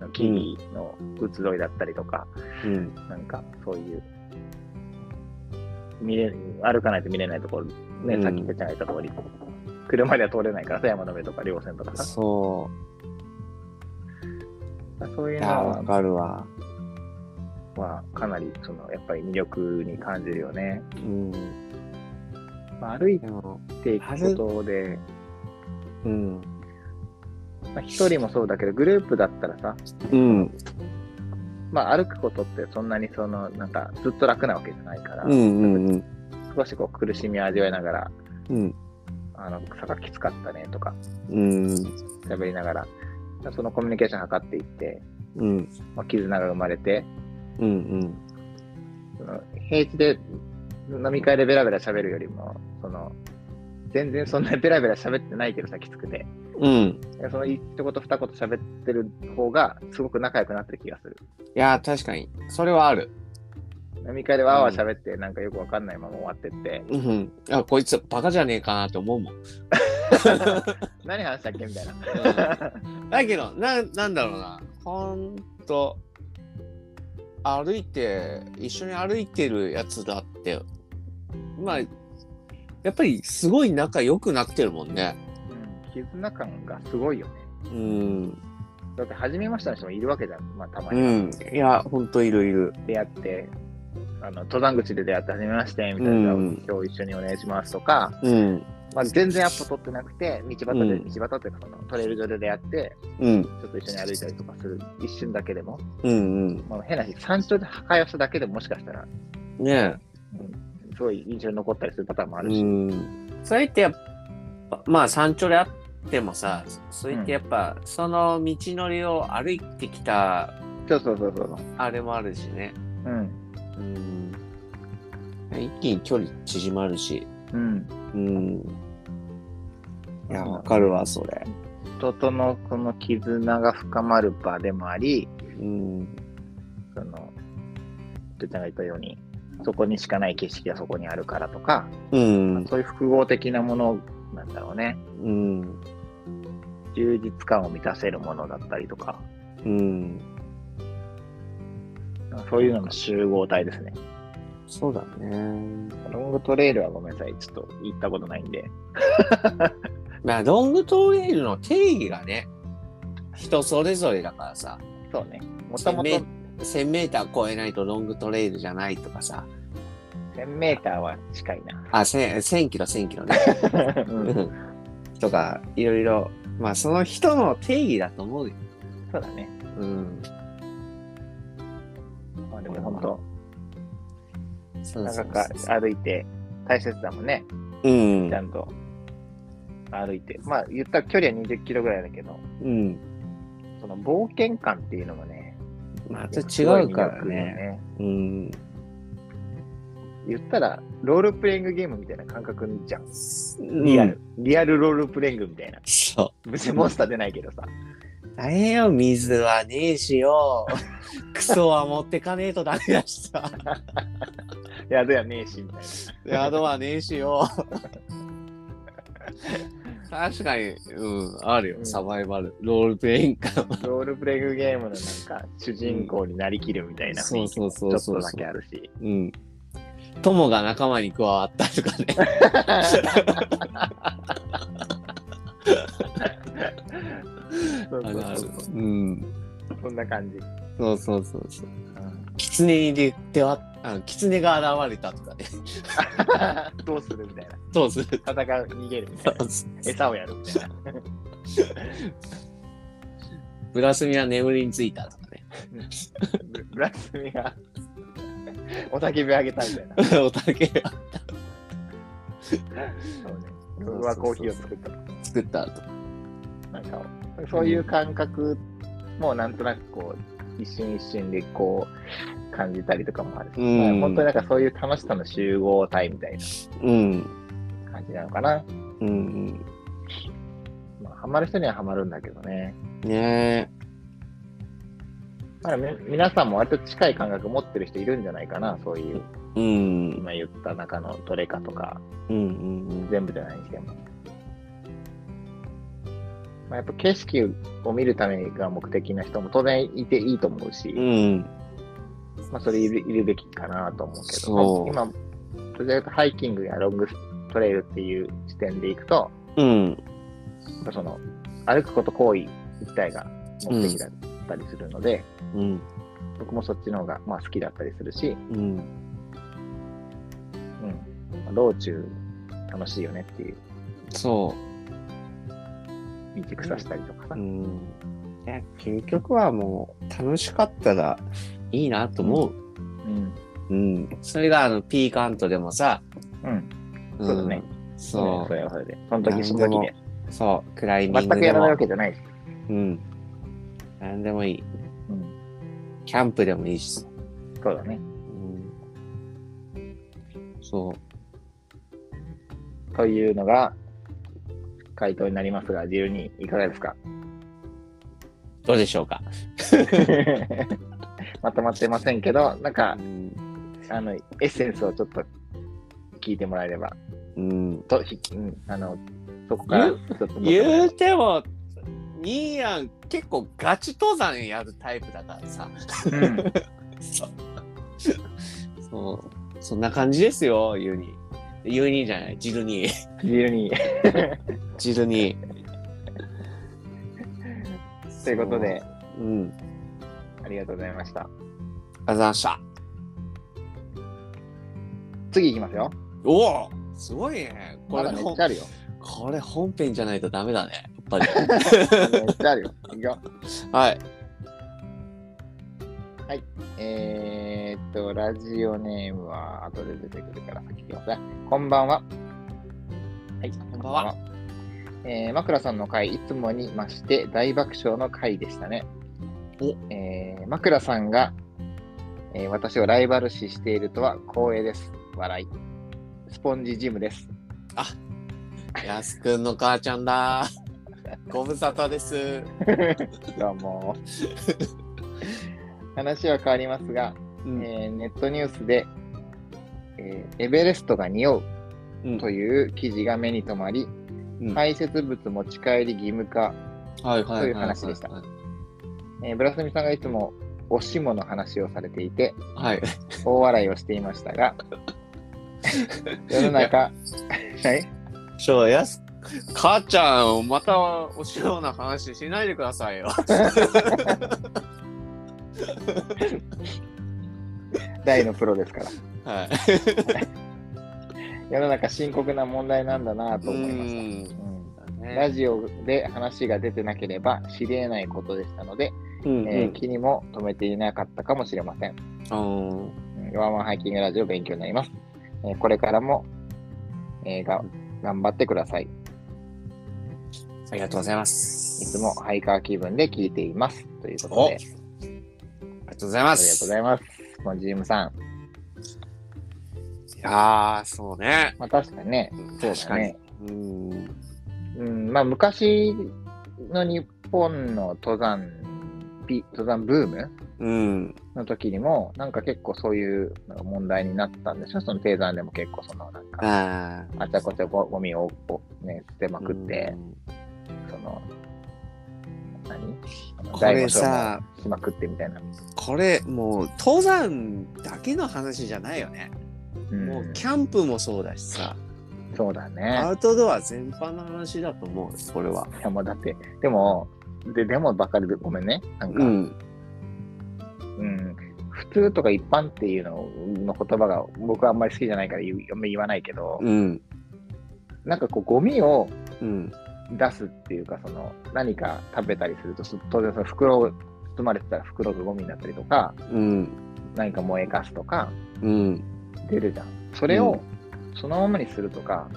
Speaker 1: の木々の移ろいだったりとか、
Speaker 3: うん。
Speaker 1: なんかそういう、見れ、歩かないと見れないところ、ね、
Speaker 3: うん
Speaker 1: さっき出てないところに、車では通れないから、山の上とか稜線とかさ、
Speaker 3: そ。
Speaker 1: そういうう
Speaker 3: いや、わ
Speaker 1: のは、
Speaker 3: かるわ。
Speaker 1: まあ、かなり、その、やっぱり魅力に感じるよね。
Speaker 3: うん。
Speaker 1: まあ、歩い
Speaker 3: でも、
Speaker 1: ていくことで、
Speaker 3: うん。
Speaker 1: まあ、一人もそうだけど、グループだったらさ、
Speaker 3: うん。
Speaker 1: まあ、歩くことってそんなにそのなんかずっと楽なわけじゃないから、
Speaker 3: うん。うん。うん。
Speaker 1: 少しこう苦しみを味わいながら
Speaker 3: うん。
Speaker 1: あの草がきつかったねとか
Speaker 3: うん。
Speaker 1: 喋りながらそのコミュニケーションを図っていって、
Speaker 3: うん。
Speaker 1: まあ、絆が生まれて
Speaker 3: うん。
Speaker 1: その平地で飲み会でベラベラ喋るよりもその全然そんなベラベラ喋ってないけどさきつくて
Speaker 3: うん。
Speaker 1: その一言二言喋ってる方がすごく仲良くなってる気がする
Speaker 3: いや、確かに。それはある。
Speaker 1: 飲み会でわーわー喋ってなんかよくわかんないまま終わってって、
Speaker 3: うん。あ、こいつ、バカじゃねえかなと思うもん。
Speaker 1: 何話したっけみたいな
Speaker 3: だけど、な、なんだろうな。ほんと、歩いて、一緒に歩いてるやつだって、まあ、やっぱりすごい仲良くなってるもんね。
Speaker 1: うん絆感がすごいよね。
Speaker 3: うん。
Speaker 1: だって、初めましての人もいるわけじゃん。まあ、たま
Speaker 3: う
Speaker 1: に
Speaker 3: ん。いや、ほんといるいる。
Speaker 1: 出会って、あの、登山口で出会って、初めまして、みたいな、
Speaker 3: うん
Speaker 1: 今日一緒にお願いしますとか、
Speaker 3: うん。
Speaker 1: まあ、全然アポ取ってなくて、道端で、
Speaker 3: うん
Speaker 1: 道端っていうか、そのトレイル上で出会って、
Speaker 3: うん。
Speaker 1: ちょっと一緒に歩いたりとかする、一瞬だけでも、
Speaker 3: うんうん。
Speaker 1: まあ、変な話、山頂で破壊をしただけでも、もしかしたら、
Speaker 3: ね
Speaker 1: すごい印象に残ったりするパターンもあ
Speaker 3: え。
Speaker 1: るし、
Speaker 3: うん。それってやっぱ、まあ山頂であってもさ、それってやっぱ、その道のりを歩いてきた
Speaker 1: そうそうそうそう。
Speaker 3: あれもあるしね。
Speaker 1: うん。
Speaker 3: うん一気に距離縮まるし。
Speaker 1: うん。
Speaker 3: うん。いや、わかるわ、それ。
Speaker 1: 人とのこの絆が深まる場でもあり、
Speaker 3: うん。
Speaker 1: その、てっちゃんが言ったように、そこにしかない景色がそこにあるからとか、
Speaker 3: うん。
Speaker 1: そういう複合的なものなんだろうね。
Speaker 3: うん。
Speaker 1: 充実感を満たせるものだったりとか、
Speaker 3: うん。
Speaker 1: そういうのの集合体ですね。
Speaker 3: そうだね。
Speaker 1: ロングトレイルはごめんなさい。ちょっと行ったことないんで。
Speaker 3: まあ、ロングトレイルの定義がね、人それぞれだからさ、
Speaker 1: そうね。もともと
Speaker 3: 1000メーター超えないとロングトレイルじゃないとかさ、
Speaker 1: 1000メーターは近い な。
Speaker 3: あ、1000 1000キロ、1000キロね。
Speaker 1: うん
Speaker 3: とか、いろいろ、まあ、その人の定義だと思うよ。
Speaker 1: そうだね。
Speaker 3: うん。
Speaker 1: まあでも本当、
Speaker 3: そう
Speaker 1: な
Speaker 3: そ
Speaker 1: か
Speaker 3: う
Speaker 1: な
Speaker 3: そう
Speaker 1: か歩いて大切だもんね。
Speaker 3: うん
Speaker 1: ちゃんと歩いて。まあ言ったら距離は20キロぐらいだけど、
Speaker 3: うん。
Speaker 1: その冒険感っていうのもね、
Speaker 3: また
Speaker 1: す
Speaker 3: 違
Speaker 1: ごいう
Speaker 3: から
Speaker 1: 魅力よ
Speaker 3: ね。。うん。
Speaker 1: 言ったら、ロールプレイングゲームみたいな感覚じゃん。
Speaker 3: リ
Speaker 1: リアル。。リアルロールプレイングみたいな。
Speaker 3: そ
Speaker 1: 別にモンスター出ないけどさ。
Speaker 3: う。大変よ、水はねえしよ。 クソは持ってかねえとダメだしさ。
Speaker 1: 宿やねえし、みたい
Speaker 3: 宿はねえしよ。確かに、うん、ある
Speaker 1: う
Speaker 3: よ、
Speaker 1: ん
Speaker 3: サバイバル。ロールプレイン感。
Speaker 1: な。 ロールプレイングゲームのなんか、主人公になりきるみたいな雰囲気もち
Speaker 3: そ
Speaker 1: ょ
Speaker 3: うそう
Speaker 1: っ
Speaker 3: そうそ
Speaker 1: と
Speaker 3: う
Speaker 1: だけあるし。
Speaker 3: うん。友が仲間に加わったとかね。あ
Speaker 1: そうそう
Speaker 3: るあ
Speaker 1: そ
Speaker 3: る
Speaker 1: う。
Speaker 3: うん。
Speaker 1: そんな感じ。
Speaker 3: そうそうそうそう。狐に出ては、あの、狐が現れたとかね。
Speaker 1: どうするみたい
Speaker 3: どうする
Speaker 1: な。戦う、逃げるみた いな。餌をやるみたいな。
Speaker 3: ブラスミは眠りについたとか ね。
Speaker 1: ブブラスミがおたけびあげたみたいな。
Speaker 3: おたけが
Speaker 1: そうね。僕はコーヒーを作った。
Speaker 3: 作ったと。
Speaker 1: なんか、そういう感覚もなんとなくこう、一瞬一瞬でこう、感じたりとかもあるし、
Speaker 3: うん
Speaker 1: まあ本当になんかそういう楽しさの集合体みたい
Speaker 3: うん。
Speaker 1: な感じなのかな。
Speaker 3: うん
Speaker 1: まあ、ハマる人にはハマるんだけどね。
Speaker 3: うん。ね
Speaker 1: まあ、み皆さんも割と近い感覚持ってる人いるんじゃないかな、そういう、
Speaker 3: え。うん。うん
Speaker 1: 今言った中のどれかとか、
Speaker 3: うんうん。
Speaker 1: 全部じゃないにしても。まあ、やっぱ景色を見るためが目的な人も当然いていいと思うし、
Speaker 3: うん。
Speaker 1: まあ、それいるいるべきかなと思うけど、
Speaker 3: そう
Speaker 1: 今、どちらかというとハイキングやロングトレイルっていう視点でいくと、
Speaker 3: うん。
Speaker 1: やっぱその歩くこと行為自体が目的だったりするので、
Speaker 3: うん。
Speaker 1: 僕もそっちの方がまあ好きだったりするし、
Speaker 3: うん。
Speaker 1: うんまあ、道中楽しいよねっていう、
Speaker 3: そ
Speaker 1: 道草したりとか
Speaker 3: う。
Speaker 1: さ、
Speaker 3: うん。いや、結局はもう、楽しかったらいいなと思う。う
Speaker 1: うん
Speaker 3: ん。それが、あの、ピーカントでもさ。
Speaker 1: うんそうだね。
Speaker 3: ん
Speaker 1: そ
Speaker 3: そうう
Speaker 1: そ。れはそれで。その時その時で。
Speaker 3: そう。クライミン
Speaker 1: 全
Speaker 3: グ
Speaker 1: くや
Speaker 3: で
Speaker 1: ら
Speaker 3: も
Speaker 1: ないわ。けじゃないし。
Speaker 3: うん。なんでもいい。
Speaker 1: うん。
Speaker 3: キャンプでもいいしさ。
Speaker 1: そうだね。
Speaker 3: うん。そう。
Speaker 1: というのが、回答になりますが、自由にいか がですか
Speaker 3: どうでしょうか。
Speaker 1: まとまってませんけど、なんか
Speaker 3: う、ん。
Speaker 1: あの、エッセンスをちょっと聞いてもらえれば、
Speaker 3: うん。
Speaker 1: と、ひうん、あの、そこから、ち
Speaker 3: 言
Speaker 1: ょっとまとめ
Speaker 3: 言うても、ニーヤン結構ガチ登山やるタイプだからさ。
Speaker 1: うん
Speaker 3: そう。そう。そんな感じですよ、ユニ。ユニじゃない、ジルニー。
Speaker 1: 自由に。
Speaker 3: ジルニー。
Speaker 1: ということで、
Speaker 3: そう。うん。ありがとう
Speaker 1: ありがとうございました。
Speaker 3: ございました。
Speaker 1: 次いきますよ。
Speaker 3: おおすごいね。こ
Speaker 1: ま
Speaker 3: れ、
Speaker 1: だめ
Speaker 3: ほ
Speaker 1: っ
Speaker 3: ん
Speaker 1: ち ゃあるよ。
Speaker 3: これ本編じゃないとダメだね。やっぱり。
Speaker 1: めっちゃあるよ。いくよ。
Speaker 3: はい。
Speaker 1: えーっと、ラジオネームは後で出てくるから先行きますね。こんばんは。はい、こ
Speaker 3: んばんは。
Speaker 1: えー、枕さんの回、いつもに増して大爆笑の回でしたね。
Speaker 3: お
Speaker 1: えー、枕さんが、えー私をライバル視しているとは光栄です。笑い。スポンジジムです。
Speaker 3: やすくんの母ちゃんだ。ご無沙汰です。
Speaker 1: どう も。話は変わりますが、
Speaker 3: うん
Speaker 1: えーネットニュースで、えーエベレストが匂う
Speaker 3: うん
Speaker 1: という記事が目に留まり、
Speaker 3: うん
Speaker 1: 排泄物持ち帰り義務化、
Speaker 3: はいは
Speaker 1: という話でしたえーブラスミさんがいつもおしもの話をされていて、
Speaker 3: はい。
Speaker 1: 大笑いをしていました が、世の中、はい
Speaker 3: そう、やす、母ちゃん、またおしような話しないでくださいよ。
Speaker 1: 大のプロですから、
Speaker 3: はい。
Speaker 1: 世の中深刻な問題なんだなと思いました。うんラジオで話が出てなければ知り得ないことでしたので、
Speaker 3: うん
Speaker 1: えー気にも留めていなかったかもしれません。
Speaker 3: うん。
Speaker 1: うんワンワンハイキングラジオ勉強になります。えーこれからも、えーが頑張ってください。
Speaker 3: ありがとうございます。
Speaker 1: いつも
Speaker 3: あ
Speaker 1: ハイカー気分で聞いています。ということで、あり
Speaker 3: りがとうございま
Speaker 1: がとうご
Speaker 3: す。
Speaker 1: ざいます。もうジムさん。
Speaker 3: いやー、そうね。
Speaker 1: まあ確かにね、そう
Speaker 3: 確
Speaker 1: だ
Speaker 3: かに
Speaker 1: ね。。
Speaker 3: うん。
Speaker 1: うん、まあ昔のに本の登山ピ、登山ブーム
Speaker 3: うん。
Speaker 1: の時にも、なんか結構そういうのが問題になったんでしょその低山でも結構その、なんか、
Speaker 3: ああ。
Speaker 1: あちゃこちゃゴゴミをこうね、捨てまくって、その、何あの
Speaker 3: これさ
Speaker 1: 大悟賞もしまくってみたいな。
Speaker 3: これもう登山だけの話じゃないよね。
Speaker 1: うん
Speaker 3: もうキャンプもそうだしさ、
Speaker 1: そうだね
Speaker 3: ア。ウトドア全般の話だと思うよこれは。
Speaker 1: いやもうだって、でも、ででもばかりでごめんね。なんか、
Speaker 3: ん。
Speaker 1: うん、普通とか一般っていうのの言葉が僕はあんまり好きじゃないから言うあんまり言わないけど、
Speaker 3: うん。
Speaker 1: なんかこうゴミを
Speaker 3: うん。
Speaker 1: 出すっていうかその何か食べたりするとそ当然その袋を包まれてたら袋がゴミになったりとか
Speaker 3: うん。
Speaker 1: 何か燃えかすとか
Speaker 3: うん。
Speaker 1: 出るじゃんそれをそのままにするとか、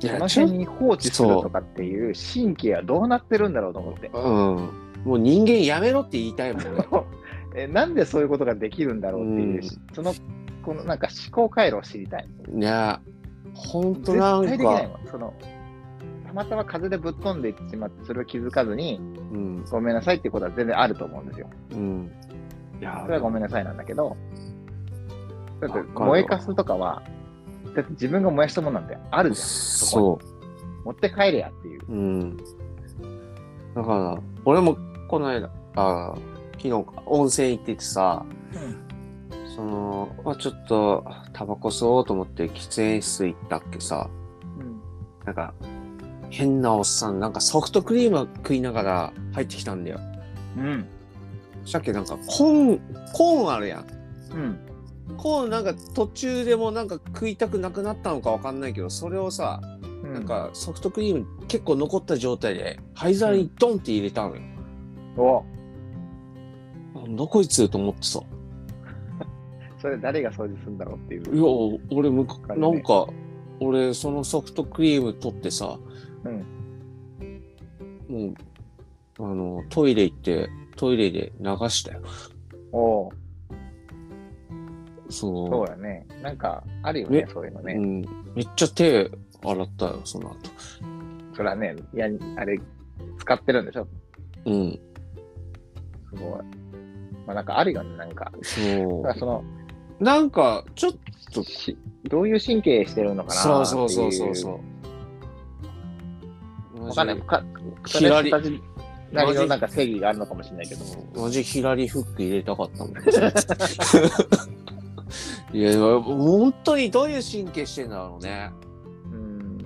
Speaker 3: い
Speaker 1: そ
Speaker 3: や
Speaker 1: の
Speaker 3: ちょ
Speaker 1: 辺に放置するとかっていう神経はどうなってるんだろうと思って、
Speaker 3: うん。もう人間やめろって言いたいもんね。
Speaker 1: えなんでそういうことができるんだろうっていう、
Speaker 3: うん
Speaker 1: そのこのなんか思考回路を知りたい
Speaker 3: いや、ほんと
Speaker 1: 絶
Speaker 3: な
Speaker 1: 対
Speaker 3: ん
Speaker 1: できない
Speaker 3: か、
Speaker 1: もん。そのたまたま風でぶっ飛んでいってしまって、それを気づかずに、
Speaker 3: うん。
Speaker 1: ごめんなさいってことは全然あると思うんですよ。
Speaker 3: うん。いや
Speaker 1: それはごめんなさいなんだけど、だって
Speaker 3: わかるわ
Speaker 1: 燃えかすとかは、だって自分が燃やしたものなんてあるじゃん。
Speaker 3: そ
Speaker 1: 持って帰れやっていう。
Speaker 3: う。うん。だから、俺もこの間、あー昨日か温泉行っててさ、その、まあ、ちょっと、タバコ吸おうと思って喫煙室行ったっけさ、なんか、変なおっさん、なんかソフトクリーム食いながら入ってきたんだよ。
Speaker 1: うん。うん。
Speaker 3: さっきなんかコーン、コーンあるやん。
Speaker 1: うん。
Speaker 3: コーンなんか途中でもなんか食いたくなくなったのかわかんないけど、それをさ、
Speaker 1: うん、
Speaker 3: なんかソフトクリーム結構残った状態で灰皿にドンって入れたのよ。
Speaker 1: お、
Speaker 3: なんだこいつと思ってさ。
Speaker 1: それ誰が掃除するんだろうってい
Speaker 3: いや
Speaker 1: う。、
Speaker 3: 俺む
Speaker 1: わ
Speaker 3: か、
Speaker 1: かる
Speaker 3: な
Speaker 1: ね
Speaker 3: んか、俺そのソフトクリーム取ってさ、
Speaker 1: うん
Speaker 3: もう、あの、トイレ行って、トイレで流したよ。
Speaker 1: おう
Speaker 3: そう。
Speaker 1: そうやね。なんか、あるよね、
Speaker 3: ね
Speaker 1: そういうの
Speaker 3: う
Speaker 1: ね。
Speaker 3: ん、めっちゃ手洗ったよ、その後。
Speaker 1: それはね、いや、あれ、使ってるんでしょ
Speaker 3: うん。
Speaker 1: すごい。まあ、なんかあるよね、なんか。だ
Speaker 3: そ
Speaker 1: からその、
Speaker 3: う。なんか、ちょっと、
Speaker 1: しどういう神経してるのか
Speaker 3: そ
Speaker 1: な
Speaker 3: うそう
Speaker 1: ってい
Speaker 3: そう
Speaker 1: う
Speaker 3: そう
Speaker 1: う
Speaker 3: そう。
Speaker 1: わかんないか
Speaker 3: ヒラリ
Speaker 1: それ人たちなりのなんか正義があるのかもしれないけど
Speaker 3: マジヒラリフック入れたかったも ん。いや、本当にどういう神経してんだろうね。
Speaker 1: うんだ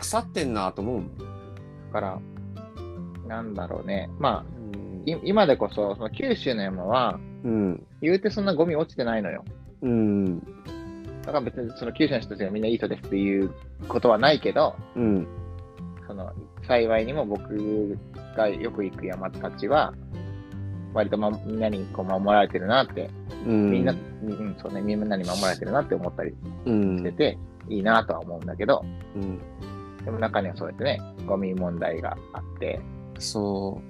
Speaker 3: 腐ってんなと思うもん。
Speaker 1: からなんだろうねまあ
Speaker 3: うん
Speaker 1: い今でこそその九州の山は
Speaker 3: うん。
Speaker 1: 言うてそんなゴミ落ちてないのよ
Speaker 3: うん。
Speaker 1: だから別にその九州の人たちがみんないい人ですっていうことはないけど
Speaker 3: うん。
Speaker 1: その幸いにも僕がよく行く山たちは割と、ま、みんなにこう守られてるなって
Speaker 3: うん。
Speaker 1: みんな、うんうんそうね、みんなに守られてるなって思ったり
Speaker 3: う
Speaker 1: して
Speaker 3: ん。
Speaker 1: て、いいなとは思うんだけど、
Speaker 3: うん。
Speaker 1: でも中にはそうやってね、ゴミ問題があって、
Speaker 3: そ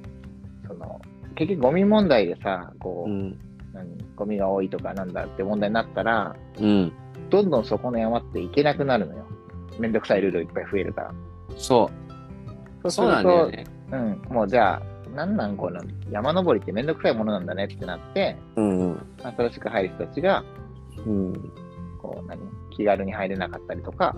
Speaker 1: その、結局ゴミ問題でさ、こ
Speaker 3: う。
Speaker 1: う、
Speaker 3: うん。
Speaker 1: 何ゴミが多いとかなんだって問題になったら、
Speaker 3: うん。
Speaker 1: どんどんそこの山って行けなくなるのよ。めんどくさいルールいっぱい増えるから。
Speaker 3: そ
Speaker 1: そう
Speaker 3: う。
Speaker 1: す
Speaker 3: そう
Speaker 1: る
Speaker 3: なんだよ
Speaker 1: と、
Speaker 3: ね。
Speaker 1: うん、もうじゃあ、なんなんこの山登りってめんどくさいものなんだねってなって、
Speaker 3: うん。
Speaker 1: 新しく入る人たちが、
Speaker 3: うん。
Speaker 1: こう何、気軽に入れなかったりとか、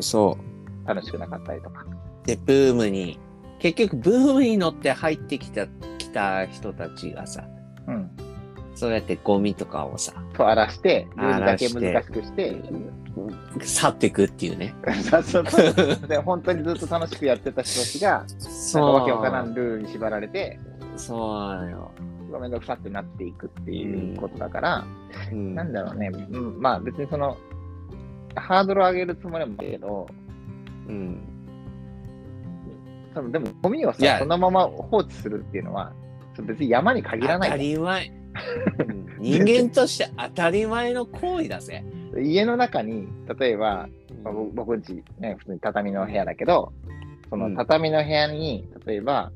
Speaker 3: そう。
Speaker 1: 楽しくなかったりとか。
Speaker 3: でブームに結局ブームに乗って入ってきたきた人たちがさ
Speaker 1: うん。
Speaker 3: そうやってゴミとかをさ
Speaker 1: と荒らして、ルールだけ
Speaker 3: 荒らして
Speaker 1: 難しくして、
Speaker 3: 去ってくっていうね
Speaker 1: そうそうそう で本当にずっと楽しくやってた人たちが、なんか
Speaker 3: そう
Speaker 1: わけわからんルールに縛られて、
Speaker 3: そうなのよ、
Speaker 1: ごめんどくさってなっていくっていうことだから、
Speaker 3: うん
Speaker 1: なんだろうね、うんまあ別にその、ハードルを上げるつもりもないけど、
Speaker 3: うん
Speaker 1: そのでもゴミを
Speaker 3: いや
Speaker 1: さ、そのまま放置するっていうのは、そう別に山に限ら
Speaker 3: 当た
Speaker 1: ない。
Speaker 3: り 前うん人間として当たり前の行為だぜ、
Speaker 1: 家の中に、例えば、まあ僕僕んち、ね、普通に畳の部屋だけど、その畳の部屋に、例えば、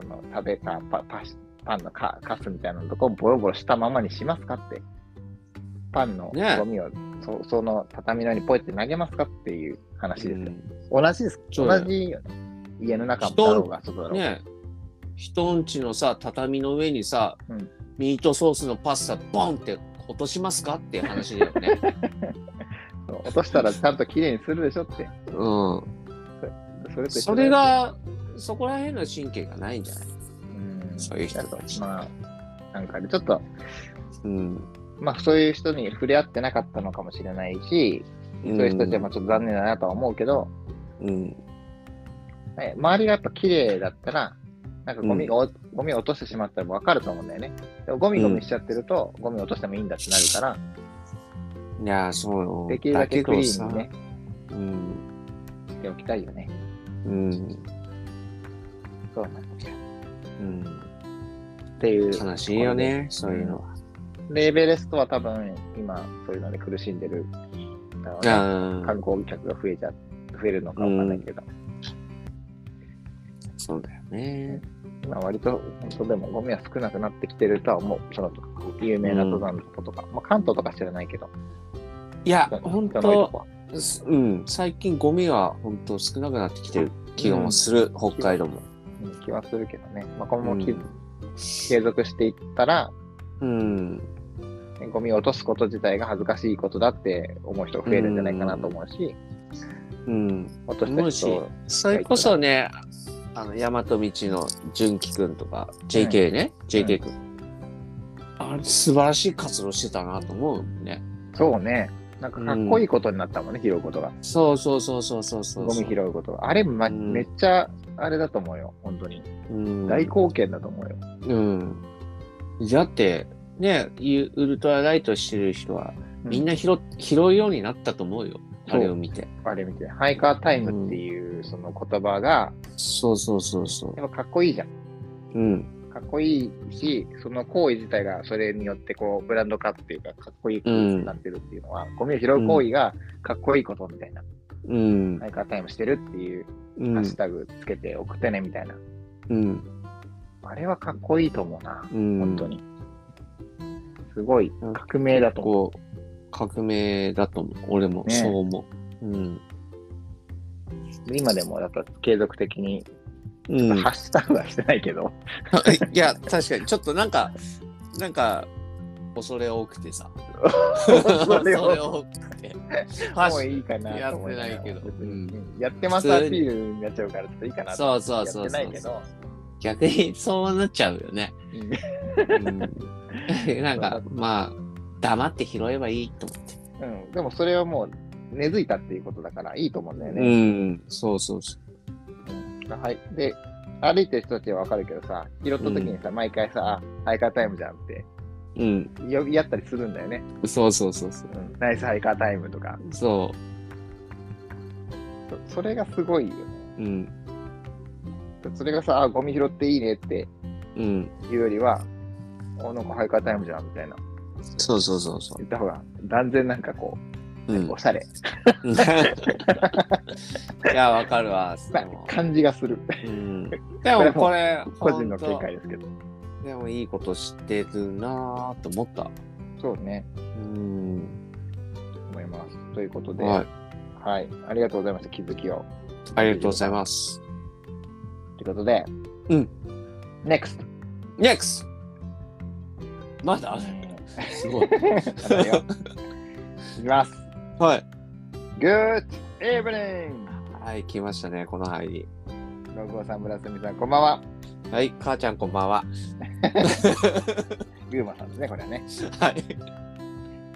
Speaker 1: その食べたパパシパンのカカスみたいなのとこをボロボロしたままにしますかって、パンの
Speaker 3: ね
Speaker 1: ゴミを、そその畳の上にポイって投げますかっていう話ですよ。
Speaker 3: う
Speaker 1: 同じです。
Speaker 3: そうだ
Speaker 1: 同
Speaker 3: よ
Speaker 1: じよね家の中もだろうが、外だろ
Speaker 3: ん
Speaker 1: うが。
Speaker 3: ね人んちのさ畳の上にさ、
Speaker 1: うん
Speaker 3: ミートソースのパスタボンって落としますかっていう話だよ ね。
Speaker 1: そう落としたらちゃんときれいにするでしょって。
Speaker 3: うん、
Speaker 1: それと一緒だよ
Speaker 3: それ、がそこら辺の神経がないんじゃない、
Speaker 1: うん、
Speaker 3: そういう人たち
Speaker 1: まあ、なんかね、ちょっと、
Speaker 3: うん
Speaker 1: まあ、そういう人に触れ合ってなかったのかもしれないし、そういう人たちはまあちょっと残念だなとは思うけど、
Speaker 3: うん
Speaker 1: ね周りがやっぱ綺麗だったら、なんかゴミが、ゴミを落としてしまったら分かると思うんだよね。でもゴミゴミしちゃってると、ゴミ落としてもいいんだってなるから、
Speaker 3: いやーそうよ
Speaker 1: できるだけクリーン
Speaker 3: だ
Speaker 1: に
Speaker 3: けど
Speaker 1: ね、
Speaker 3: さうん
Speaker 1: しておきたいよね。
Speaker 3: うん
Speaker 1: そうなんだよ
Speaker 3: うん
Speaker 1: っていう、
Speaker 3: 悲しいよねそういうのは。
Speaker 1: レーベレストは多分今、そういうので苦しんでるだろうね。
Speaker 3: ああ
Speaker 1: 観光客が増えちゃ増えるのかわかんないけど、
Speaker 3: そうだよね。
Speaker 1: 今割と本当でもゴミは少なくなってきてるとは思う、その有名な登山のとことか、まあ、関東とか知らないけど、
Speaker 3: いや
Speaker 1: 人の
Speaker 3: 本
Speaker 1: 人の多い
Speaker 3: 当
Speaker 1: とこは
Speaker 3: すうん、最近ゴミは本当少なくなってきてる気がもする、北海道も。
Speaker 1: うん気はするけどね、まあ、今後もき、
Speaker 3: うん
Speaker 1: 継続していったら、
Speaker 3: うん、
Speaker 1: ゴミを落とすこと自体が恥ずかしいことだって思う人が増えるんじゃないかなと思うし、
Speaker 3: うん、
Speaker 1: 落とした人
Speaker 3: 思
Speaker 1: を、
Speaker 3: それこそね、あの大和道の純喜くんとか JK ね、JK くん、あれ素晴らしい活動してたなと思うもんね。
Speaker 1: そうね、なんかかっこいいことになったもんね、拾うことが。
Speaker 3: そうそうそうそうそうそう
Speaker 1: ゴミ拾うことが。あれ、ま、
Speaker 3: うん
Speaker 1: めっちゃあれだと思うよ、本当に。
Speaker 3: うん、
Speaker 1: 大貢献だと思うよ。
Speaker 3: うん。だってね、ゆウルトラライトしてる人は
Speaker 1: うん
Speaker 3: みんな拾,、拾うようになったと思うよ、あれを見て。
Speaker 1: あれみたいな、ハイカータイムっていうその言葉が、
Speaker 3: そうそうそうそう。
Speaker 1: やっぱかっこいいじゃん。
Speaker 3: うん、
Speaker 1: かっこいいし、その行為自体がそれによってこうブランド化っていうか、かっこいいことになってるっていうのは、ゴミを拾う行為がかっこいいことみたいな、
Speaker 3: うん
Speaker 1: ハ、イカータイムしてるっていう
Speaker 3: う
Speaker 1: ハッシ
Speaker 3: ん
Speaker 1: ュ、タグつけて送ってねみたいな。
Speaker 3: うん、
Speaker 1: あれはかっこいいと思うな、
Speaker 3: うん
Speaker 1: 本当に。すごい革命だと思う。
Speaker 3: こう革命だと思う、俺も
Speaker 1: ね
Speaker 3: そう思う。うん、
Speaker 1: 今でもだから継続的に、
Speaker 3: うん、
Speaker 1: ハッシュタグはしてないけど、
Speaker 3: いや、確かに、ちょっとなんか、なんか、恐れ多くてさ。
Speaker 1: 恐れ多くて
Speaker 3: 多くて。ハッ
Speaker 1: もう
Speaker 3: シ
Speaker 1: いいかなと思いながら
Speaker 3: やってないけど
Speaker 1: 別に
Speaker 3: う
Speaker 1: やってますアピールになっちゃうから、ちょっといいか
Speaker 3: ュ
Speaker 1: なと思って
Speaker 3: そうそうそうそ
Speaker 1: やってないうけ。ど、
Speaker 3: 逆にそうなっちゃうよね。うん、 なんか、まあ、黙って拾えばいいと思って。
Speaker 1: うん、でもそれはもう根付いたっていうことだからいいと思うんだよね。
Speaker 3: ん、そうそうそ
Speaker 1: はい、で歩いてる人たちは分かるけどさ拾った時にさ、毎回さ「あハイカータイムじゃん」って
Speaker 3: う。うん、
Speaker 1: 呼び合ったりするんだよね。
Speaker 3: そうそうそうそう。
Speaker 1: うん、ナイスハイカータイムとか
Speaker 3: そ
Speaker 1: そそれがすごいよね。
Speaker 3: う、うん、
Speaker 1: それがさあ「ゴミ拾っていいね」って
Speaker 3: うん、
Speaker 1: いうよりは「おなんかハイカータイムじゃん」みたいな
Speaker 3: そうそうそうそ
Speaker 1: 言った方が断然なんか
Speaker 3: う。
Speaker 1: こ
Speaker 3: う
Speaker 1: う、
Speaker 3: ん
Speaker 1: おしゃれ
Speaker 3: いや、わかるわ。
Speaker 1: な
Speaker 3: でも、
Speaker 1: 感じがする
Speaker 3: うん、でもこ れ、
Speaker 1: 個人の見
Speaker 3: 本
Speaker 1: 解ですけど
Speaker 3: 当でもいいこと知ってるなぁと思った。
Speaker 1: そうね
Speaker 3: うん。
Speaker 1: 思いますということで、
Speaker 3: はい。
Speaker 1: はい、ありがとうございました気づきを。
Speaker 3: ありがとうございます。
Speaker 1: ということで、
Speaker 3: うん。
Speaker 1: NEXT!
Speaker 3: NEXT! まだあるすごい。
Speaker 1: あれよいきます
Speaker 3: はい。
Speaker 1: !Good evening!
Speaker 3: はい、来ましたね、この入り。
Speaker 1: ロゴさん、村住さん、こんばんは。
Speaker 3: はい、母ちゃんこんばんは。
Speaker 1: ゆうまさんですね、これはね。
Speaker 3: はい。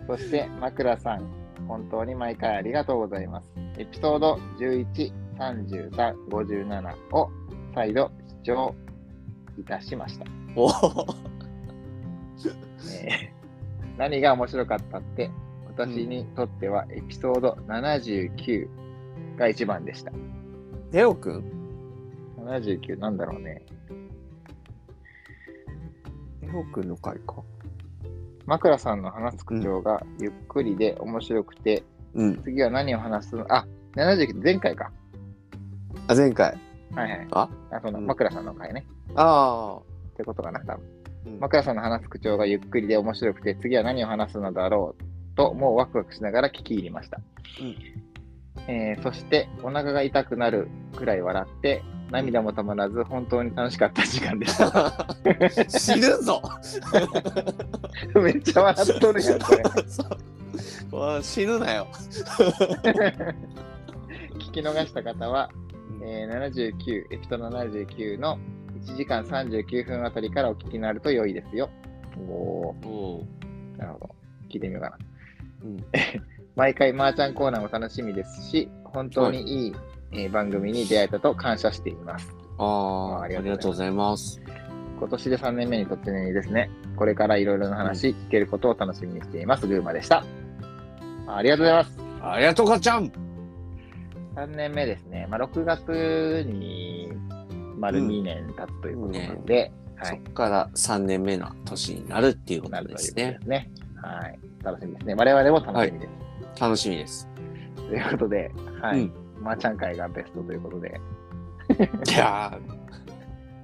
Speaker 1: そして、まくらさん、本当に毎回ありがとうございます。エピソード11、33、57を再度視聴いたしました。
Speaker 3: おー
Speaker 1: えー 何が面白かったって、私にとってはエピソード79が一番でした。
Speaker 3: レオくん
Speaker 1: 79なんだろうね。
Speaker 3: レオくんの回か。
Speaker 1: 枕さんの話す口調がゆっくりで面白くて、
Speaker 3: うん。
Speaker 1: 次は何を話すのあ、79、前回か。
Speaker 3: あ、前回。
Speaker 1: はいはい。
Speaker 3: あ
Speaker 1: あその
Speaker 3: うん
Speaker 1: 枕さんの回ね。
Speaker 3: ああ。
Speaker 1: ってことかな、多分。
Speaker 3: うん
Speaker 1: 枕さんの話す口調がゆっくりで面白くて、次は何を話すのだろうと、もうワクワクしながら聞き入りました。
Speaker 3: うん
Speaker 1: えーそして、お腹が痛くなるくらい笑って、涙もたまらず本当に楽しかった時間で し た。
Speaker 3: 死ぬぞ
Speaker 1: めっちゃ笑っとるやん、これ。
Speaker 3: そうわあ死ぬなよ。
Speaker 1: 聞き逃した方は、えー79、エピソード79の1時間39分あたりからお聞きになると良いですよ。お
Speaker 3: おう
Speaker 1: ー、なるほど。聞いてみようかな。
Speaker 3: うん
Speaker 1: 毎回マーチャンコーナーも楽しみですし、本当にいい、えー番組に出会えたと感謝しています。
Speaker 3: ああ、
Speaker 1: あ
Speaker 3: あ
Speaker 1: り
Speaker 3: り
Speaker 1: が
Speaker 3: が
Speaker 1: と
Speaker 3: と
Speaker 1: う
Speaker 3: うご
Speaker 1: ご
Speaker 3: ざいます。
Speaker 1: 今年で3年目にとってねですね。これからいろいろな話、聞けることを楽しみにしています。グーマでした。ありがとうございます。
Speaker 3: ありがとう、かっちゃん。
Speaker 1: 3年目ですね。まあ、6月に丸
Speaker 3: うん
Speaker 1: 2年経つということなんで、は
Speaker 3: そ
Speaker 1: い
Speaker 3: っ、から三年目の年になるっていうこ
Speaker 1: な
Speaker 3: と
Speaker 1: るとい
Speaker 3: で
Speaker 1: うこと
Speaker 3: す
Speaker 1: で
Speaker 3: ね
Speaker 1: す。ね。はい。楽しみですね。我々も楽しみです。
Speaker 3: 楽しみです。
Speaker 1: ということで、はい。
Speaker 3: うん
Speaker 1: マーチャン会がベストということで、
Speaker 3: いや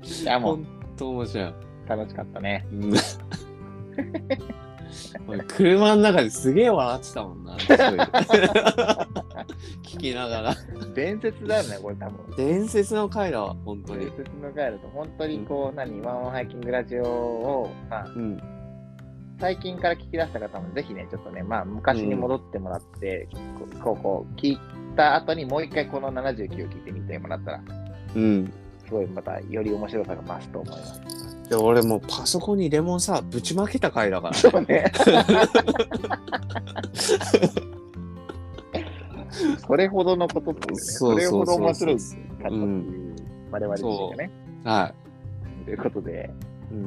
Speaker 1: いや
Speaker 3: ー、
Speaker 1: もう
Speaker 3: 本当面白い。
Speaker 1: 楽しかったね。
Speaker 3: うん 俺車の中ですげえ笑ってたもんな。 すごい聞きながら。
Speaker 1: 伝説だよね、これ多分。
Speaker 3: 伝説の回だわ、本当
Speaker 1: 伝
Speaker 3: に。
Speaker 1: 説の回だと、本当にこう、何、ワンワンハイキングラジオを、まあ、
Speaker 3: うん。
Speaker 1: 最近から聞き出した方も、ぜひね、ちょっとね、まあ、昔に戻ってもらって、こう、こう、聞いた後に、もう一回この79を聞いてみてもらったら、
Speaker 3: うん。
Speaker 1: すごいまた、より面白さが増すと思います。
Speaker 3: で俺もうパソコンにレモンサワーぶちまけた回だから。
Speaker 1: そうね。それほどのことっていうね、それほど面白か
Speaker 3: そう
Speaker 1: ったっていう、我々自身がね。
Speaker 3: は
Speaker 1: ということで、
Speaker 3: い。うん。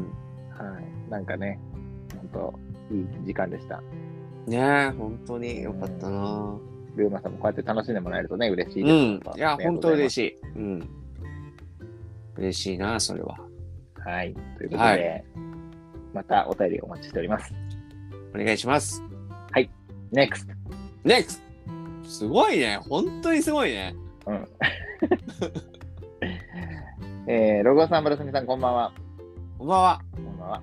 Speaker 1: はい、なんかね、本当いい時間でした。
Speaker 3: ねえ、本当によかったな。
Speaker 1: ルーマさんもこうやって楽しんでもらえるとね、嬉し
Speaker 3: う
Speaker 1: い
Speaker 3: ん。
Speaker 1: です。
Speaker 3: いや、本当嬉
Speaker 1: し
Speaker 3: しい。うん。嬉しいな、それは。
Speaker 1: い。はい、ということで、
Speaker 3: は
Speaker 1: またお便りお待ちしております。
Speaker 3: お願いします。
Speaker 1: NEXT!
Speaker 3: NEXT! すごいね。本当にすごいね。
Speaker 1: えー、ロゴさん、ブラスミさん、こんばんは。
Speaker 3: こんばんは。
Speaker 1: こんばんは。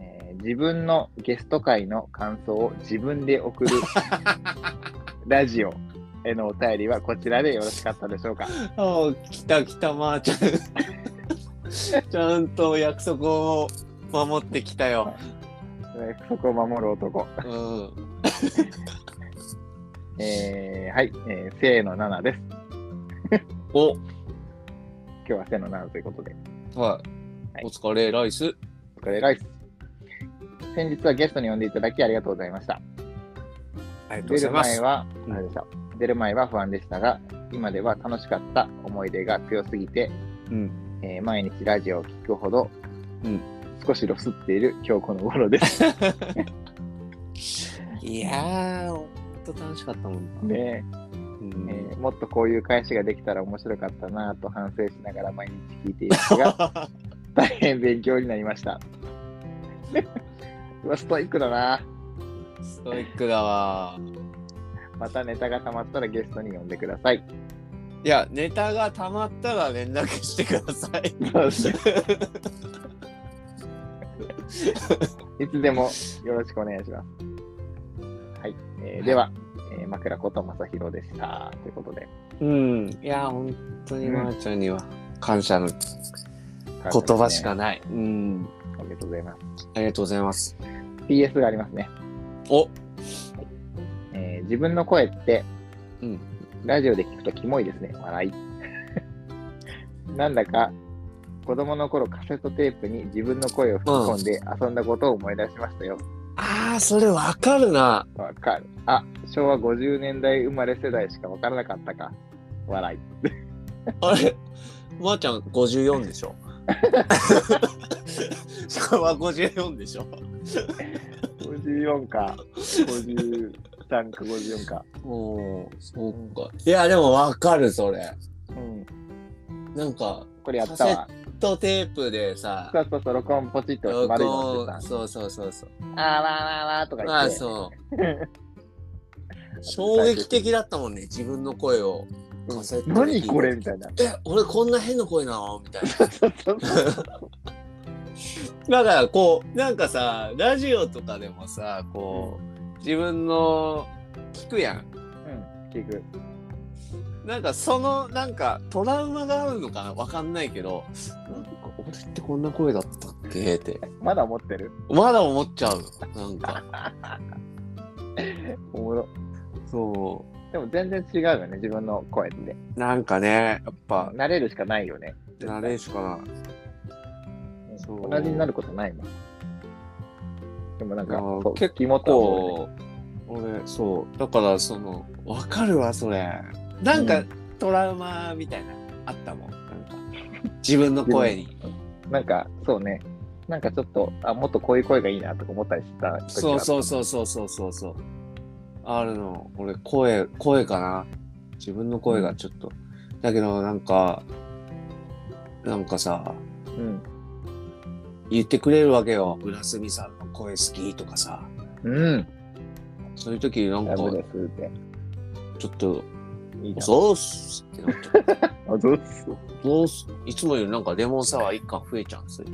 Speaker 1: えー自分のゲスト会の感想を自分で送 るラジオへのお便りはこちらでよろしかったでしょうか。
Speaker 3: ああ、来た来た、まーちゃ ん。ちゃんと約束を守ってきたよ。
Speaker 1: 約束を守る男。
Speaker 3: うん。
Speaker 1: えーはい、えー、せーの7です。
Speaker 3: お、
Speaker 1: 今日はせーの7ということで。
Speaker 3: はい。お疲れ、ライス。
Speaker 1: これライス。先日はゲストに呼んでいただきありがとうございました。
Speaker 3: ありがとうご
Speaker 1: 出
Speaker 3: ざい
Speaker 1: る
Speaker 3: ます
Speaker 1: 前。は、
Speaker 3: うん
Speaker 1: あれでした出る前は不安でしたが、今では楽しかった思い出が強すぎて、
Speaker 3: うん。
Speaker 1: えー毎日ラジオを聞くほど、
Speaker 3: うん
Speaker 1: 少しロスっている今日この頃です。
Speaker 3: いやー、ほんと楽しかったもんな。
Speaker 1: ね
Speaker 3: うん
Speaker 1: えーもっとこういう返しができたら面白かったなぁと反省しながら毎日聞いていま すが、大変勉強になりました。 うわストイックだなぁ
Speaker 3: ストイックだわ。
Speaker 1: またネタが溜まったらゲストに呼んでください。
Speaker 3: いや、ネタが溜まったら連絡してください。
Speaker 1: いつでもよろしくお願いします。はい。えーでは、えー枕こと正宏でした。ということで。
Speaker 3: うん。いや、ほんとに
Speaker 1: うん
Speaker 3: まーちゃんには感謝の言葉しかない。うん。
Speaker 1: ありがとうございます。
Speaker 3: ありがとうございます。
Speaker 1: PS がありますね。
Speaker 3: お、
Speaker 1: えー自分の声って、
Speaker 3: うん。
Speaker 1: ラジオで聞くとキモいですね。笑い。 なんだか、子供の頃カセットテープに自分の声を吹き込んで遊んだことを思い出しましたよ。
Speaker 3: ああ、それわかるな。
Speaker 1: わかる。あ、昭和50年代生まれ世代しかわからなかったか。笑い。
Speaker 3: あれ、まー、ちゃん54でしょ。昭和54でしょ。
Speaker 1: 54か、53か54か。
Speaker 3: おお、そうか。いや、でもわかる、それ。
Speaker 1: うん。
Speaker 3: なんか、
Speaker 1: これやったわ。
Speaker 3: カセットテープでさ、
Speaker 1: そうそうそう、録音ポチッと押して丸いの
Speaker 3: 録
Speaker 1: 押
Speaker 3: 音
Speaker 1: して
Speaker 3: そうそうそうそう。
Speaker 1: た。あーわーわーわーとか言
Speaker 3: あ
Speaker 1: っ
Speaker 3: あ、
Speaker 1: て。
Speaker 3: そう。衝撃的だったもんね、自分の声を。カセットで聞い
Speaker 1: 何
Speaker 3: て
Speaker 1: これみたいな。
Speaker 3: え、俺こんな変な声なのみたいな。
Speaker 1: そうそうそう
Speaker 3: だからこうなんかさラジオとかでもさこう自分の聞くやん
Speaker 1: うん、聞く。
Speaker 3: なんかそのなんかトラウマがあるのかわかんないけどなんか俺ってこんな声だったっけって
Speaker 1: まだ思ってる
Speaker 3: まだ思っちゃうなん か
Speaker 1: おもろ。
Speaker 3: そ
Speaker 1: でも全然違うよね、自分の声って。
Speaker 3: うなんかねやっぱ
Speaker 1: 慣れるしかないよね。
Speaker 3: 慣れしかないそう
Speaker 1: 同じになることないもん。でもなんか
Speaker 3: あー、
Speaker 1: そう
Speaker 3: 結構
Speaker 1: 肝とは思うね
Speaker 3: こう俺そうだからそのわかるわそれなんか、
Speaker 1: うん
Speaker 3: トラウマみたいなあったもんなんか自分の声に
Speaker 1: なんか、そうね。なんかちょっと、あ、もっとこういう声がいいなとか思ったりした時は
Speaker 3: そうそうそうそうそうそうそうあるの俺声声かな自分の声がちょっと、だけどなんかなんかさ
Speaker 1: うん。
Speaker 3: 言ってくれるわけよ浦澄さんの声好きとかさ
Speaker 1: うん。
Speaker 3: そういう時なん
Speaker 1: ダ
Speaker 3: か
Speaker 1: メですって。
Speaker 3: ちょっと
Speaker 1: い
Speaker 3: 「
Speaker 1: いな。
Speaker 3: そうっす」ってなっちゃう
Speaker 1: あ、そうっす。
Speaker 3: どうすいつもよりなんかレモンサワー1缶増えちゃうんですよ。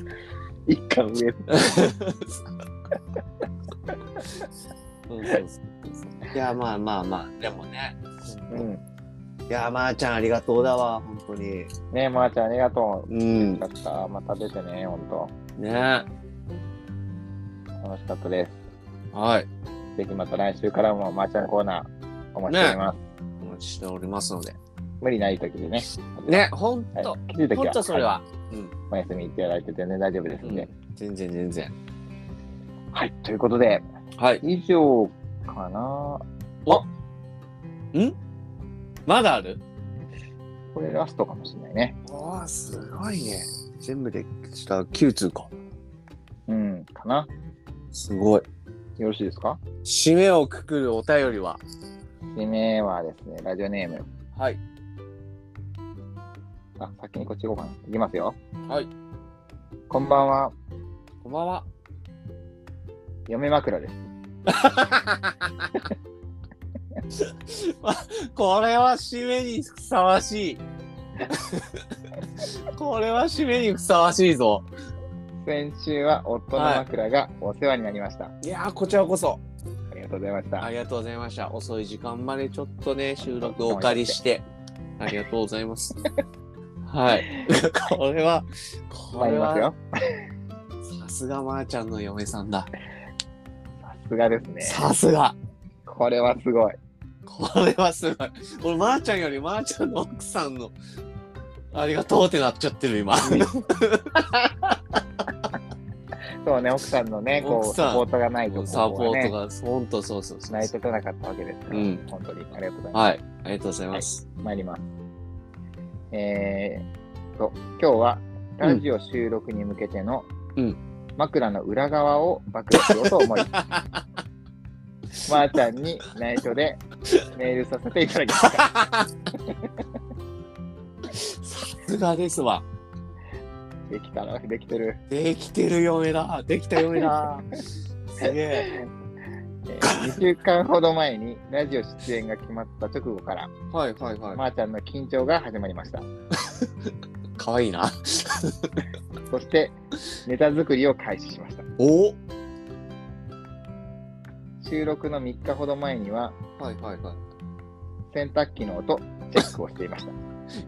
Speaker 1: 一巻上。
Speaker 3: いやまあまあまあでもね。
Speaker 1: うん。
Speaker 3: いやまー、ちゃんありがとうだわ本当に。
Speaker 1: ねえ、まー、ちゃんありがと
Speaker 3: う
Speaker 1: う。
Speaker 3: ん
Speaker 1: よかった。また出てね、ほんと。
Speaker 3: ね
Speaker 1: 楽しかったです。
Speaker 3: はい
Speaker 1: ぜひまた来週からもまーちゃんコーナーお待ちしております。
Speaker 3: お待ちしておりますので。
Speaker 1: 無理ない時でね。
Speaker 3: ね本
Speaker 1: はい
Speaker 3: 当、、
Speaker 1: きつい時
Speaker 3: 本
Speaker 1: は
Speaker 3: 当それは。
Speaker 1: お休みいただいて全然大丈夫です
Speaker 3: うん
Speaker 1: で。
Speaker 3: 全然全然。
Speaker 1: はい。ということで、
Speaker 3: はい。
Speaker 1: 以上かな。
Speaker 3: まだある？
Speaker 1: これラストかもしれないね。
Speaker 3: わあすごいね。全部でした9通か。
Speaker 1: うん。かな。
Speaker 3: すごい。
Speaker 1: よろしいですか
Speaker 3: 締めをくくるお便りは。
Speaker 1: 締めはですね、ラジオネーム。
Speaker 3: はい
Speaker 1: あ、先にこっち行こうかな。いきますよ。
Speaker 3: はい。
Speaker 1: こんばんは。
Speaker 3: こんばんは。
Speaker 1: 嫁枕です。
Speaker 3: これは締めにふさわしい。 これは締めにふさわしいぞ。
Speaker 1: 先週は夫の枕がお世話になりました。
Speaker 3: いやー、こちらこそ。
Speaker 1: ありがとうございました。
Speaker 3: ありがとうございました。遅い時間までちょっとね、収録をお借りして。ありがとうございます。はい。これは、こ
Speaker 1: 参り
Speaker 3: れ
Speaker 1: ます
Speaker 3: は、
Speaker 1: よ。
Speaker 3: さすがまーちゃんの嫁さんだ。
Speaker 1: さすがですね。
Speaker 3: さすが。
Speaker 1: これはすごい。
Speaker 3: これはすごい。俺、まーちゃんよりまーちゃんの奥さんの、ありがとうってなっちゃってる、今。
Speaker 1: そうね、奥さんのね、こう、
Speaker 3: 奥さん
Speaker 1: サポートがないところ、ね、
Speaker 3: サポートが、本当そうそうそうそう。
Speaker 1: 成り立たなかったわけですから、
Speaker 3: うん
Speaker 1: 本当にありがとうございます。
Speaker 3: はい、ありがとうございます。
Speaker 1: 参ります。えー、と、今日はラジオ収録に向けての、
Speaker 3: うん
Speaker 1: 枕の裏側を暴露しようと 思い、まーちゃんに内緒でメールさせていただきました。
Speaker 3: さすがですわ。
Speaker 1: できたら、できてる。
Speaker 3: できてる嫁だ。できた嫁だ。すげえ。
Speaker 1: え2週間ほど前にラジオ出演が決まった直後から、
Speaker 3: はいはいはい。
Speaker 1: まーちゃんの緊張が始まりました。
Speaker 3: 可愛いな。
Speaker 1: そして、ネタ作りを開始しました。
Speaker 3: おはい
Speaker 1: 収録の3日ほど前には、
Speaker 3: はいは
Speaker 1: 洗濯機の音、チェックをしていました。
Speaker 3: い。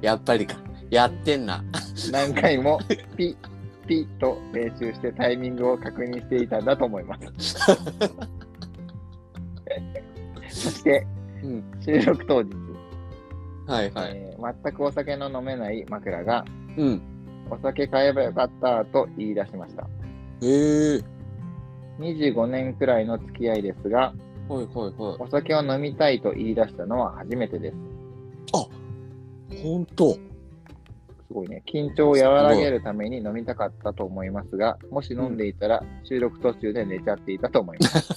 Speaker 3: やっぱりか。やってんな。
Speaker 1: 何 回もピッピッと練習してタイミングを確認していたんだと思います。そして、
Speaker 3: うん
Speaker 1: 収録当日、
Speaker 3: はいはい。
Speaker 1: えー全くお酒の飲めない枕が、
Speaker 3: うん。
Speaker 1: お酒買えばよかったと言い出しました。
Speaker 3: へえ。
Speaker 1: 25年くらいの付き合いですが、
Speaker 3: はいはいは
Speaker 1: お酒を飲みたいと言い出したのは初めてです。
Speaker 3: い。ほんと。
Speaker 1: すごいね。緊張を和らげるために飲みたかったと思いますが、もし飲んでいたら収録途中で寝ちゃっていたと思います。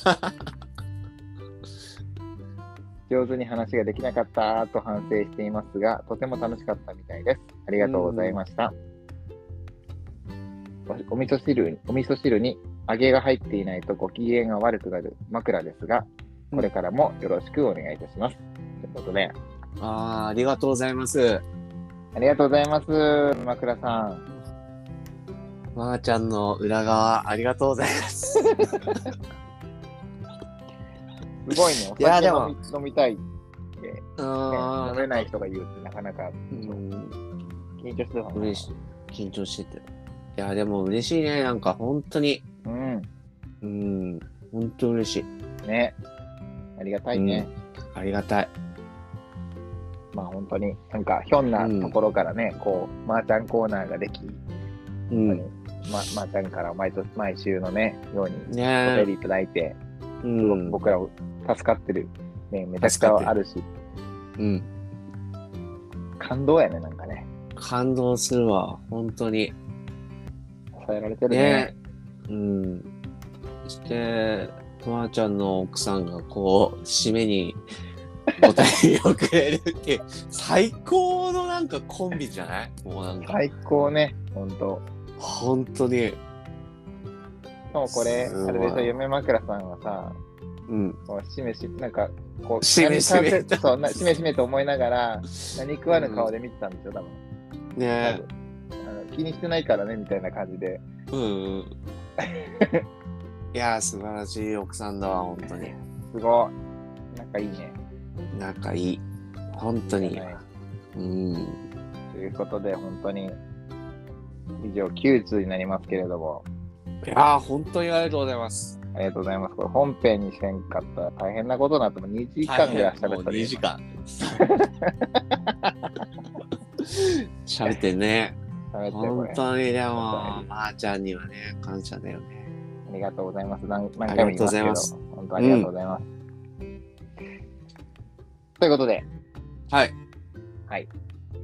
Speaker 1: 上手に話ができなかったと反省していますが、とても楽しかったみたいです。ありがとうございました。おお味噌汁お味噌汁に揚げが入っていないとご機嫌が悪くなる枕ですが、これからもよろしくお願いいたします。ということで、
Speaker 3: あー、ありがとうございます。
Speaker 1: ありがとうございます、枕さん。
Speaker 3: まー、ちゃんの裏側、ありがとうございます。
Speaker 1: すごいね。お
Speaker 3: いや
Speaker 1: 酒
Speaker 3: で
Speaker 1: 飲
Speaker 3: も
Speaker 1: み飲みたい。って、ね
Speaker 3: あ
Speaker 1: 飲
Speaker 3: あ、
Speaker 1: めない人が言うってなかなか
Speaker 3: うん、
Speaker 1: 緊張するのかな
Speaker 3: 嬉しい。緊張してて。いや、でも嬉しいね。なんか本当に。
Speaker 1: うん。
Speaker 3: うん、本当嬉しい。
Speaker 1: ね。ありがたいね。
Speaker 3: ありがたい。
Speaker 1: まあ本当に、なんかひょんなところからね、こう、マーちゃんコーナーができ、
Speaker 3: う
Speaker 1: ま
Speaker 3: ん。
Speaker 1: まーちゃんから毎年、毎週のね、ように
Speaker 3: ね
Speaker 1: お
Speaker 3: え
Speaker 1: 便りいただいて、
Speaker 3: うん。
Speaker 1: 僕らを助かってる。ね、めちゃくちゃあるし、
Speaker 3: うん。
Speaker 1: 感動やね、なんかね。
Speaker 3: 感動するわ。本当に。
Speaker 1: 支えられてるね。
Speaker 3: ねうん。そして、まーちゃんの奥さんがこう、締めにお便りをくれるっていう、最高のなんかコンビじゃないもうなんか、
Speaker 1: 最高ね、本当。
Speaker 3: 本当に。
Speaker 1: しかもこれ、
Speaker 3: すごい
Speaker 1: あれでしょ、夢枕さんはさ、
Speaker 3: うん。
Speaker 1: こうしめし、なんか、こう、
Speaker 3: しめしめ
Speaker 1: 何食べそう、なしめしめと思いながら、何食わぬ顔で見てたんですよ、多分。
Speaker 3: ね
Speaker 1: あの気にしてないからね、みたいな感じで。
Speaker 3: え。うん。いやー、素晴らしい奥さんだわ、本当に。
Speaker 1: すごい。なんかいいね。
Speaker 3: 仲いい。本当に。
Speaker 1: はい
Speaker 3: うん。
Speaker 1: ということで、本当に、以上、9通になりますけれども、
Speaker 3: いやー、本当にありがとうございます。
Speaker 1: ありがとうございます。これ、本編にせんかったら大変なことになっても、2時間ぐらい喋
Speaker 3: もう
Speaker 1: った
Speaker 3: 2
Speaker 1: り
Speaker 3: 時間。喋ってんね。
Speaker 1: 喋ってこ
Speaker 3: 本
Speaker 1: れ。あ
Speaker 3: 当にでも、まーちゃんにはね、感謝だよね。
Speaker 1: りがとうございます。何何回も言
Speaker 3: ありが
Speaker 1: いますけ
Speaker 3: とうござい
Speaker 1: ど
Speaker 3: ます、
Speaker 1: 本当ありがとうございます。ということで、
Speaker 3: はい。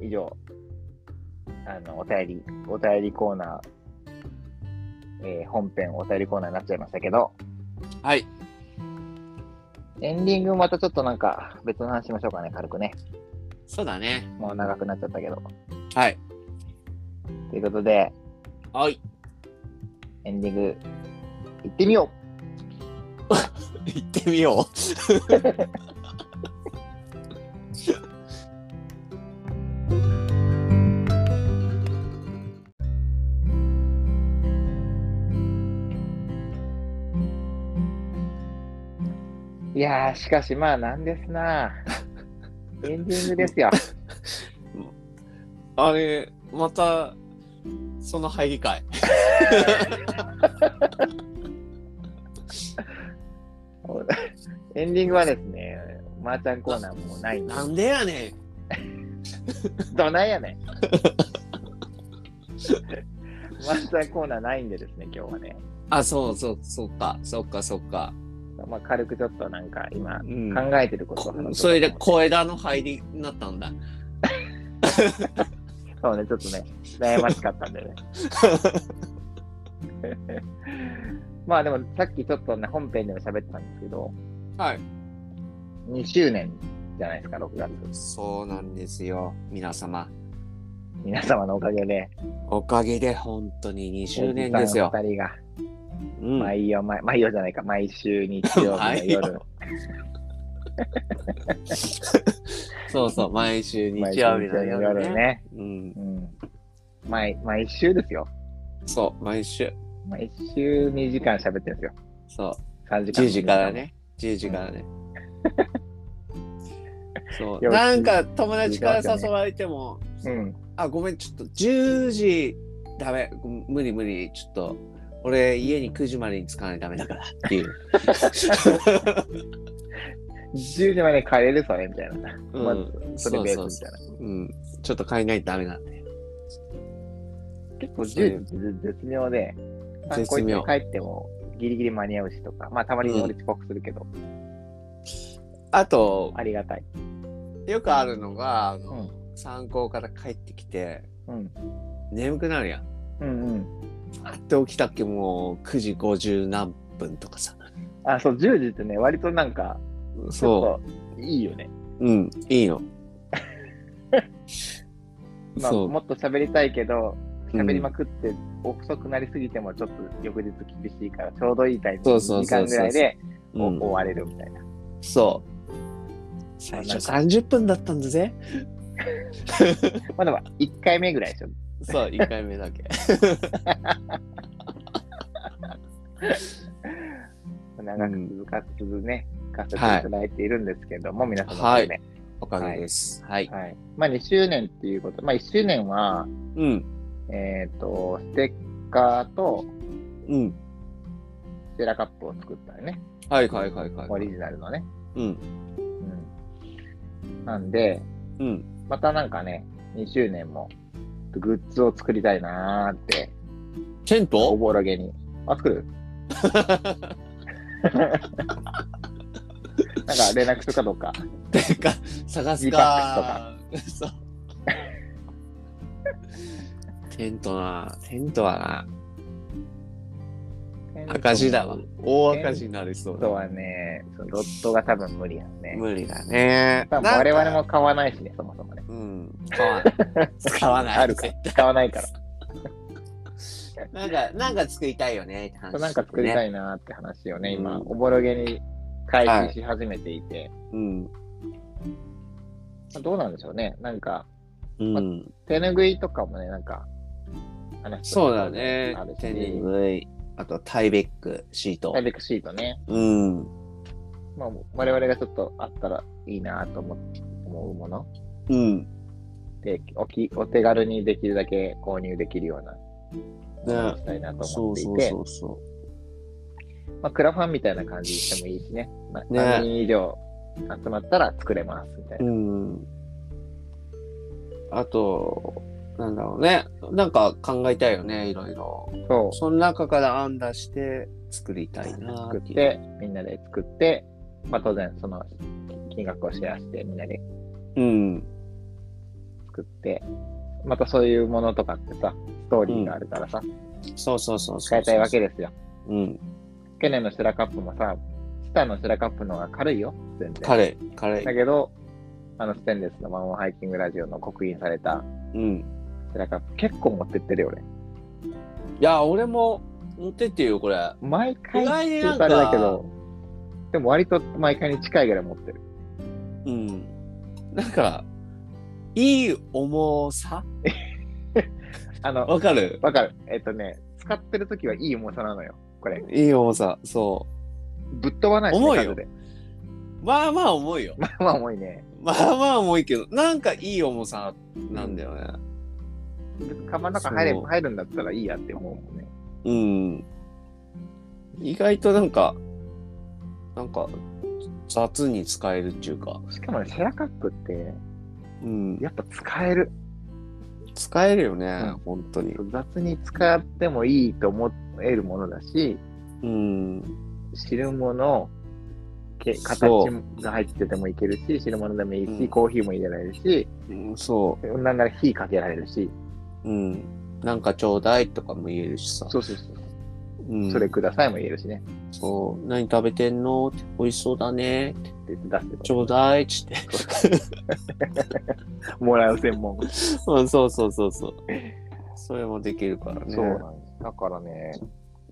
Speaker 1: 以上、あの、お便り、お便りコーナー、えー本編お便りコーナーになっちゃいましたけど、
Speaker 3: はい。
Speaker 1: エンディングまたちょっとなんか別の話しましょうかね、軽くね。
Speaker 3: そうだね。
Speaker 1: もう長くなっちゃったけど。
Speaker 3: はい。
Speaker 1: ということで、
Speaker 3: はい。
Speaker 1: エンディング、行ってみよ
Speaker 3: 行ってみよう。
Speaker 1: ういやー、しかしまあなんで すなエンディングですよ。
Speaker 3: あれ、また、その入り会。
Speaker 1: エンディングはですね、まー、ちゃんコーナーもうないんで
Speaker 3: な、んでやねん。
Speaker 1: どないや ねん。まーちゃんコーナーないんでですね、今日はね。
Speaker 3: あ、そうそう、そうか、そうか、そうか。
Speaker 1: まあ軽くちょっとなんか今、
Speaker 3: うん。
Speaker 1: 考えてることを話そうかな
Speaker 3: こそれで小枝の入りになった んだ。
Speaker 1: そうね、ちょっとね、悩ましかったんでね。まあでも、さっきちょっとね、本編でも喋ってたんですけど、
Speaker 3: はい。
Speaker 1: 2周年じゃないですか、6月。
Speaker 3: そうなんですよ、皆様。
Speaker 1: 皆様のおかげで、
Speaker 3: おかげで本当に2周年ですよ。
Speaker 1: 2人が、
Speaker 3: うん、
Speaker 1: 毎夜、毎毎夜じゃないか、毎週日曜日の夜、
Speaker 3: そうそう、 毎週日
Speaker 1: 毎週
Speaker 3: 曜日の夜ね。
Speaker 1: ね。
Speaker 3: うん
Speaker 1: う、ん毎毎週ですよ。
Speaker 3: そう、毎週。
Speaker 1: 毎週2時間喋ってるんですよ。
Speaker 3: そ
Speaker 1: 3時
Speaker 3: う、
Speaker 1: 間。
Speaker 3: 10時から。ね。10時からね。そう、
Speaker 1: よし
Speaker 3: なんか友達から誘われても、
Speaker 1: うん。
Speaker 3: あ、ごめん、ちょっと10時ダメ。無理無理、ちょっと。俺、家に9時までに着かないとダメだからっていう。
Speaker 1: 10時まで帰れるそれみたいな。
Speaker 3: うん
Speaker 1: まず、それベースみたいな。
Speaker 3: うん、ちょっと変えないとダメなんで。
Speaker 1: 結構10時って絶妙で、まあ
Speaker 3: 絶妙
Speaker 1: こいつ帰ってもギリギリ間に合うしとか、まあたまに俺遅刻するけど、
Speaker 3: あと、
Speaker 1: ありがたい。
Speaker 3: よくあるのが、あの
Speaker 1: うん
Speaker 3: 参考から帰ってきて、
Speaker 1: うん。
Speaker 3: 眠くなるやん。
Speaker 1: うんうん。
Speaker 3: あって起きたっけ、もう9時50何分とかさ。
Speaker 1: あ、そう、10時ってね、割となんか、ち
Speaker 3: そ
Speaker 1: ょっといいよね。
Speaker 3: う。うん、いいの。
Speaker 1: まあ、
Speaker 3: そう
Speaker 1: もっと喋りたいけど、喋りま
Speaker 3: く
Speaker 1: くって遅くなりすぎてもちょっと翌日厳しいから、ちょうどいいタイミング、
Speaker 3: そうそう
Speaker 1: 時
Speaker 3: そ
Speaker 1: 間
Speaker 3: うそう
Speaker 1: ぐらいで
Speaker 3: う
Speaker 1: お
Speaker 3: ん
Speaker 1: 終われるみたいな。
Speaker 3: そう。最初30分だったんだぜ。
Speaker 1: まあでも1回目ぐらいでしょ。
Speaker 3: そう、1回目だ け。
Speaker 1: 長く続かずね、かせていただいているんですけども、皆様もね、
Speaker 3: おかげです。はい。
Speaker 1: はい。まあ、2周年っていうこと。まあ、1周年は、
Speaker 3: うん。
Speaker 1: えっ、と、ステッカーと
Speaker 3: うん。
Speaker 1: ステラカップを作ったよね。
Speaker 3: はいはいはいはい。
Speaker 1: オリジナルのね。
Speaker 3: うん。
Speaker 1: うん。なんで、
Speaker 3: うん。
Speaker 1: またなんかね、2周年もグッズを作りたいなーって、
Speaker 3: テン
Speaker 1: お
Speaker 3: ト
Speaker 1: ぼろげに。あ、作 るなんか連絡するかどうか。
Speaker 3: てか、 探すか。 そう。テントな。テントはな。赤字だわ。大赤字になりそう
Speaker 1: あと
Speaker 3: だ。
Speaker 1: はね、そのロットが多分無理やね。
Speaker 3: 無理だね。
Speaker 1: 多分我々も買わないしね、そもそもね。
Speaker 3: うん。使わない。使わない。
Speaker 1: あるか
Speaker 3: 絶
Speaker 1: 使わな いから。
Speaker 3: 対なんか、なんか作りたいよねって話、
Speaker 1: そうなんか作りた
Speaker 3: い。
Speaker 1: いなーって話をね、
Speaker 3: うん
Speaker 1: 今、おぼろげに開始し始めていて、
Speaker 3: うん。
Speaker 1: まあどうなんでしょうね。なんか、
Speaker 3: うん。
Speaker 1: 手ぬぐいとかもね、なんか、話すこ
Speaker 3: そ
Speaker 1: と
Speaker 3: うだね
Speaker 1: ある。し
Speaker 3: 手にぐい。あと、タイベックシート
Speaker 1: タイ。ベックシートね。
Speaker 3: うん。
Speaker 1: まあ、我々がちょっとあったらいいなと思思うもの
Speaker 3: うん。
Speaker 1: でおき、お手軽にできるだけ購入できるような、
Speaker 3: ね。
Speaker 1: したいなと
Speaker 3: そ
Speaker 1: 思っ
Speaker 3: う
Speaker 1: てい
Speaker 3: そう
Speaker 1: て
Speaker 3: そ、うそ
Speaker 1: まあ、クラファンみたいな感じにしてもいいしね。まあ、
Speaker 3: ね。
Speaker 1: 何人以上集まったら作れますみたいうな。
Speaker 3: うん。あと、なんだろうね。なんか考えたいよね、いろいろ。
Speaker 1: そう。
Speaker 3: その中から案出して作りたいな
Speaker 1: 作
Speaker 3: ー
Speaker 1: って
Speaker 3: いう
Speaker 1: て、みんなで作って、まあ、当然その金額をシェアしてみんなで
Speaker 3: うん。
Speaker 1: 作って、またそういうものとかってさ、ストーリーがあるからさ、
Speaker 3: そうそうそうそう。
Speaker 1: 使いたいわけですよ。
Speaker 3: うん。
Speaker 1: 去年のシェラカップもさ、スターのシェラカップの方が軽いよ、全然。
Speaker 3: 彼、彼
Speaker 1: だ。けど、あのステンレスのマンモンハイキングラジオの刻印された
Speaker 3: うん。
Speaker 1: シェラカップ、結構持ってってるよ、俺。
Speaker 3: いや、俺も持ってってよ、これ。
Speaker 1: 毎回
Speaker 3: 意外
Speaker 1: って
Speaker 3: にな
Speaker 1: 言うんと
Speaker 3: か
Speaker 1: あれだけど、でも割と毎回に近いぐらい持ってる。
Speaker 3: うん。なんか、いい重さ
Speaker 1: あの、
Speaker 3: わかる
Speaker 1: わかる。えっとね、使ってる時はいい重さなのよ、これ。
Speaker 3: いい重さ、そ
Speaker 1: ぶっ飛ばないしね
Speaker 3: 重いよ
Speaker 1: 数で。
Speaker 3: う。まあまあ重いよ。
Speaker 1: まあまあ重いね。
Speaker 3: まあまあ重いけど、なんかいい重さなんだよね。
Speaker 1: カバンの中入れ
Speaker 3: そう
Speaker 1: 入るんだったらいいやって思うもんね。
Speaker 3: うん。意外となんか、なんか、雑に使えるっていうか、
Speaker 1: しかもね、シェラカップって、
Speaker 3: うん。
Speaker 1: やっぱ使える。
Speaker 3: 使えるよね、
Speaker 1: うん
Speaker 3: 本当に。
Speaker 1: 雑に使ってもいいと思えるものだし、
Speaker 3: うん。
Speaker 1: 汁物、け形
Speaker 3: そう
Speaker 1: が入っててもいけるし、汁物でもいいし、
Speaker 3: うん
Speaker 1: コーヒーも入れられるし、
Speaker 3: うんそ
Speaker 1: なんなら火かけられるし、
Speaker 3: う。うん。なんかちょうだいとかも言えるしさ。
Speaker 1: そうそうそう。
Speaker 3: うん、
Speaker 1: それくださいも言えるしね。
Speaker 3: そう。何食べてんのって美味しそうだね。って
Speaker 1: って出して
Speaker 3: ちょうだいっつって。
Speaker 1: もらう専門家。
Speaker 3: うん、そうそうそうそう。それもできるからね。
Speaker 1: んですだからね、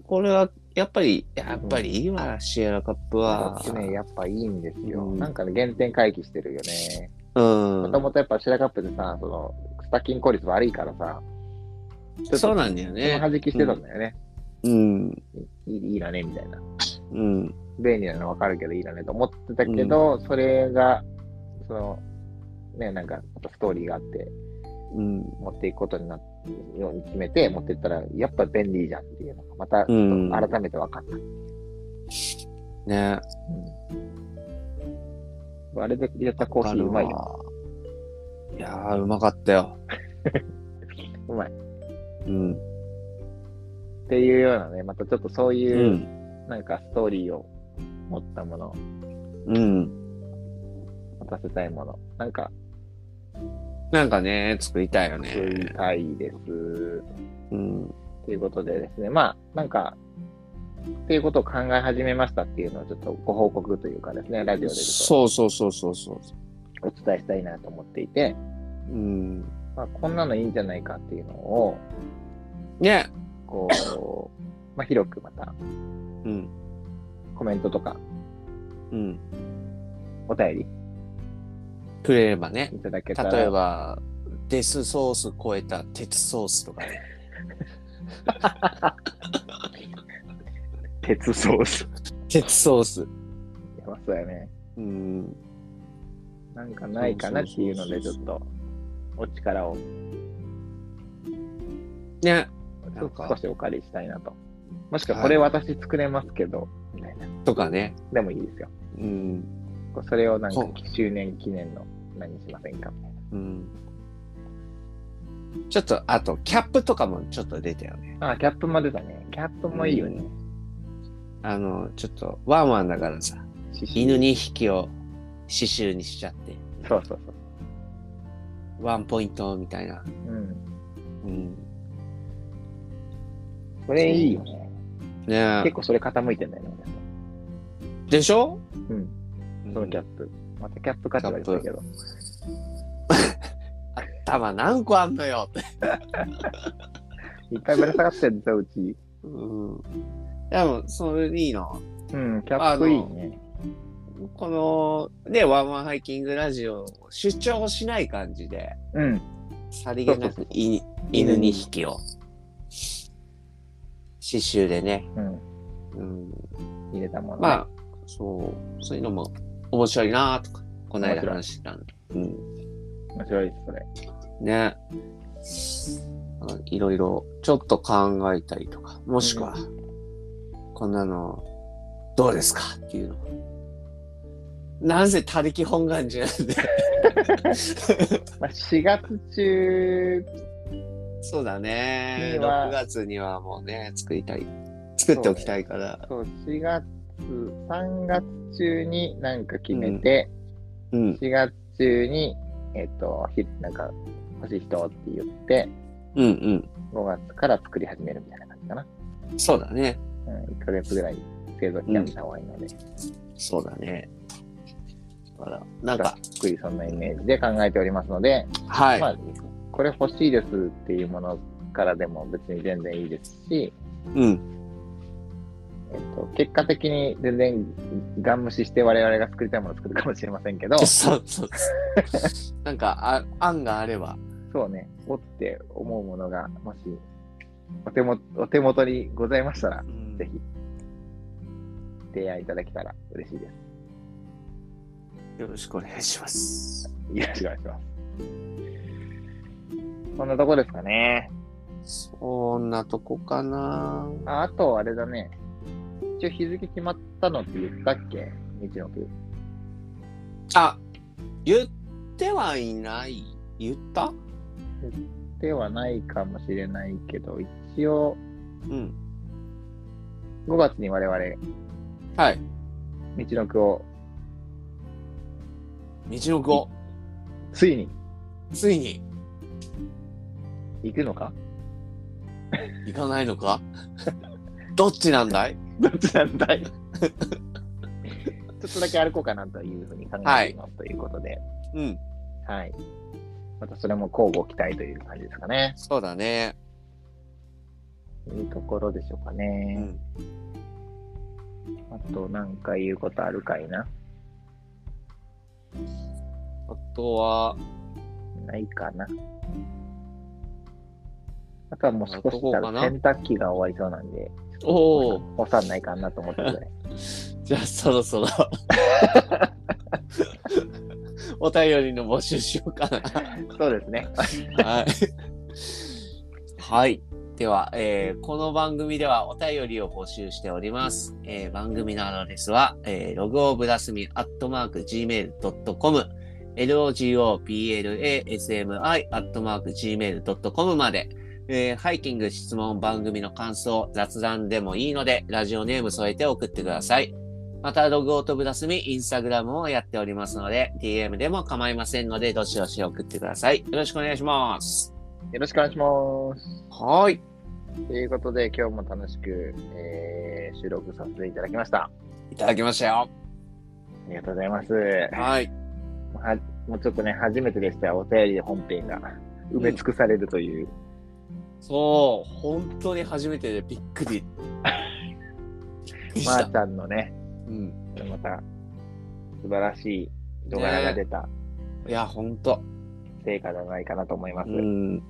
Speaker 3: これは、やっぱり、やっぱりいいわ、シエラカップ
Speaker 1: こ
Speaker 3: は
Speaker 1: っ。ちね、やっぱいいんですよ。
Speaker 3: うん
Speaker 1: なんかね、原点回帰してるよね。
Speaker 3: う
Speaker 1: も
Speaker 3: ん
Speaker 1: と。もとやっぱ白カップでさ、その、スタキン効率悪いからさ、
Speaker 3: そうなんだよ
Speaker 1: ね、
Speaker 3: ね。
Speaker 1: 弾きしてたんだよね。
Speaker 3: うん。
Speaker 1: いいいいだね、みたいな。
Speaker 3: うん。
Speaker 1: 便利なの分かるけどいいだねと思ってたけど、それが、その、ね、なんか、ストーリーがあって、
Speaker 3: うん。
Speaker 1: 持っていくことになって、ように決めて持ってったら、やっぱ便利じゃんっていうのが、また、
Speaker 3: うん
Speaker 1: 改めて分かった。
Speaker 3: ね。
Speaker 1: あれで入れたコーヒーうまいよ。
Speaker 3: わいやー、うまかったよ。
Speaker 1: うまい。
Speaker 3: うん。
Speaker 1: っていうようなね、またちょっとそう
Speaker 3: う
Speaker 1: いう、
Speaker 3: ん。
Speaker 1: なんかストーリーを持ったものを
Speaker 3: うん。
Speaker 1: 持たせたいもの、なんか
Speaker 3: なんかね、作りたいよ
Speaker 1: 作り
Speaker 3: ね。
Speaker 1: たいです。
Speaker 3: うん。
Speaker 1: ということでですね、まあ、なんか、っていうことを考え始めましたっていうのをちょっとご報告というかですね、ラジオでちょっ
Speaker 3: そうそうそうそうそう。
Speaker 1: とお伝えしたいなと思っていて、
Speaker 3: うん。
Speaker 1: まあ、こんなのいいんじゃないかっていうのを、
Speaker 3: ね。
Speaker 1: こう、まあ、広くまた
Speaker 3: うん。
Speaker 1: コメントとか
Speaker 3: うん。
Speaker 1: お便
Speaker 3: くれればね
Speaker 1: り。いただけたら、
Speaker 3: 例えば、デスソース超えた鉄ソースとかね。
Speaker 1: 鉄ソース。
Speaker 3: 鉄ソース。
Speaker 1: やばそうやね。
Speaker 3: うん。
Speaker 1: ななんかないかなっていうので、ちょっと、お力を
Speaker 3: ね。なんか
Speaker 1: 少しお借りしたいなと。もしくは、これ私作れますけど、みたいな。
Speaker 3: とかね。
Speaker 1: でもいいですよ。
Speaker 3: うん。
Speaker 1: それをなんか
Speaker 3: そう、
Speaker 1: 周年記念の何しませんかみたいな。
Speaker 3: うん。ちょっと、あと、キャップとかもちょっと出たよね。
Speaker 1: あ、キャップも出たね。キャップもいいよね。
Speaker 3: あの、ちょっと、ワンワンだからさ、
Speaker 1: 刺繍
Speaker 3: 犬2匹を刺繍にしちゃって、
Speaker 1: そうそうそう。
Speaker 3: ワンポイントみたいな。
Speaker 1: うん。
Speaker 3: うん。
Speaker 1: これいいよね。
Speaker 3: ね
Speaker 1: 結構それ傾いてんだよね。
Speaker 3: え。でしょ
Speaker 1: うん。そのキャップ。またキャップ買ってはいたけど。
Speaker 3: 頭何個あんのよって。
Speaker 1: いっぱいぶら下がってんですよ、うち。
Speaker 3: うん。でも、それいいな。
Speaker 1: うん、キャップいいね。
Speaker 3: この、ね、ワンワンハイキングラジオ、出張しない感じで、
Speaker 1: うん。
Speaker 3: さりげなくい犬2匹を、刺繍でね、
Speaker 1: うん。
Speaker 3: うん、
Speaker 1: 入れたもの、ね。
Speaker 3: まあ、そう、そういうのも面白いなとか、この間話してたんで。うん。
Speaker 1: 面白いです、それ。
Speaker 3: ね。あいろいろ、ちょっと考えたりとか、もしくは、こんなの、どうですかっていうの。なんせ、他力本願寺なん で。
Speaker 1: まあ、4月中、
Speaker 3: そうだね。
Speaker 1: には
Speaker 3: 6月にはもうね、作りたい。作っておきたいから。
Speaker 1: そう、4月、3月中になんか決めて、
Speaker 3: うん。
Speaker 1: 4月中に、えっ、と、ひなんか、欲しい人って言って、
Speaker 3: うん
Speaker 1: 5月から作り始めるみたいな感じかな。
Speaker 3: うん。そうだね。
Speaker 1: うん、1ヶ月ぐらい製造期間見た方がいいので、
Speaker 3: そうだね。だから、なん
Speaker 1: ざっ
Speaker 3: か、
Speaker 1: くりそんなイメージで考えておりますので、
Speaker 3: はい。
Speaker 1: まあ、これ欲しいですっていうものからでも別に全然いいですし、
Speaker 3: うん。
Speaker 1: えっと、結果的に全然ガン無視して我々が作りたいものを作るかもしれませんけど
Speaker 3: そうそうそう。なんかあ、案があれば。
Speaker 1: そうねおって思うものがもしお手もお手元にございましたら
Speaker 3: うん
Speaker 1: ぜひ提案いただけたら嬉しいです
Speaker 3: よろしくお願いします。
Speaker 1: よろしくお願いしますそんなとこですかね
Speaker 3: そんなとこかな。
Speaker 1: ああとあれだね一応日付決まったのって言ったっけ日のく
Speaker 3: あ、言ってはいない。言った
Speaker 1: ではないかもしれないけど一応
Speaker 3: うん。
Speaker 1: 5月に我々
Speaker 3: はい。
Speaker 1: 道のくを
Speaker 3: 道のくを、
Speaker 1: ついに
Speaker 3: ついに
Speaker 1: 行くのか
Speaker 3: 行かないのかどっちなんだい
Speaker 1: どっちなんだいちょっとだけ歩こうかなというふうに考えています、ということで、
Speaker 3: うん、
Speaker 1: はい。またそれも交互期待という感じですかね。
Speaker 3: そうだね。
Speaker 1: いうところでしょうか
Speaker 3: う
Speaker 1: ね。
Speaker 3: ん。
Speaker 1: あと、なんか言うことあるかいな
Speaker 3: あとは、
Speaker 1: ないかな。あとはもう少しした
Speaker 3: どこからな
Speaker 1: 洗濯機が終わりそうなんで、
Speaker 3: おお、
Speaker 1: 干さないかなと思ってくらい。
Speaker 3: じゃあそろそろ。お便りの募集しようか
Speaker 1: そうですね。
Speaker 3: な。はい。はい。では、えーこの番組ではお便りを募集しております。えー番組のアドレスは、えー、ログオブラスミアットマーク Gmail.com、logoblasmi アットマーク Gmail.com まで、えーハイキング質問番組の感想、雑談でもいいので、ラジオネーム添えて送ってください。また、ログオートブラスミ、インスタグラムをやっておりますので、DM でも構いませんので、どしどし送ってください。よろしくお願いします。
Speaker 1: よろしくお願いします。
Speaker 3: はーい。
Speaker 1: ということで、今日も楽しく、えー収録させていただきました。
Speaker 3: いただきましたよ。
Speaker 1: ありがとうございます。
Speaker 3: はい。
Speaker 1: はもうちょっとね、初めてでしたよお便りで本編が埋め尽くされるという、
Speaker 3: そう、本当に初めてでびっくり。びっくりし
Speaker 1: ま
Speaker 3: た
Speaker 1: ーちゃんのね、
Speaker 3: うん。
Speaker 1: また素晴らしい動画が出た
Speaker 3: いや、本当。
Speaker 1: 成果じゃないかなと思います。
Speaker 3: ん。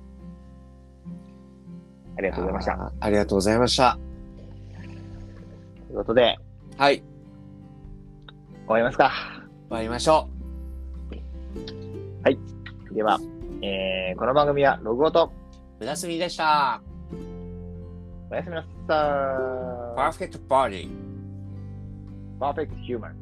Speaker 1: ありがとうございました。
Speaker 3: あー。ありがとうございました。
Speaker 1: ということで、
Speaker 3: はい。
Speaker 1: 終わりますか。
Speaker 3: 参りましょう。
Speaker 1: では、えーこの番組はログオと
Speaker 3: ブラスミでした。
Speaker 1: おやすみなさ
Speaker 3: パーフェクトバディ。
Speaker 1: い。パーフェクトヒューマン。